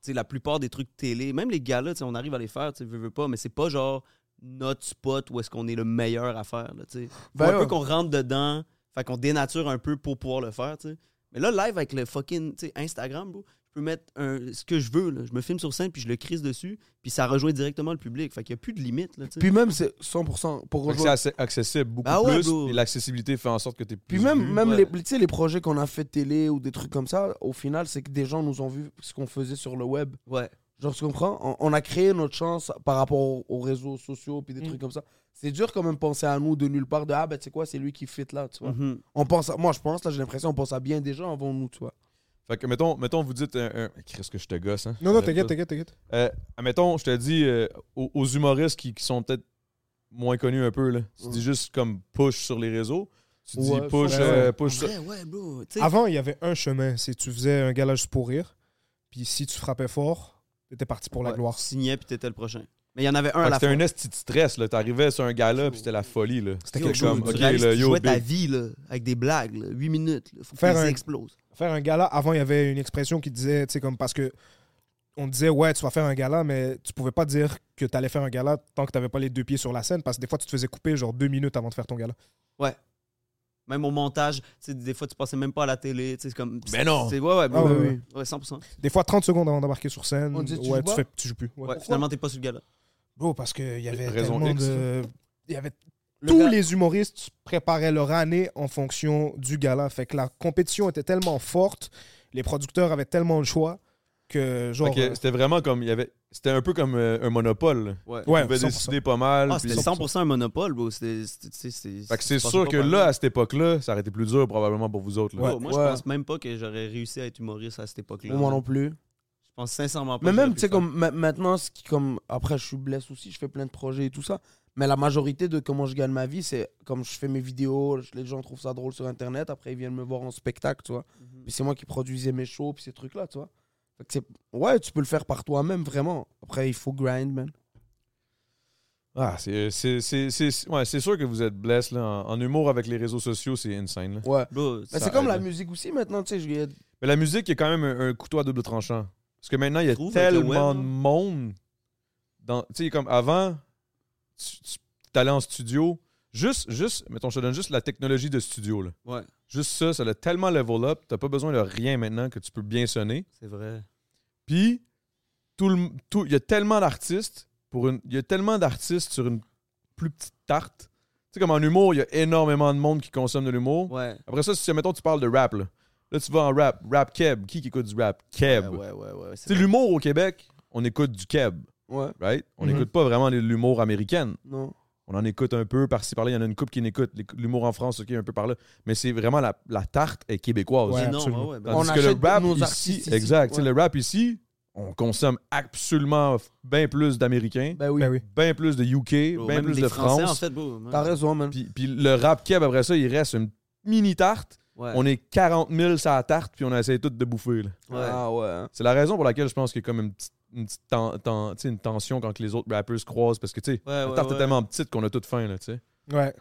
Tu sais, la plupart des trucs télé, même les gars-là, on arrive à les faire, tu sais, veux, veux pas, mais c'est pas genre notre spot où est-ce qu'on est le meilleur à faire. Là, tu sais. Faut Ben un ouais. peu qu'on rentre dedans, fait qu'on dénature un peu pour pouvoir le faire. tu sais. Mais là, live avec le fucking tu sais, Instagram, bro, je peux mettre un- ce que je veux. là. Je me filme sur scène, puis je le crise dessus, puis ça rejoint directement le public. Fait qu'il n'y a plus de limite. Là, tu sais. Puis même, c'est 100% pour Fait que c'est rejoindre. Bah assez- accessible beaucoup Ah ouais, plus, bro. et l'accessibilité fait en sorte que tu es plus. Puis même, vu. même ouais. les, tu sais, les projets qu'on a fait télé ou des trucs comme ça, au final, c'est que des gens nous ont vu ce qu'on faisait sur le web. Ouais. Genre, tu comprends? On, on a créé notre chance par rapport aux, aux réseaux sociaux Mm. puis des trucs comme ça. C'est dur quand même de penser à nous de nulle part, de ah ben tu sais quoi, c'est lui qui fit là, tu vois. Mm-hmm. Mhm. On pense à- moi je pense, là j'ai l'impression on pense à bien des gens avant nous, tu vois. Fait que, mettons, mettons vous dites, un, un- Christ, que je te gosse, hein? Non, non, Arrête t'inquiète, pas. t'inquiète, t'inquiète. Euh, admettons, je te dis, euh, aux, aux humoristes qui, qui sont peut-être moins connus un peu, là. tu dis juste comme push sur les réseaux. Tu dis Ouais, push, faut- euh, Ouais. push sur- Ouais, ouais, bro. Oh, tu sais. Avant, il y avait un chemin. C'est tu faisais un galage pour rire, puis si tu frappais fort, t'étais parti pour la Ouais, gloire. Tu signais, puis t'étais le prochain. Mais il y en avait un à Fait que la C'était fois. un esti de stress, là. T'arrivais sur un gala, puis c'était la folie, là. C'était Yo, quelque comme, chose. OK, Tu là, réalises que tu yo, jouais ta big. vie là, avec des blagues, là, 8 minutes. là. faut que Faire ça un- explose. Faire un gala, avant, il y avait une expression qui disait, tu sais, comme parce que on disait, ouais, tu vas faire un gala, mais tu pouvais pas dire que tu allais faire un gala tant que tu pas les deux pieds sur la scène, parce que des fois, tu te faisais couper genre deux minutes avant de faire ton gala. Même au montage, tu sais, des fois, tu passais même pas à la télé. tu sais, c'est comme, Mais Eh Ben non! c'est- Ouais, ouais, Ah, ouais, ouais, ouais. Ouais, 100%. Des fois, 30 secondes avant d'embarquer sur scène, On disait, tu Mm, ouais, joues tu, pas? fais, tu joues plus. ouais. Ouais, finalement, t'es pas sur le gars-là. Bro, parce qu'il y avait Raison tellement X, de... Il y avait... Le Tous gars- les humoristes préparaient leur année en fonction du gala. Fait que la compétition était tellement forte, les producteurs avaient tellement le choix que genre... euh, Fait que c'était vraiment comme, il y avait, c'était un peu comme euh, un monopole. là. Ouais. Ouais, On pouvait 100%. décider pas mal. Ah, puis- c'était 100% un monopole, bro. C'était- c'était- tu sais, c'est Fait que c'est ça passait sûr pas que par là, à cette époque-là, ça aurait été plus dur probablement pour vous autres. Là. Bro, moi, Ouais. je pense même pas que j'aurais réussi à être humoriste à cette époque-là. Moi non man. plus. Je pense sincèrement pas. Mais que même, j'aurais tu pu sais, le faire. comme ma- maintenant, ce qui, comme, après, je suis blessé aussi, je fais plein de projets et tout ça. Mais la majorité de comment je gagne ma vie, c'est comme je fais mes vidéos, je- les gens trouvent ça drôle sur Internet, après ils viennent me voir en spectacle, tu vois. Mhm. Puis c'est moi qui produisais mes shows, puis ces trucs-là, tu vois. Fait que c'est- ouais, tu peux le faire par toi-même, vraiment. Après, il faut grind, man. Ah, c'est, c'est, c'est, c'est- ouais, c'est sûr que vous êtes blessé. Là. En, en humour avec les réseaux sociaux, c'est insane. là. Ouais. Bro, Mais Ça c'est comme aide. la musique aussi maintenant, tu sais. je- Mais la musique est quand même un, un couteau à double tranchant. Parce que maintenant, il y a Je trouve, avec le tellement web, de là. monde. dans- Tu sais, comme avant, tu, tu t'allais en studio. Juste, juste, mettons, je te donne juste la technologie de studio. Là. Ouais, Juste ça, ça l'a tellement level up. T'as pas besoin de rien maintenant que tu peux bien sonner. c'est vrai. Puis, tout le, tout, il y a tellement d'artistes pour une, il y a tellement d'artistes sur une plus petite tarte. Tu sais, comme en humour, il y a énormément de monde qui consomme de l'humour. Ouais. Après ça, si mettons tu parles de rap, là, Là, tu vas en rap, rap keb. Qui, qui écoute du rap? Keb. Ouais, ouais, ouais. ouais, Tu sais, l'humour au Québec, on écoute du keb, Ouais, right? On Mhm. n'écoute pas vraiment de l'humour américaine. non. On en écoute un peu par-ci par-là. Il y en a une coupe qui n'écoute l'humour en France, ok, un peu par-là. Mais c'est vraiment la, la tarte est québécoise. Ouais, Ouais, non, absolument. ouais, ouais, ben, Tandis On que achète le rap nos ici, artistes ici. exact. tu sais, Ouais. Le rap ici, on consomme absolument f- bien plus d'Américains, Ben oui. Ben oui. bien plus de UK, bro, bien même plus des de Français, France. en fait, bro. man. T'as raison, man. puis, puis le rap keb, après ça, il reste une mini tarte. Ouais. On est 40 000 sur la tarte, puis on essaie tout de bouffer. là. Ouais. Ah ouais. C'est la raison pour laquelle je pense qu'il y a comme une petite, une petite ten- ten- tu sais, une tension quand que les autres rappers se croisent, parce que tu sais, Ouais, la ouais, tarte ouais. est tellement petite qu'on a toute faim. Là, tu sais. Ouais.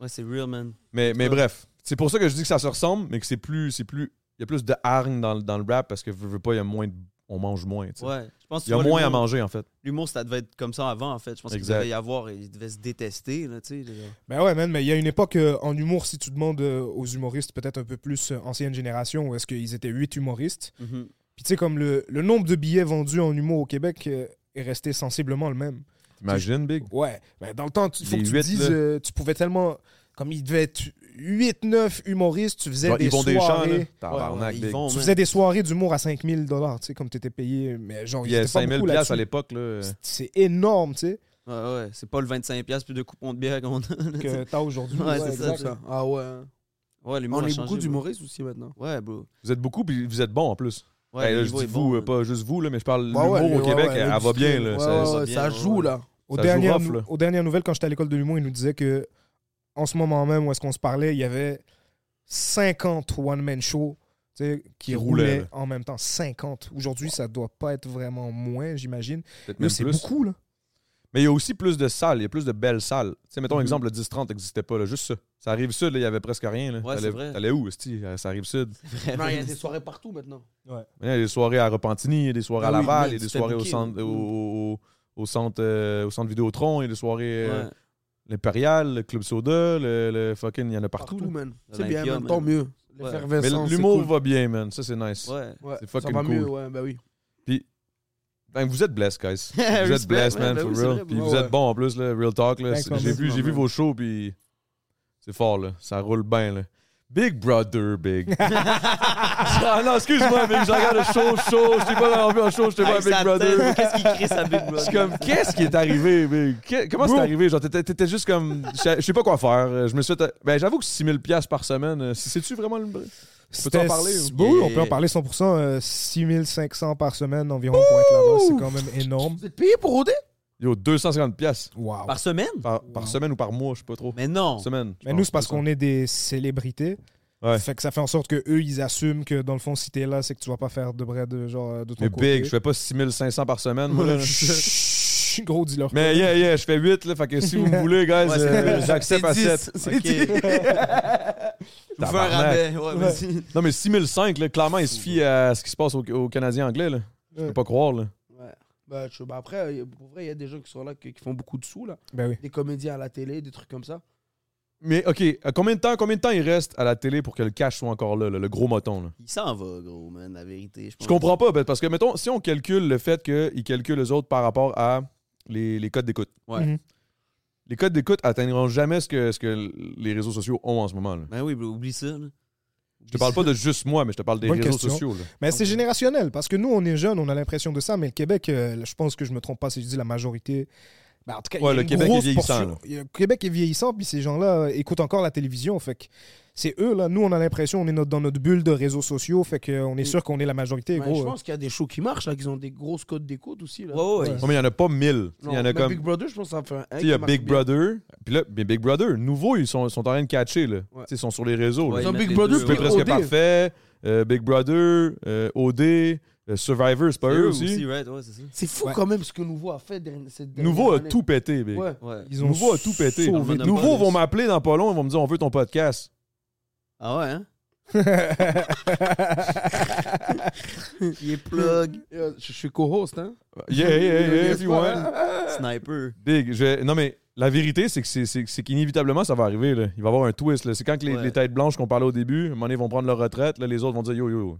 Ouais, c'est real, man. mais mais Ouais. bref, c'est pour ça que je dis que ça se ressemble, mais que c'est plus. c'est plus Il y a plus de hargne dans, le- dans le rap parce que veux, veux pas, il y a moins de- on mange moins. tu sais. Ouais. Je pense que Il y a tu vois, moins à l'humour- manger, en fait. L'humour, ça devait être comme ça avant, en fait. Je pense qu'il Exact. devait y avoir, il devait se détester, là, tu sais. les gars. Ben ouais, man, mais il y a une époque euh, en humour, si tu demandes euh, aux humoristes, peut-être un peu plus euh, ancienne génération, où est-ce qu'ils étaient huit humoristes. Mhm. Puis tu sais, comme le, le nombre de billets vendus en humour au Québec euh, est resté sensiblement le même. T'imagines, Big? Ouais, mais dans le temps, tu- faut Les que tu huit, dises, là. euh, tu pouvais tellement. Comme il devait être 8-9 humoristes, tu faisais Genre, des ils vont des champs, soirées. là. Tabarnak, ils Big. vont, tu man. faisais des soirées d'humour à 5000 dollars, tu sais, comme t'étais payé. Mais genre, Il y a c'était pas 5000 beaucoup euh, piastres à là-dessus. l'époque. là. euh. C'est- C'est énorme, tu sais, Ouais, ouais. C'est pas le 25$ plus de coupons de bière qu'on a. là, tu sais. que t'as aujourd'hui. Ouais, c'est ça, exact, c'est- Ah ouais. hein. Ouais, l'humour On a est changé, beaucoup bro. d'humoristes aussi maintenant. Ouais, bro. Vous êtes beaucoup, puis vous êtes bons en plus. Ouais, Hey, le là, je niveau dis est vous, bon, euh, man. pas juste vous, là, mais je parle de Ouais, ouais, l'humour au ouais, Québec, ouais, elle, elle va bien. Là. Ouais, Ça- ouais, ça- va ça bien, ouais, joue ouais. là. Aux, Ça joue dernières, rough, là. aux dernières nouvelles, quand j'étais à l'école de l'humour, ils nous disaient que en ce moment même où est-ce qu'on se parlait, il y avait 50 one-man shows tu sais, qui Qui roulaient, roulaient, là. en même temps. 50. Aujourd'hui, ça doit pas être vraiment moins, j'imagine. peut-être Mais même c'est plus. beaucoup, là. Mais il y a aussi plus de salles, il y a plus de belles salles. Tu sais, mettons, Mhm. exemple, le 10-30 n'existait pas, là, juste ça. Ça arrive sud, là, il y avait presque rien. Là. Ouais, T'allais- c'est vrai. T'allais où, c'ti, à- ça arrive sud? Non, il y a des soirées partout maintenant. Il y a des soirées à Repentigny, il y a des soirées à Ah oui, Laval, man, il y a tu des te fais soirées au booker, centre, là. au, au- au centre, euh, au centre Vidéotron, il y a des soirées euh, Ouais. l'Impérial, le Club Soda, le, le fucking, il y en a partout. là. man. C'est bien, L'Olympia, man. man. Tant mieux. Ouais. Mais L'effervescence. c'est l'humour cool. va bien, man. Ça, c'est nice. Ouais. Ouais, c'est Ça fucking va mieux, cool. ouais, bah oui. Ben, vous êtes blessed, guys. vous êtes Respect, blessed, man. man, Ben for oui, c'est real. vrai, puis ouais, vous ouais. êtes bon en plus, là, real talk. Là. Thanks, C'est- man. J'ai vu, Merci, j'ai vu Ben, man. vos shows, puis c'est fort, là. Ça roule bien, là. Big Brother, Big. ah non, excuse-moi, Big. Je regarde le show, show. Je t'ai pas envie un show, je t'ai pas à Avec Big sa Brother. tête, Qu'est-ce qu'il crée sa Big Je Brother? suis comme, qu'est-ce qui est arrivé, Big? Que- comment c'est Bro. arrivé? Genre, t'étais, t'étais juste comme, je sais- je sais pas quoi faire. Euh, Je me suis fait- ben, j'avoue que 6000 pièces par semaine, euh, c'est- c'est-tu vraiment le. Peux-tu en C'était- parler, ou? Bon, oui, on Yeah. peut en parler 100%. euh, 6500 par semaine environ pour être là-bas. C'est quand même énorme. Vous êtes payé pour OD Yo, 250 pièces Wow. Par semaine? par, par semaine ou par mois, je sais pas trop. Mais non. Semaine. je Mais nous, pense, c'est parce 200. qu'on est des célébrités. Ouais. Fait que ça fait en sorte que eux ils assument que dans le fond, si t'es là, c'est que tu vas pas faire de bread euh, genre euh, de ton Mais côté. big, je fais pas 6500 par semaine. Moi, là. suis gros dealer. Mais yeah, yeah, je fais 8, là. Fait que si vous me voulez, guys, Ouais, c'est- euh, j'accepte à C'est 7. 10, c'est 10. Je vous fais un Tabarnak. rabais. Ouais, vas-y. Non, mais 6005, là, clairement, il se fie à ce qui se passe au, au Canadien anglais, là. Je peux Ouais. pas croire, là. Ouais. Ben, tu- ben après, euh, pour vrai, il y a des gens qui sont là qui, qui font beaucoup de sous, là. Ben oui. Des comédiens à la télé, des trucs comme ça. Mais OK, à combien de temps, combien de temps il reste à la télé pour que le cash soit encore là, là, le gros moton, là? Il s'en va, gros, man, la vérité. Je, pense. Je comprends pas, ben, parce que, mettons, si on calcule le fait qu'ils calculent les autres par rapport à les, les codes d'écoute, Ouais. Mhm. les codes d'écoute atteindront jamais ce que, ce que les réseaux sociaux ont en ce moment. là. Ben oui, bro, oublie ça. Là. Je te parle pas de juste moi, mais je te parle des Bonne réseaux question. sociaux. là. Mais c'est générationnel, parce que nous, on est jeunes, on a l'impression de ça, mais le Québec, euh, je pense que je me trompe pas si je dis la majorité. Bah, en tout cas, il y a Ouais, le une Québec est grosse vieillissant, portion- là. il y a- Le Québec est vieillissant, puis ces gens-là euh, écoutent encore la télévision. Fait que c'est eux, là. Nous, on a l'impression, on est notre- dans notre bulle de réseaux sociaux, fait qu'on est sûr qu'on est la majorité, Ben, gros. hein. euh, je pense qu'il y a des shows qui marchent, là, qui ont des grosses codes d'écoute aussi, là. Ouais, ouais. Ouais, mais il y en a pas mille. Il y Non, en a mais comme. Big Brother, je pense que ça fait un. un tu sais, qui Il y a marche Big bien. Brother, puis là, mais Big Brother, nouveau, ils sont, sont en train de catcher. Là. Ouais. Tu sais, Ils sont sur les réseaux. Ouais, là. Ils ont ils mettent Big les Brother, deux, Peu ouais. puis presque OD. parfait, euh, Big Brother, euh, OD, euh, Survivor, c'est pas eux aussi. right? Ouais, c'est ça. C'est fou Ouais. quand même ce que Nouveau a fait derni- cette dernière Nouveau a année. tout pété, Big. Ouais. Ouais. Ils Nouveau a tout pété. sauvé- Dans le monopole, Nouveau vont aussi. m'appeler dans pas long, ils vont me dire on veut ton podcast. Ah ouais, hein? Il est plug. Euh, Je je suis co-host, hein. Yeah, yeah, yeah, N'est-ce if you pas, want. hein? Sniper. Big, je- non mais la vérité, c'est que c'est- c'est c'est qu'inévitablement, ça va arriver. là. Il va y avoir un twist. là. C'est quand que les, Ouais. les têtes blanches qu'on parlait au début, à un moment donné, ils vont prendre leur retraite, là, les autres vont dire yo, yo, yo,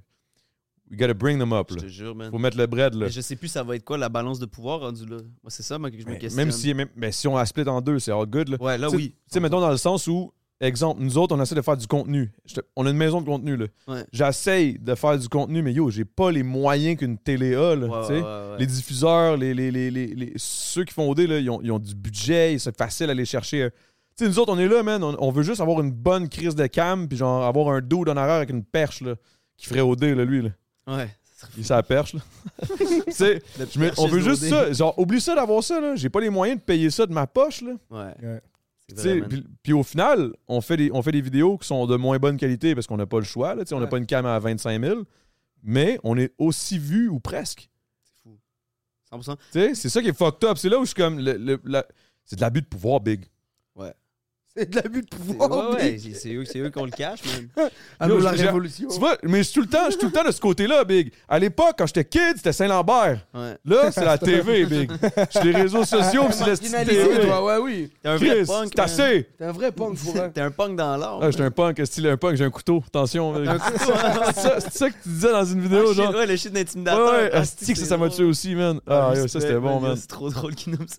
we gotta bring them up. Je là. te jure, man. Faut mettre le bread. Là. Mais je sais plus ça va être quoi la balance de pouvoir rendue là. Moi, c'est ça, moi, que je me Mais questionne. Ben, Même si, même- mais si on a split en deux, c'est all good. là. Ouais, là, Tu sais- oui. Tu sais, mettons dans le sens où, exemple, nous autres, on essaie de faire du contenu. Je te- on a une maison de contenu. là. Ouais. J'essaye de faire du contenu, mais yo, j'ai pas les moyens qu'une télé a. là, Ouais, ouais, tu sais. ouais, ouais. Les diffuseurs, les, les, les, les- les- ceux qui font OD, là, ils, ont, ils ont du budget, c'est facile à aller chercher. euh. Tu sais, nous autres, on est là, man. On, on veut juste avoir une bonne crise de cam, puis genre avoir un dos d'honneur avec une perche, là, qui ferait OD, là, lui, là. Ouais. Il est sur la perche, là. tu sais, Le je me- on veut purchase juste ça. Genre, oublie ça d'avoir ça, là. J'ai pas les moyens de payer ça de ma poche, là. Ouais. Ouais. C'est Tu vrai, sais, man. Puis, puis au final, on fait, des, on fait des vidéos qui sont de moins bonne qualité parce qu'on n'a pas le choix. Là, tu sais, on n'a Ouais. pas une cam à 25 000, mais on est aussi vu ou presque. C'est fou. 100%. Tu sais, C'est ça qui est fucked up. C'est là où je suis comme. le- le- la- C'est de l'abus de pouvoir, Big. C'est de l'abus de C'est- pouvoir. Ouais, ouais, Oh, Big. c'est- c'est eux, c'est eux qu'on le cache, man. Allô, Yo, Ah, la je- je- révolution. Tu vois, mais je suis tout le temps, je suis tout le temps de ce côté-là, Big. À l'époque, quand j'étais kid, c'était Saint-Lambert. Ouais. Ah, Là, c'est la TV, Big. C'est les réseaux sociaux, puis c'est la petite Marginalisé, TV. toi, ouais, oui. T'es un vrai Chris, punk. c'est man. assez. T'es un vrai punk pour un. T'es un punk dans l'art. Ah, j'étais un punk, style un punk, j'ai un couteau. Attention. Big. hein. C'est ça- c'est ça que tu disais dans une Ah, vidéo, genre. Ouais, le shit Ouais, d'intimidateur. ouais, Ah, asti que ça, c'est ça m'a drôle. tué aussi, man. Ah, yo, ça, c'était bon, man. C'est trop drôle qu'il nomme ça.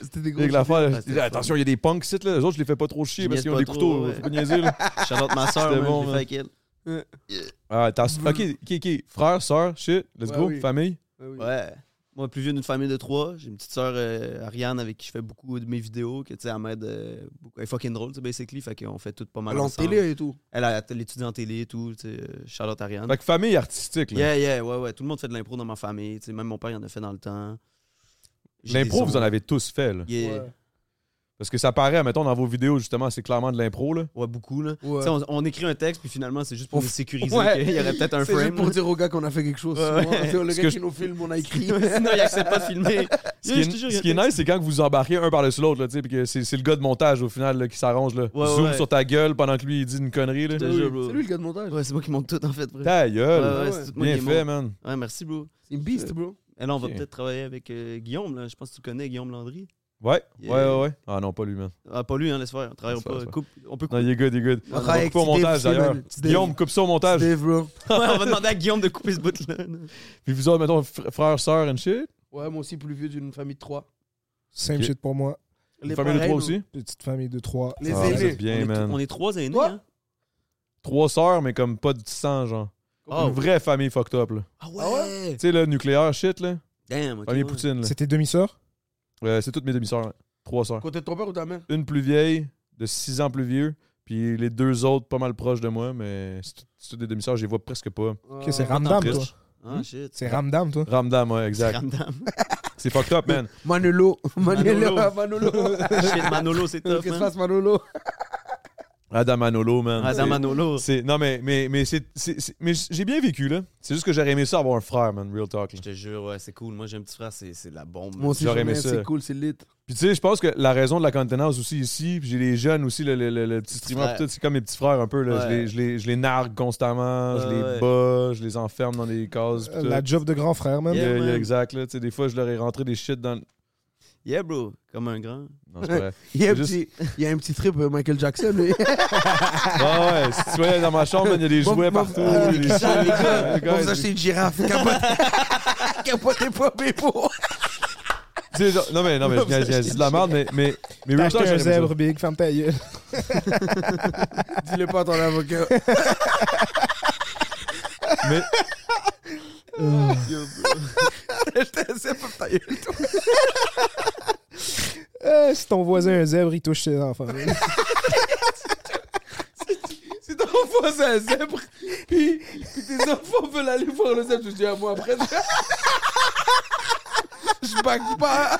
C'était des gros. Avec l'affaire, Ah, là, c'était le fun. attention, il y a des punks sites, là. Les autres, je les fais pas trop Je chier parce niaise qu'ils ont pas des trop, couteaux. ouais. Faut pas niaiser, là. Charlotte, ma soeur, C'était man, bon, je l'ai fait Mm. avec elle. man. Ah, t'as. Ok, ok, ok. Frère, sœur, shit, let's Ouais, go, oui. famille. Ouais. Moi, plus vieux d'une famille de trois, j'ai une petite sœur, euh, Ariane, avec qui je fais beaucoup de mes vidéos, que tu sais, elle m'aide euh, beaucoup. Elle est fucking drôle, tu sais, basically, fait qu'on fait tout pas mal En ensemble. télé et tout. Elle, a- elle étudie en télé et tout, tu sais, euh, Charlotte, Ariane. Fait que famille artistique, là. Yeah, yeah, ouais, ouais. Tout le monde fait de l'impro dans ma famille, tu sais, même mon père, il en a fait dans le temps. J'ai des L'impro, vous sons. en avez tous fait, là. Yeah. Ouais. Parce que ça paraît, mettons, dans vos vidéos, justement, c'est clairement de l'impro, là. beaucoup, là. Ouais. Tu sais, On, on écrit un texte, puis finalement, c'est juste pour On nous f- sécuriser. Ouais. qu'il y aurait peut-être un C'est frame. juste pour là. dire au gars qu'on a fait quelque chose. Ouais. souvent. C'est le Parce gars que qui je- nous filme, on a écrit. Sinon, il accepte pas de filmer. Ce qui Yeah, je te est, jure, ce il qui y est a nice, c'est quand que vous embarquez un par-dessus l'autre, là, tu sais, puis que c'est c'est le gars de montage, au final, là, qui s'arrange, là. Ouais, Zoom ouais. sur ta gueule pendant que lui, il dit une connerie, là. Je te Oui, jure, bro. C'est lui le gars de montage. Ouais, c'est moi qui monte tout, en fait. bro. Ta gueule. Ouais, ouais, ouais. c'est tout moi Bien qui fait, monte. man. Ouais, merci, bro. C'est une beast, bro. Et là, on va Ok. peut-être travailler avec euh, Guillaume, là. Je pense que tu connais Guillaume Landry. Ouais, Yeah. ouais, ouais, ouais. Ah non, pas lui, man. Ah, pas lui, hein, laisse faire. On travaille Laisse pas. faire, Coupe- On peut Non, couper. il est good, il est good. On On travaille va avec couper au Steve, montage, Steven. d'ailleurs. Steve. Guillaume, coupe ça au montage. Steve, bro. Ouais, on va demander à Guillaume de couper ce bout-là. là. Ah, Puis vous autres, mettons, fr- frère, sœur and shit. Ouais, moi aussi, plus vieux d'une famille de trois. Same Ok. shit pour moi. Une famille de parrains, trois nous. aussi. Petite famille de trois. Les Ah, aînés. c'est on, bien, est t- on man. est trois aînés, Toi? hein? Trois sœurs, mais comme pas de sang, genre. Oh. Une vraie famille fucked up, là. Ah ouais? Tu sais, là, nucléaire, shit, là. Damn, ok, Famille ouais. Poutine, là. C'était demi-sœur Euh, c'est toutes mes demi-sœurs. là. Trois sœurs. Côté de ton père ou ta mère Une plus vieille, de six ans plus vieux. Puis les deux autres, pas mal proches de moi, mais c'est tout- c'est toutes des demi-sœurs, je les vois presque pas. Ok, c'est Euh, Ramdam, Triche. toi. Ah, shit. C'est Ramdam, toi. Ramdam, ouais, exact. Ramdam. C'est fucked up, man. Manolo. Manolo. Manolo. Manolo. Shit, Manolo, c'est hein. Qu'est-ce tough, qui se man. passe, Manolo Adamanolo, man. Adamanolo. C'est- Non, mais, mais, mais, c'est, c'est- c'est- mais j'ai bien vécu, là. C'est juste que j'aurais aimé ça avoir un frère, man, real talk. là. Je te jure, ouais, c'est cool. Moi, j'ai un petit frère, c'est c'est de la bombe. Moi aussi, J'aurais j'aimais, aimé ça. c'est cool, c'est lit. Puis tu sais, je pense que la raison de la contenance aussi ici, puis j'ai les jeunes aussi, le, le- le- le petit streamer, frère. puis tout, c'est comme mes petits frères un peu. Là. Je, Ouais. les, je, les, je les nargue constamment, je les Ouais. bats, je les enferme dans des cases. Euh, puis tout. La job de grand frère, man. Yeah, Yeah, yeah, man. exact. Là. Tu sais, Des fois, je leur ai rentré des shit dans... le- Yeah, bro. Comme un grand. Non, c'est pas vrai. Il y, a un Juste- petit, il y a un petit trip euh, Michael Jackson. lui. Ah ouais, si tu voyais dans ma chambre, il y a des Moi, jouets moi, partout. euh, il y a des les gars, shit. les gars, on Les gars, vous achetez une girafe. Capotez- Capotez pas mes mots. tu sais, genre- Non, mais, non, mais je niaise- niaise de la merde, mais, mais, mais T'as real acheté talk, un j'aurais aimé ça. zèbre, Big, femme ta gueule. Dis-le pas à ton avocat. Mais- Ah. Je sais pas, ta gueule. Euh, Si ton voisin a un zèbre, il touche ses enfants. man. Si ton voisin un zèbre, puis, puis tes enfants veulent aller voir le zèbre, je dis à moi après. Je, je back pas.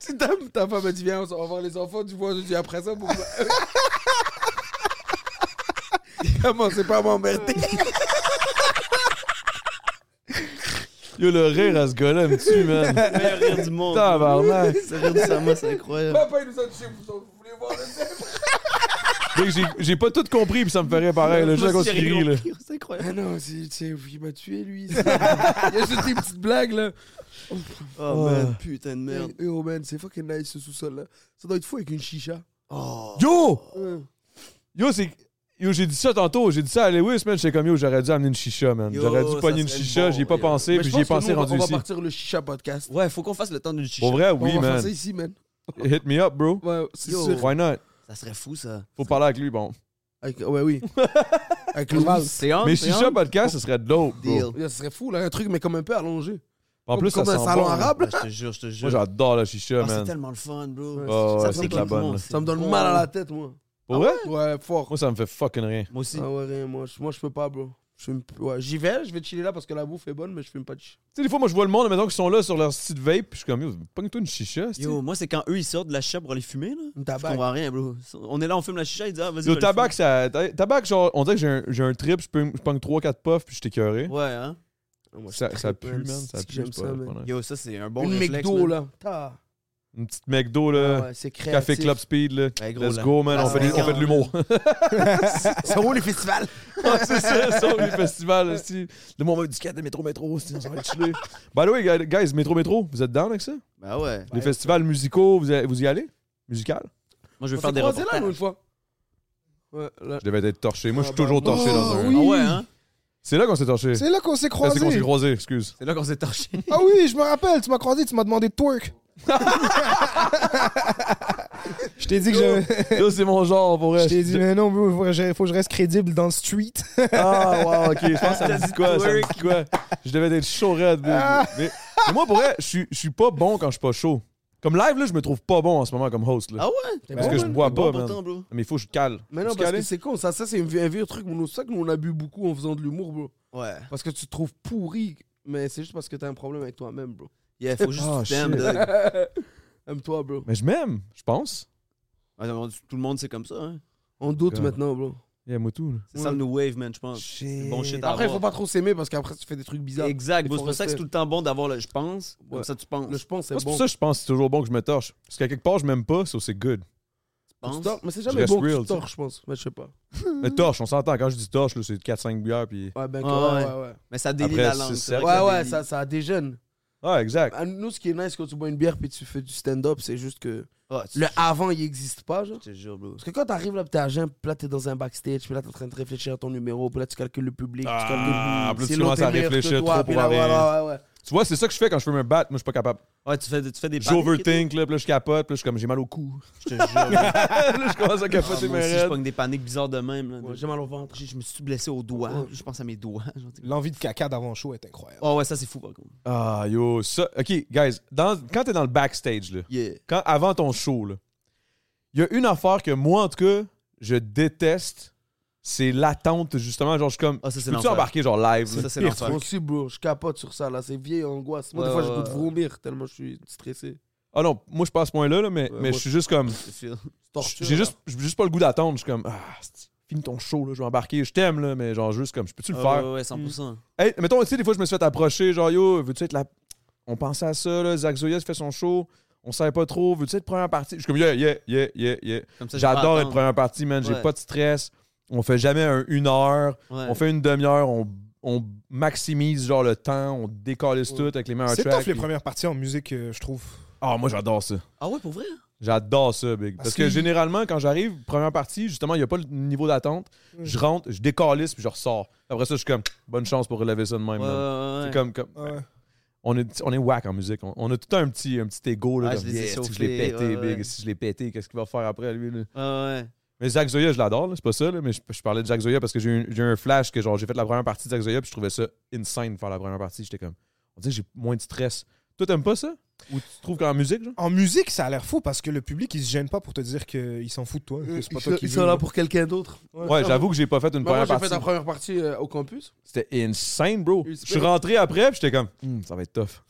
Si ta, ta femme elle dit viens, on s'en va voir les enfants, tu vois, je dis après ça. Pourquoi... Comment c'est pas à m'emmerder? Yo, le rire à ce gars-là me tue, man. Le meilleur rire du monde. Tabarnak. Le rire du Sama, c'est incroyable. Papa, il nous a touché, vous, vous voulez voir le zèbre? Fait que J'ai j'ai pas tout compris, puis ça me ferait pareil. Là, juste à Moi, cause j'ai qu'il rit, rien là. compris, C'est incroyable. Ah non, c'est, c'est, il m'a tué lui. C'est- Il a juste des petites blagues là. Oh, man, putain de merde. Merde. oh man, c'est fucking nice ce sous-sol là. Ça doit être fou avec une chicha. Oh. Yo! Ouais. Yo, c'est. Yo, j'ai dit ça tantôt, j'ai dit ça à Lewis, man. J'étais comme yo, j'aurais dû amener une chicha, man. Yo, J'aurais dû ça pogner une serait chicha, bon, j'y ai pas yo. pensé, Mais puis je j'y ai pense que nous, pensé on va- rendu on va, ici. partir le chicha podcast. Ouais, faut qu'on fasse le temps d'une chicha. Pour vrai, On oui, va faire man. ça ici, man. Hit me up, bro. Ouais, c'est Yo. sûr. Why not? Ça serait fou, ça. Faut parler avec lui, bon. Avec- ouais, oui. Avec le mal. C'est on, Mais c'est chicha on. podcast, ce serait de l'autre, Deal. bro. Ça serait fou là, un truc mais comme un peu allongé. En plus, ça comme sent un salon bon, arabe. Ouais, Je te jure, je te hein. jure. Moi, j'adore la chicha, Ah, c'est man. tellement le fun, bro. Oh, Ça ouais, me c'est donne de tout la le bonne. monde, là. c'est Ça me donne bon. mal à la tête moi. Ah Pour vrai? Ouais, fort. Moi, ça me fait fucking rien. Moi aussi. Ah ouais, rien, moi, je- moi je peux pas, bro. Je fume- ouais, j'y vais, je vais chiller là parce que la bouffe est bonne, mais je fume pas de chicha. Tu sais, des fois, moi, je vois le monde, mettons, qui sont là sur leur site vape, puis je suis comme, yo, pogne-toi une chicha. c'est-tu. Yo, moi, c'est quand eux, ils sortent de la chicha pour aller fumer, là. Je Une tabac. comprends rien, bro. On est là, on fume la chicha, ils disent, ah, vas-y. je Le vais tabac, le ça. ta- Tabac, genre, on dirait que j'ai un, j'ai un trip, je peux- je pogne 3-4 puffs, puis je suis écœuré. fumer. Ouais, hein. Ah, moi, je Ça, suis ça très pue, man. punk, Ça c'est que pue, J'aime c'est ça, pas- man. pas nice. Yo, ça, c'est un bon Une réflexe. McDo man. là. Ta. Une petite McDo, là. Ah ouais, c'est créatif. Café Club Speed, là. Ouais, gros, Let's là. go, man. Ah, on, fait, des- ouais. on fait de l'humour. C'est où les festivals Ah, c'est ça, ça, les festivals, aussi. Le moment du 4 de Métro Métro, aussi, on s'en va chiller. By the way, guys, guys, Métro Métro, vous êtes down avec ça? Ben ouais. les festivals musicaux, vous, vous y allez? Musical? Moi, je On vais faire s'est des croisés là, nous, une reportages. fois. Ouais, là. Je devais être torché. Moi, je suis Ah, bah, toujours torché oh, dans un. Ah ouais, hein? C'est là qu'on s'est torché. C'est là qu'on s'est Ah, C'est qu'on s'est croisés. croisé, excuse. C'est là qu'on s'est torché. Ah oui, je me rappelle, tu m'as croisé, tu m'as demandé de twerk. Je t'ai dit Oh. que j'avais. Là, c'est mon genre, pour Je vrai. t'ai dit, mais non, bro, faut que je- faut que je reste crédible dans le street. Ah, wow, ok, je pense que ça me dit quoi, ça me dit quoi. Je devais être chaud raide. Mais, Ah! mais- mais moi, pour vrai, je suis- je suis pas bon quand je suis pas chaud. Comme live, là, je me trouve pas bon en ce moment comme host. Là. Ah ouais? T'es parce bon, que je man? bois T'es pas, bon man. pourtant, bro. Mais il faut que je cale. Mais non, Tu parce calais? que c'est con, ça, ça c'est un vieux, un vieux truc. nous, C'est ça que nous, on a bu beaucoup en faisant de l'humour, bro. Ouais. Parce que tu te trouves pourri, mais c'est juste parce que t'as un problème avec toi-même, bro. Yeah, faut juste Ah, que tu t'aimes, shit. Doug. Aime-toi, bro. Mais je m'aime, je pense. Ah, non, Tout le monde, c'est comme ça, hein. On doute Ouais. maintenant, bro. Il y a Moutou, là. C'est ça le new wave, man, je pense. Shit. Bon shit à Après, faut avoir. pas trop s'aimer parce qu'après, tu fais des trucs bizarres. Exact, Il bro. faut C'est pour ça que c'est rester. tout le temps bon d'avoir le je pense. Comme Ouais. ça, tu penses. Le je pense, c'est Moi, C'est bon. pour ça que je pense que c'est toujours bon que je me torche. Parce qu'à quelque part, je m'aime pas, so c'est good. Tu Tu penses. tords, mais c'est Je jamais reste bon que real, tu torches, je pense. Mais je sais pas. Mais torche, on s'entend. Quand je dis torche, là, c'est 4-5 bières, puis. Ouais, ben, Ouais, ouais, ouais. ouais, ouais. Mais ça délie Après, la c'est langue. sérieux. vrai que Ouais, ouais, délie. ça, ça déjeune. Ah, exact. À Nous, ce qui est nice quand tu bois une bière puis tu fais du stand-up, c'est juste que Ah, tu- le avant, il existe pas, genre. Je te jure, bro. Parce que quand t'arrives là, puis t'es à jeun, puis là t'es dans un backstage, puis là t'es en train de réfléchir à ton numéro, puis là tu calcules le public, tu Ah, calcules. puis si là, tu l'autre commences est à meilleur que réfléchir toi, trop puis pour là, rien. voilà, ouais, ouais. Tu vois, c'est ça que je fais quand je veux me battre. Moi, je suis pas capable. Ouais, tu fais, tu fais des paniques et J'overthink, là, puis là, je capote, puis là, je suis comme, j'ai mal au cou. tout. Je te jure. bro. là, je commence à Ah, capoter mes moi aussi, je rêves. pogne des paniques bizarres de même. là. Ouais, J'ai mal au ventre. Je je me suis blessé au doigt. Je pense à mes doigts. genre, t'sais. L'envie de caca d'avant le show est incroyable. Oh ouais, ça c'est fou par contre. Ah, yo, ça. OK, guys, dans- quand t'es dans le backstage, là, Yeah. quand, avant ton show, il y a une affaire que moi, en tout cas, je déteste. C'est l'attente, justement. Genre, je suis comme. Ah, ça, c'est je peux-tu l'enfer. embarquer, genre, live? Ça, là? ça, c'est Pire, l'enfer. Moi aussi, bro, je capote sur ça, là. C'est vieille angoisse. Moi, des Ouais, fois, ouais, j'ai le goût de ouais. vomir tellement je suis stressé. Ah non, moi, je passe point là, là, mais, mais Euh, moi, je suis juste comme. Torture, J'ai là. hein. juste, j'ai juste pas le goût d'attendre. Je suis comme, ah, c'est- finis ton show, là, je vais embarquer. Je t'aime, là, mais genre, juste comme, je peux-tu le Ah, faire? ouais, ouais, 100%. Mm. Hey, mettons, tu sais, des fois, je me suis fait approcher, genre, yo, veux-tu être la. On pensait à ça, là, Zach Zoya fait son show, on savait pas trop, veux-tu être première partie? Je suis comme, yeah, yeah, yeah, yeah, yeah. Comme ça, j'ai pas à J'adore être attendre. première partie, man, j'ai Ouais. pas de stress. On fait jamais un une heure, Ouais. on fait une demi-heure, on, on maximise, genre, le temps, on décalisse tout avec les meilleurs C'est tracks. tough les puis- premières parties en musique, euh, je trouve. Ah, moi, j'adore ça. Ah ouais, pour vrai? J'adore ça, Big. Parce Parce que que- généralement, quand j'arrive, première partie, justement, il n'y a pas le niveau d'attente. Je rentre, je décalisse, puis je ressors. Après ça, je suis comme, bonne chance pour relever ça de même. Ouais, ouais, man. ouais, C'est ouais. comme, comme- Ouais. on est, on est whack en musique. On, on a tout le temps un petit, un petit ego. Là, Ah, comme, je les ai Yeah, si je soufflés, l'ai ouais, pété, Big, ouais. si je l'ai pété, qu'est-ce qu'il va faire après, lui? là? Ouais, ouais. Mais Zach Zoya, je l'adore, là, c'est pas ça, là, mais je, je parlais de Zach Zoya parce que j'ai eu, j'ai eu un flash que genre j'ai fait la première partie de Zach Zoya, puis je trouvais ça insane de faire la première partie. J'étais comme, on dirait que j'ai moins de stress. Toi, t'aimes pas ça? Ou tu trouves qu'en musique, genre? En musique, ça a l'air fou parce que le public, il se gêne pas pour te dire qu'il s'en fout de toi. que c'est pas Euh, Ils toi sont- qui ils veux. sont là pour quelqu'un d'autre. Ouais, j'avoue que j'ai pas fait une Mais Moi, première j'ai partie. fait la première partie euh, au campus. C'était insane, bro. Oui, Je c'est suis vrai. rentré après, puis j'étais comme, Hmm, ça va être tough.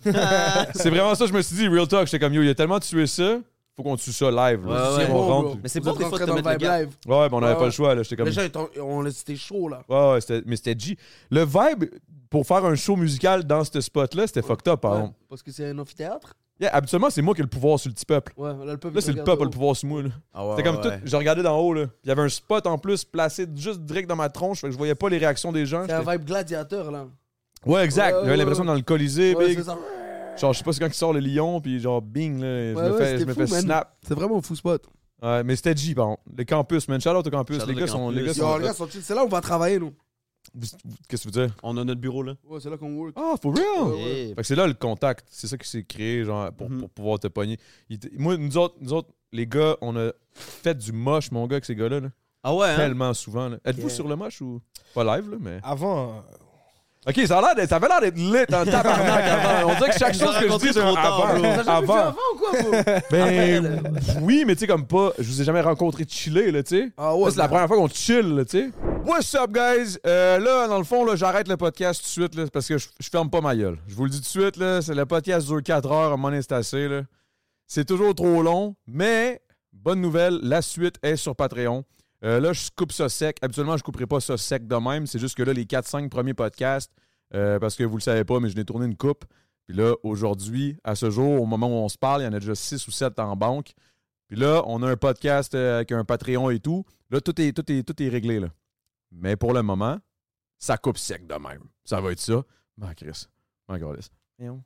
c'est vraiment ça, je me suis dit, real talk. J'étais comme, yo, il a tellement tué ça, faut qu'on tue ça live. là. Ouais, Si ouais. on Bon, rentre. bro. Mais c'est Vous bon êtes des fois de rentrés te dans le mettre le vibe gap. live. Ouais, ben on avait Ouais, pas ouais. le choix, là. J'étais comme, Déjà, ils t'ont- on- c'était chaud là. ouais, ouais, c'était- mais c'était G. Le vibe pour faire un show musical dans ce spot-là, c'était fucked up, par Ouais, exemple. Parce que c'est un amphithéâtre. Yeah, habituellement, c'est moi qui ai le pouvoir sur le petit peuple. Ouais, là, le peuple. Là, il c'est le regarde peuple qui de a le pouvoir sur moi, là. Ah ouais, C'était comme tout. Je regardais d'en haut, là. Il y avait un spot en plus placé juste direct dans ma tronche, fait que je voyais pas les réactions des gens. haut. C'est un J'étais- vibe gladiateur là. Ouais, exact. Ouais, J'avais ouais, l'impression ouais. dans le Colisée, Ouais, big. c'est ça. Genre, je sais pas c'est quand il sort le lion, puis genre, bing, là, je Ouais, me ouais, fais, je c'était me fou, fais man. snap. C'est vraiment un fou spot. Ouais, mais c'était G, par contre. Le campus, man. Shout-out au campus. Shout-out les, au gars sont, les campus. gars Yo, sont- les gars, sont chill. C'est là où on va travailler nous. Vous- vous- Qu'est-ce que tu veux dire? On a notre bureau, là. Ouais, c'est là qu'on work. Ah, for real! Ouais, ouais. Yeah. Fait que c'est là le contact. C'est ça qui s'est créé, genre, pour, Mhm. pour pouvoir te pogner. Il était- moi, nous autres, nous autres, les gars, on a fait du moche, mon gars, avec ces gars-là. là. Ah ouais, hein? Tellement souvent. là. Êtes-vous sur le moche ou. Pas live, là, mais. Avant, euh, Ok, ça, a l'air d'être- ça avait l'air d'être lit en tabarnak avant. On dirait que chaque Ils ont chose que je raconté dis, c'est un trop tard, avant. bro. T'as jamais vu ça avant ou quoi, bro Ben oui, mais tu sais, comme pas, je vous ai jamais rencontré chiller, là, tu sais. Ah ouais, Là, c'est la man. première fois qu'on chill, là, tu sais. What's up, guys? Euh, là, dans le fond, là, j'arrête le podcast tout de suite, là, parce que je, je ferme pas ma gueule. Je vous le dis tout de suite, là, c'est le podcast dure 4 heures, à un moment donné, c'est assez, là. C'est toujours trop long, mais bonne nouvelle, la suite est sur Patreon. Euh, là, je coupe ça sec. Habituellement, je couperai pas ça sec de même. C'est juste que là, les 4-5 premiers podcasts, euh, parce que vous le savez pas, mais je n'ai tourné une coupe. Puis là, aujourd'hui, à ce jour, au moment où on se parle, il y en a déjà 6 ou 7 en banque. Puis là, on a un podcast euh, avec un Patreon et tout. Là, tout est, tout est, tout est réglé. Là. Mais pour le moment, ça coupe sec de même. Ça va être ça. Ma Chris. Ma Gaulis. Voyons.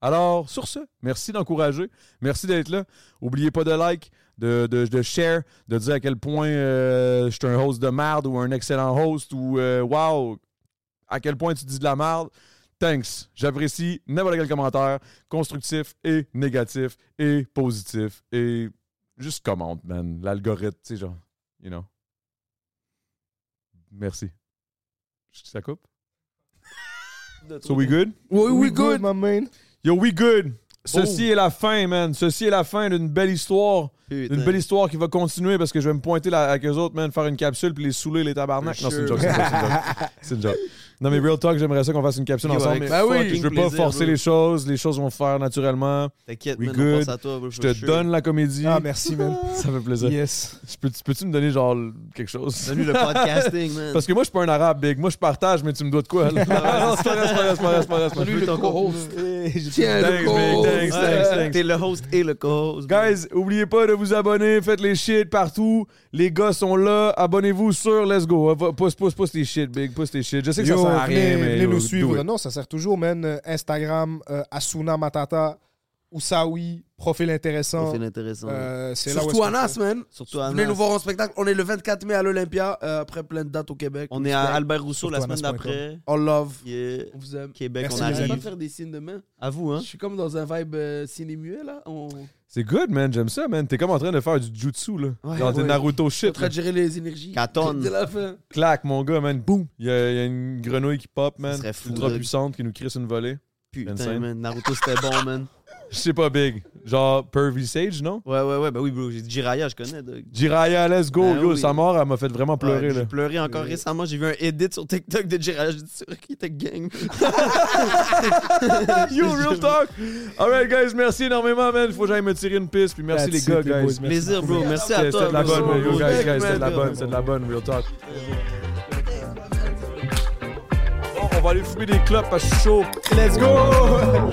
Alors, sur ce, merci d'encourager. Merci d'être là. Oubliez pas de like, de, de, de share, de dire à quel point euh, je suis un host de merde ou un excellent host ou euh, wow, à quel point tu dis de la merde. Thanks. J'apprécie n'importe quel commentaire, constructif et négatif et positif et juste commente, man. L'algorithme, tu sais, genre, you know. Merci. Ça coupe? So we good? Oui, we oui, good. my man. Yo, we good. Oh. Ceci est la fin, man. Ceci est la fin d'une belle histoire. Putain. Une belle histoire qui va continuer parce que je vais me pointer là avec eux autres, man, faire une capsule puis les saouler, les tabarnak. Non, c'est une joke. c'est une joke, c'est une joke. C'est une joke. Non, mais real talk, j'aimerais ça qu'on fasse une capsule Yo, ensemble. avec mais Ben oui. Je veux pas plaisir, forcer bro. les choses. Les choses vont faire naturellement. T'inquiète, We man, good. on pense à toi. bro, Je for te sure. donne la comédie. Ah, merci, man. Ça fait plaisir. yes. Je peux- Peux-tu me donner genre quelque chose? Donne-lui le podcasting, man. Parce que moi, je suis pas un arabe, big. Moi, je partage, mais tu me dois de quoi? là? Non, c'est pas vrai, c'est pas vrai, c'est pas vrai, c'est pas vrai, c'est pas vrai. Donne-lui le co-host. Tiens, Thanks, le big, gros. thanks, thanks, Ouais, thanks. T'es le host et le co-host. bro. Guys, oubliez pas de vous abonner, faites les shit partout. Les gars sont là, abonnez-vous sur Let's Go. Va- Pousse, pousse, pousse les shit, big, pousse les shit. Je sais que ça Yo, sert à venez- rien, mais. venez yo, nous do suivre. it. Non, ça sert toujours, man. Euh, Instagram, euh, Asuna Matata, Oussaoui, profil intéressant. Profil intéressant. Euh, c'est là où Surtout est-ce qu'on Anas, man. Surtout à Venez nous voir en spectacle. On est le 24 mai à l'Olympia. euh, après, plein de dates au Québec. On est à Albert Rousseau Surtout la semaine Anas.com. d'après. All love. Yeah. On vous aime. Québec, Ben, Merci, on les J'arrive pas à arrive. faire des signes de main. À vous, Je hein? suis comme dans un vibe euh, ciné muet là. On est C'est good, man, j'aime ça, man. T'es comme en train de faire du jutsu, là. Ouais, dans des ouais. Naruto en shit. train là. de gérer les énergies. Catonne. C'est la fin. Clac, mon gars, man. Boum. Il y, a il y a une grenouille qui pop, man. serait fou, ultra là. puissante qui nous crisse une volée. Putain, Insane. man. Naruto, c'était bon, man. Je sais pas, Big. Genre Pervy Sage, non? Ouais, ouais, ouais. Ben oui, bro. J'ai dit Jiraya, je connais. Doug. Jiraya, let's go. Ben yo, oui. Ah, sa mort, elle m'a fait vraiment pleurer, Ouais, là. J'ai pleuré encore récemment. J'ai vu un edit sur TikTok de Jiraya. J'ai dit, c'est qui ta gang? Yo, real talk! Alright, guys, merci énormément, man. Faut que j'aille me tirer une piste. Puis merci, les That's gars, it, les boys. Merci guys. Plaisir, bro. Merci à C'était toi. de la bro. bonne, man. Yo, guys, guys, c'était de la Man. bonne, c'était de la bonne, real talk. Bon, on va aller fumer des clopes parce que je suis chaud. Let's go!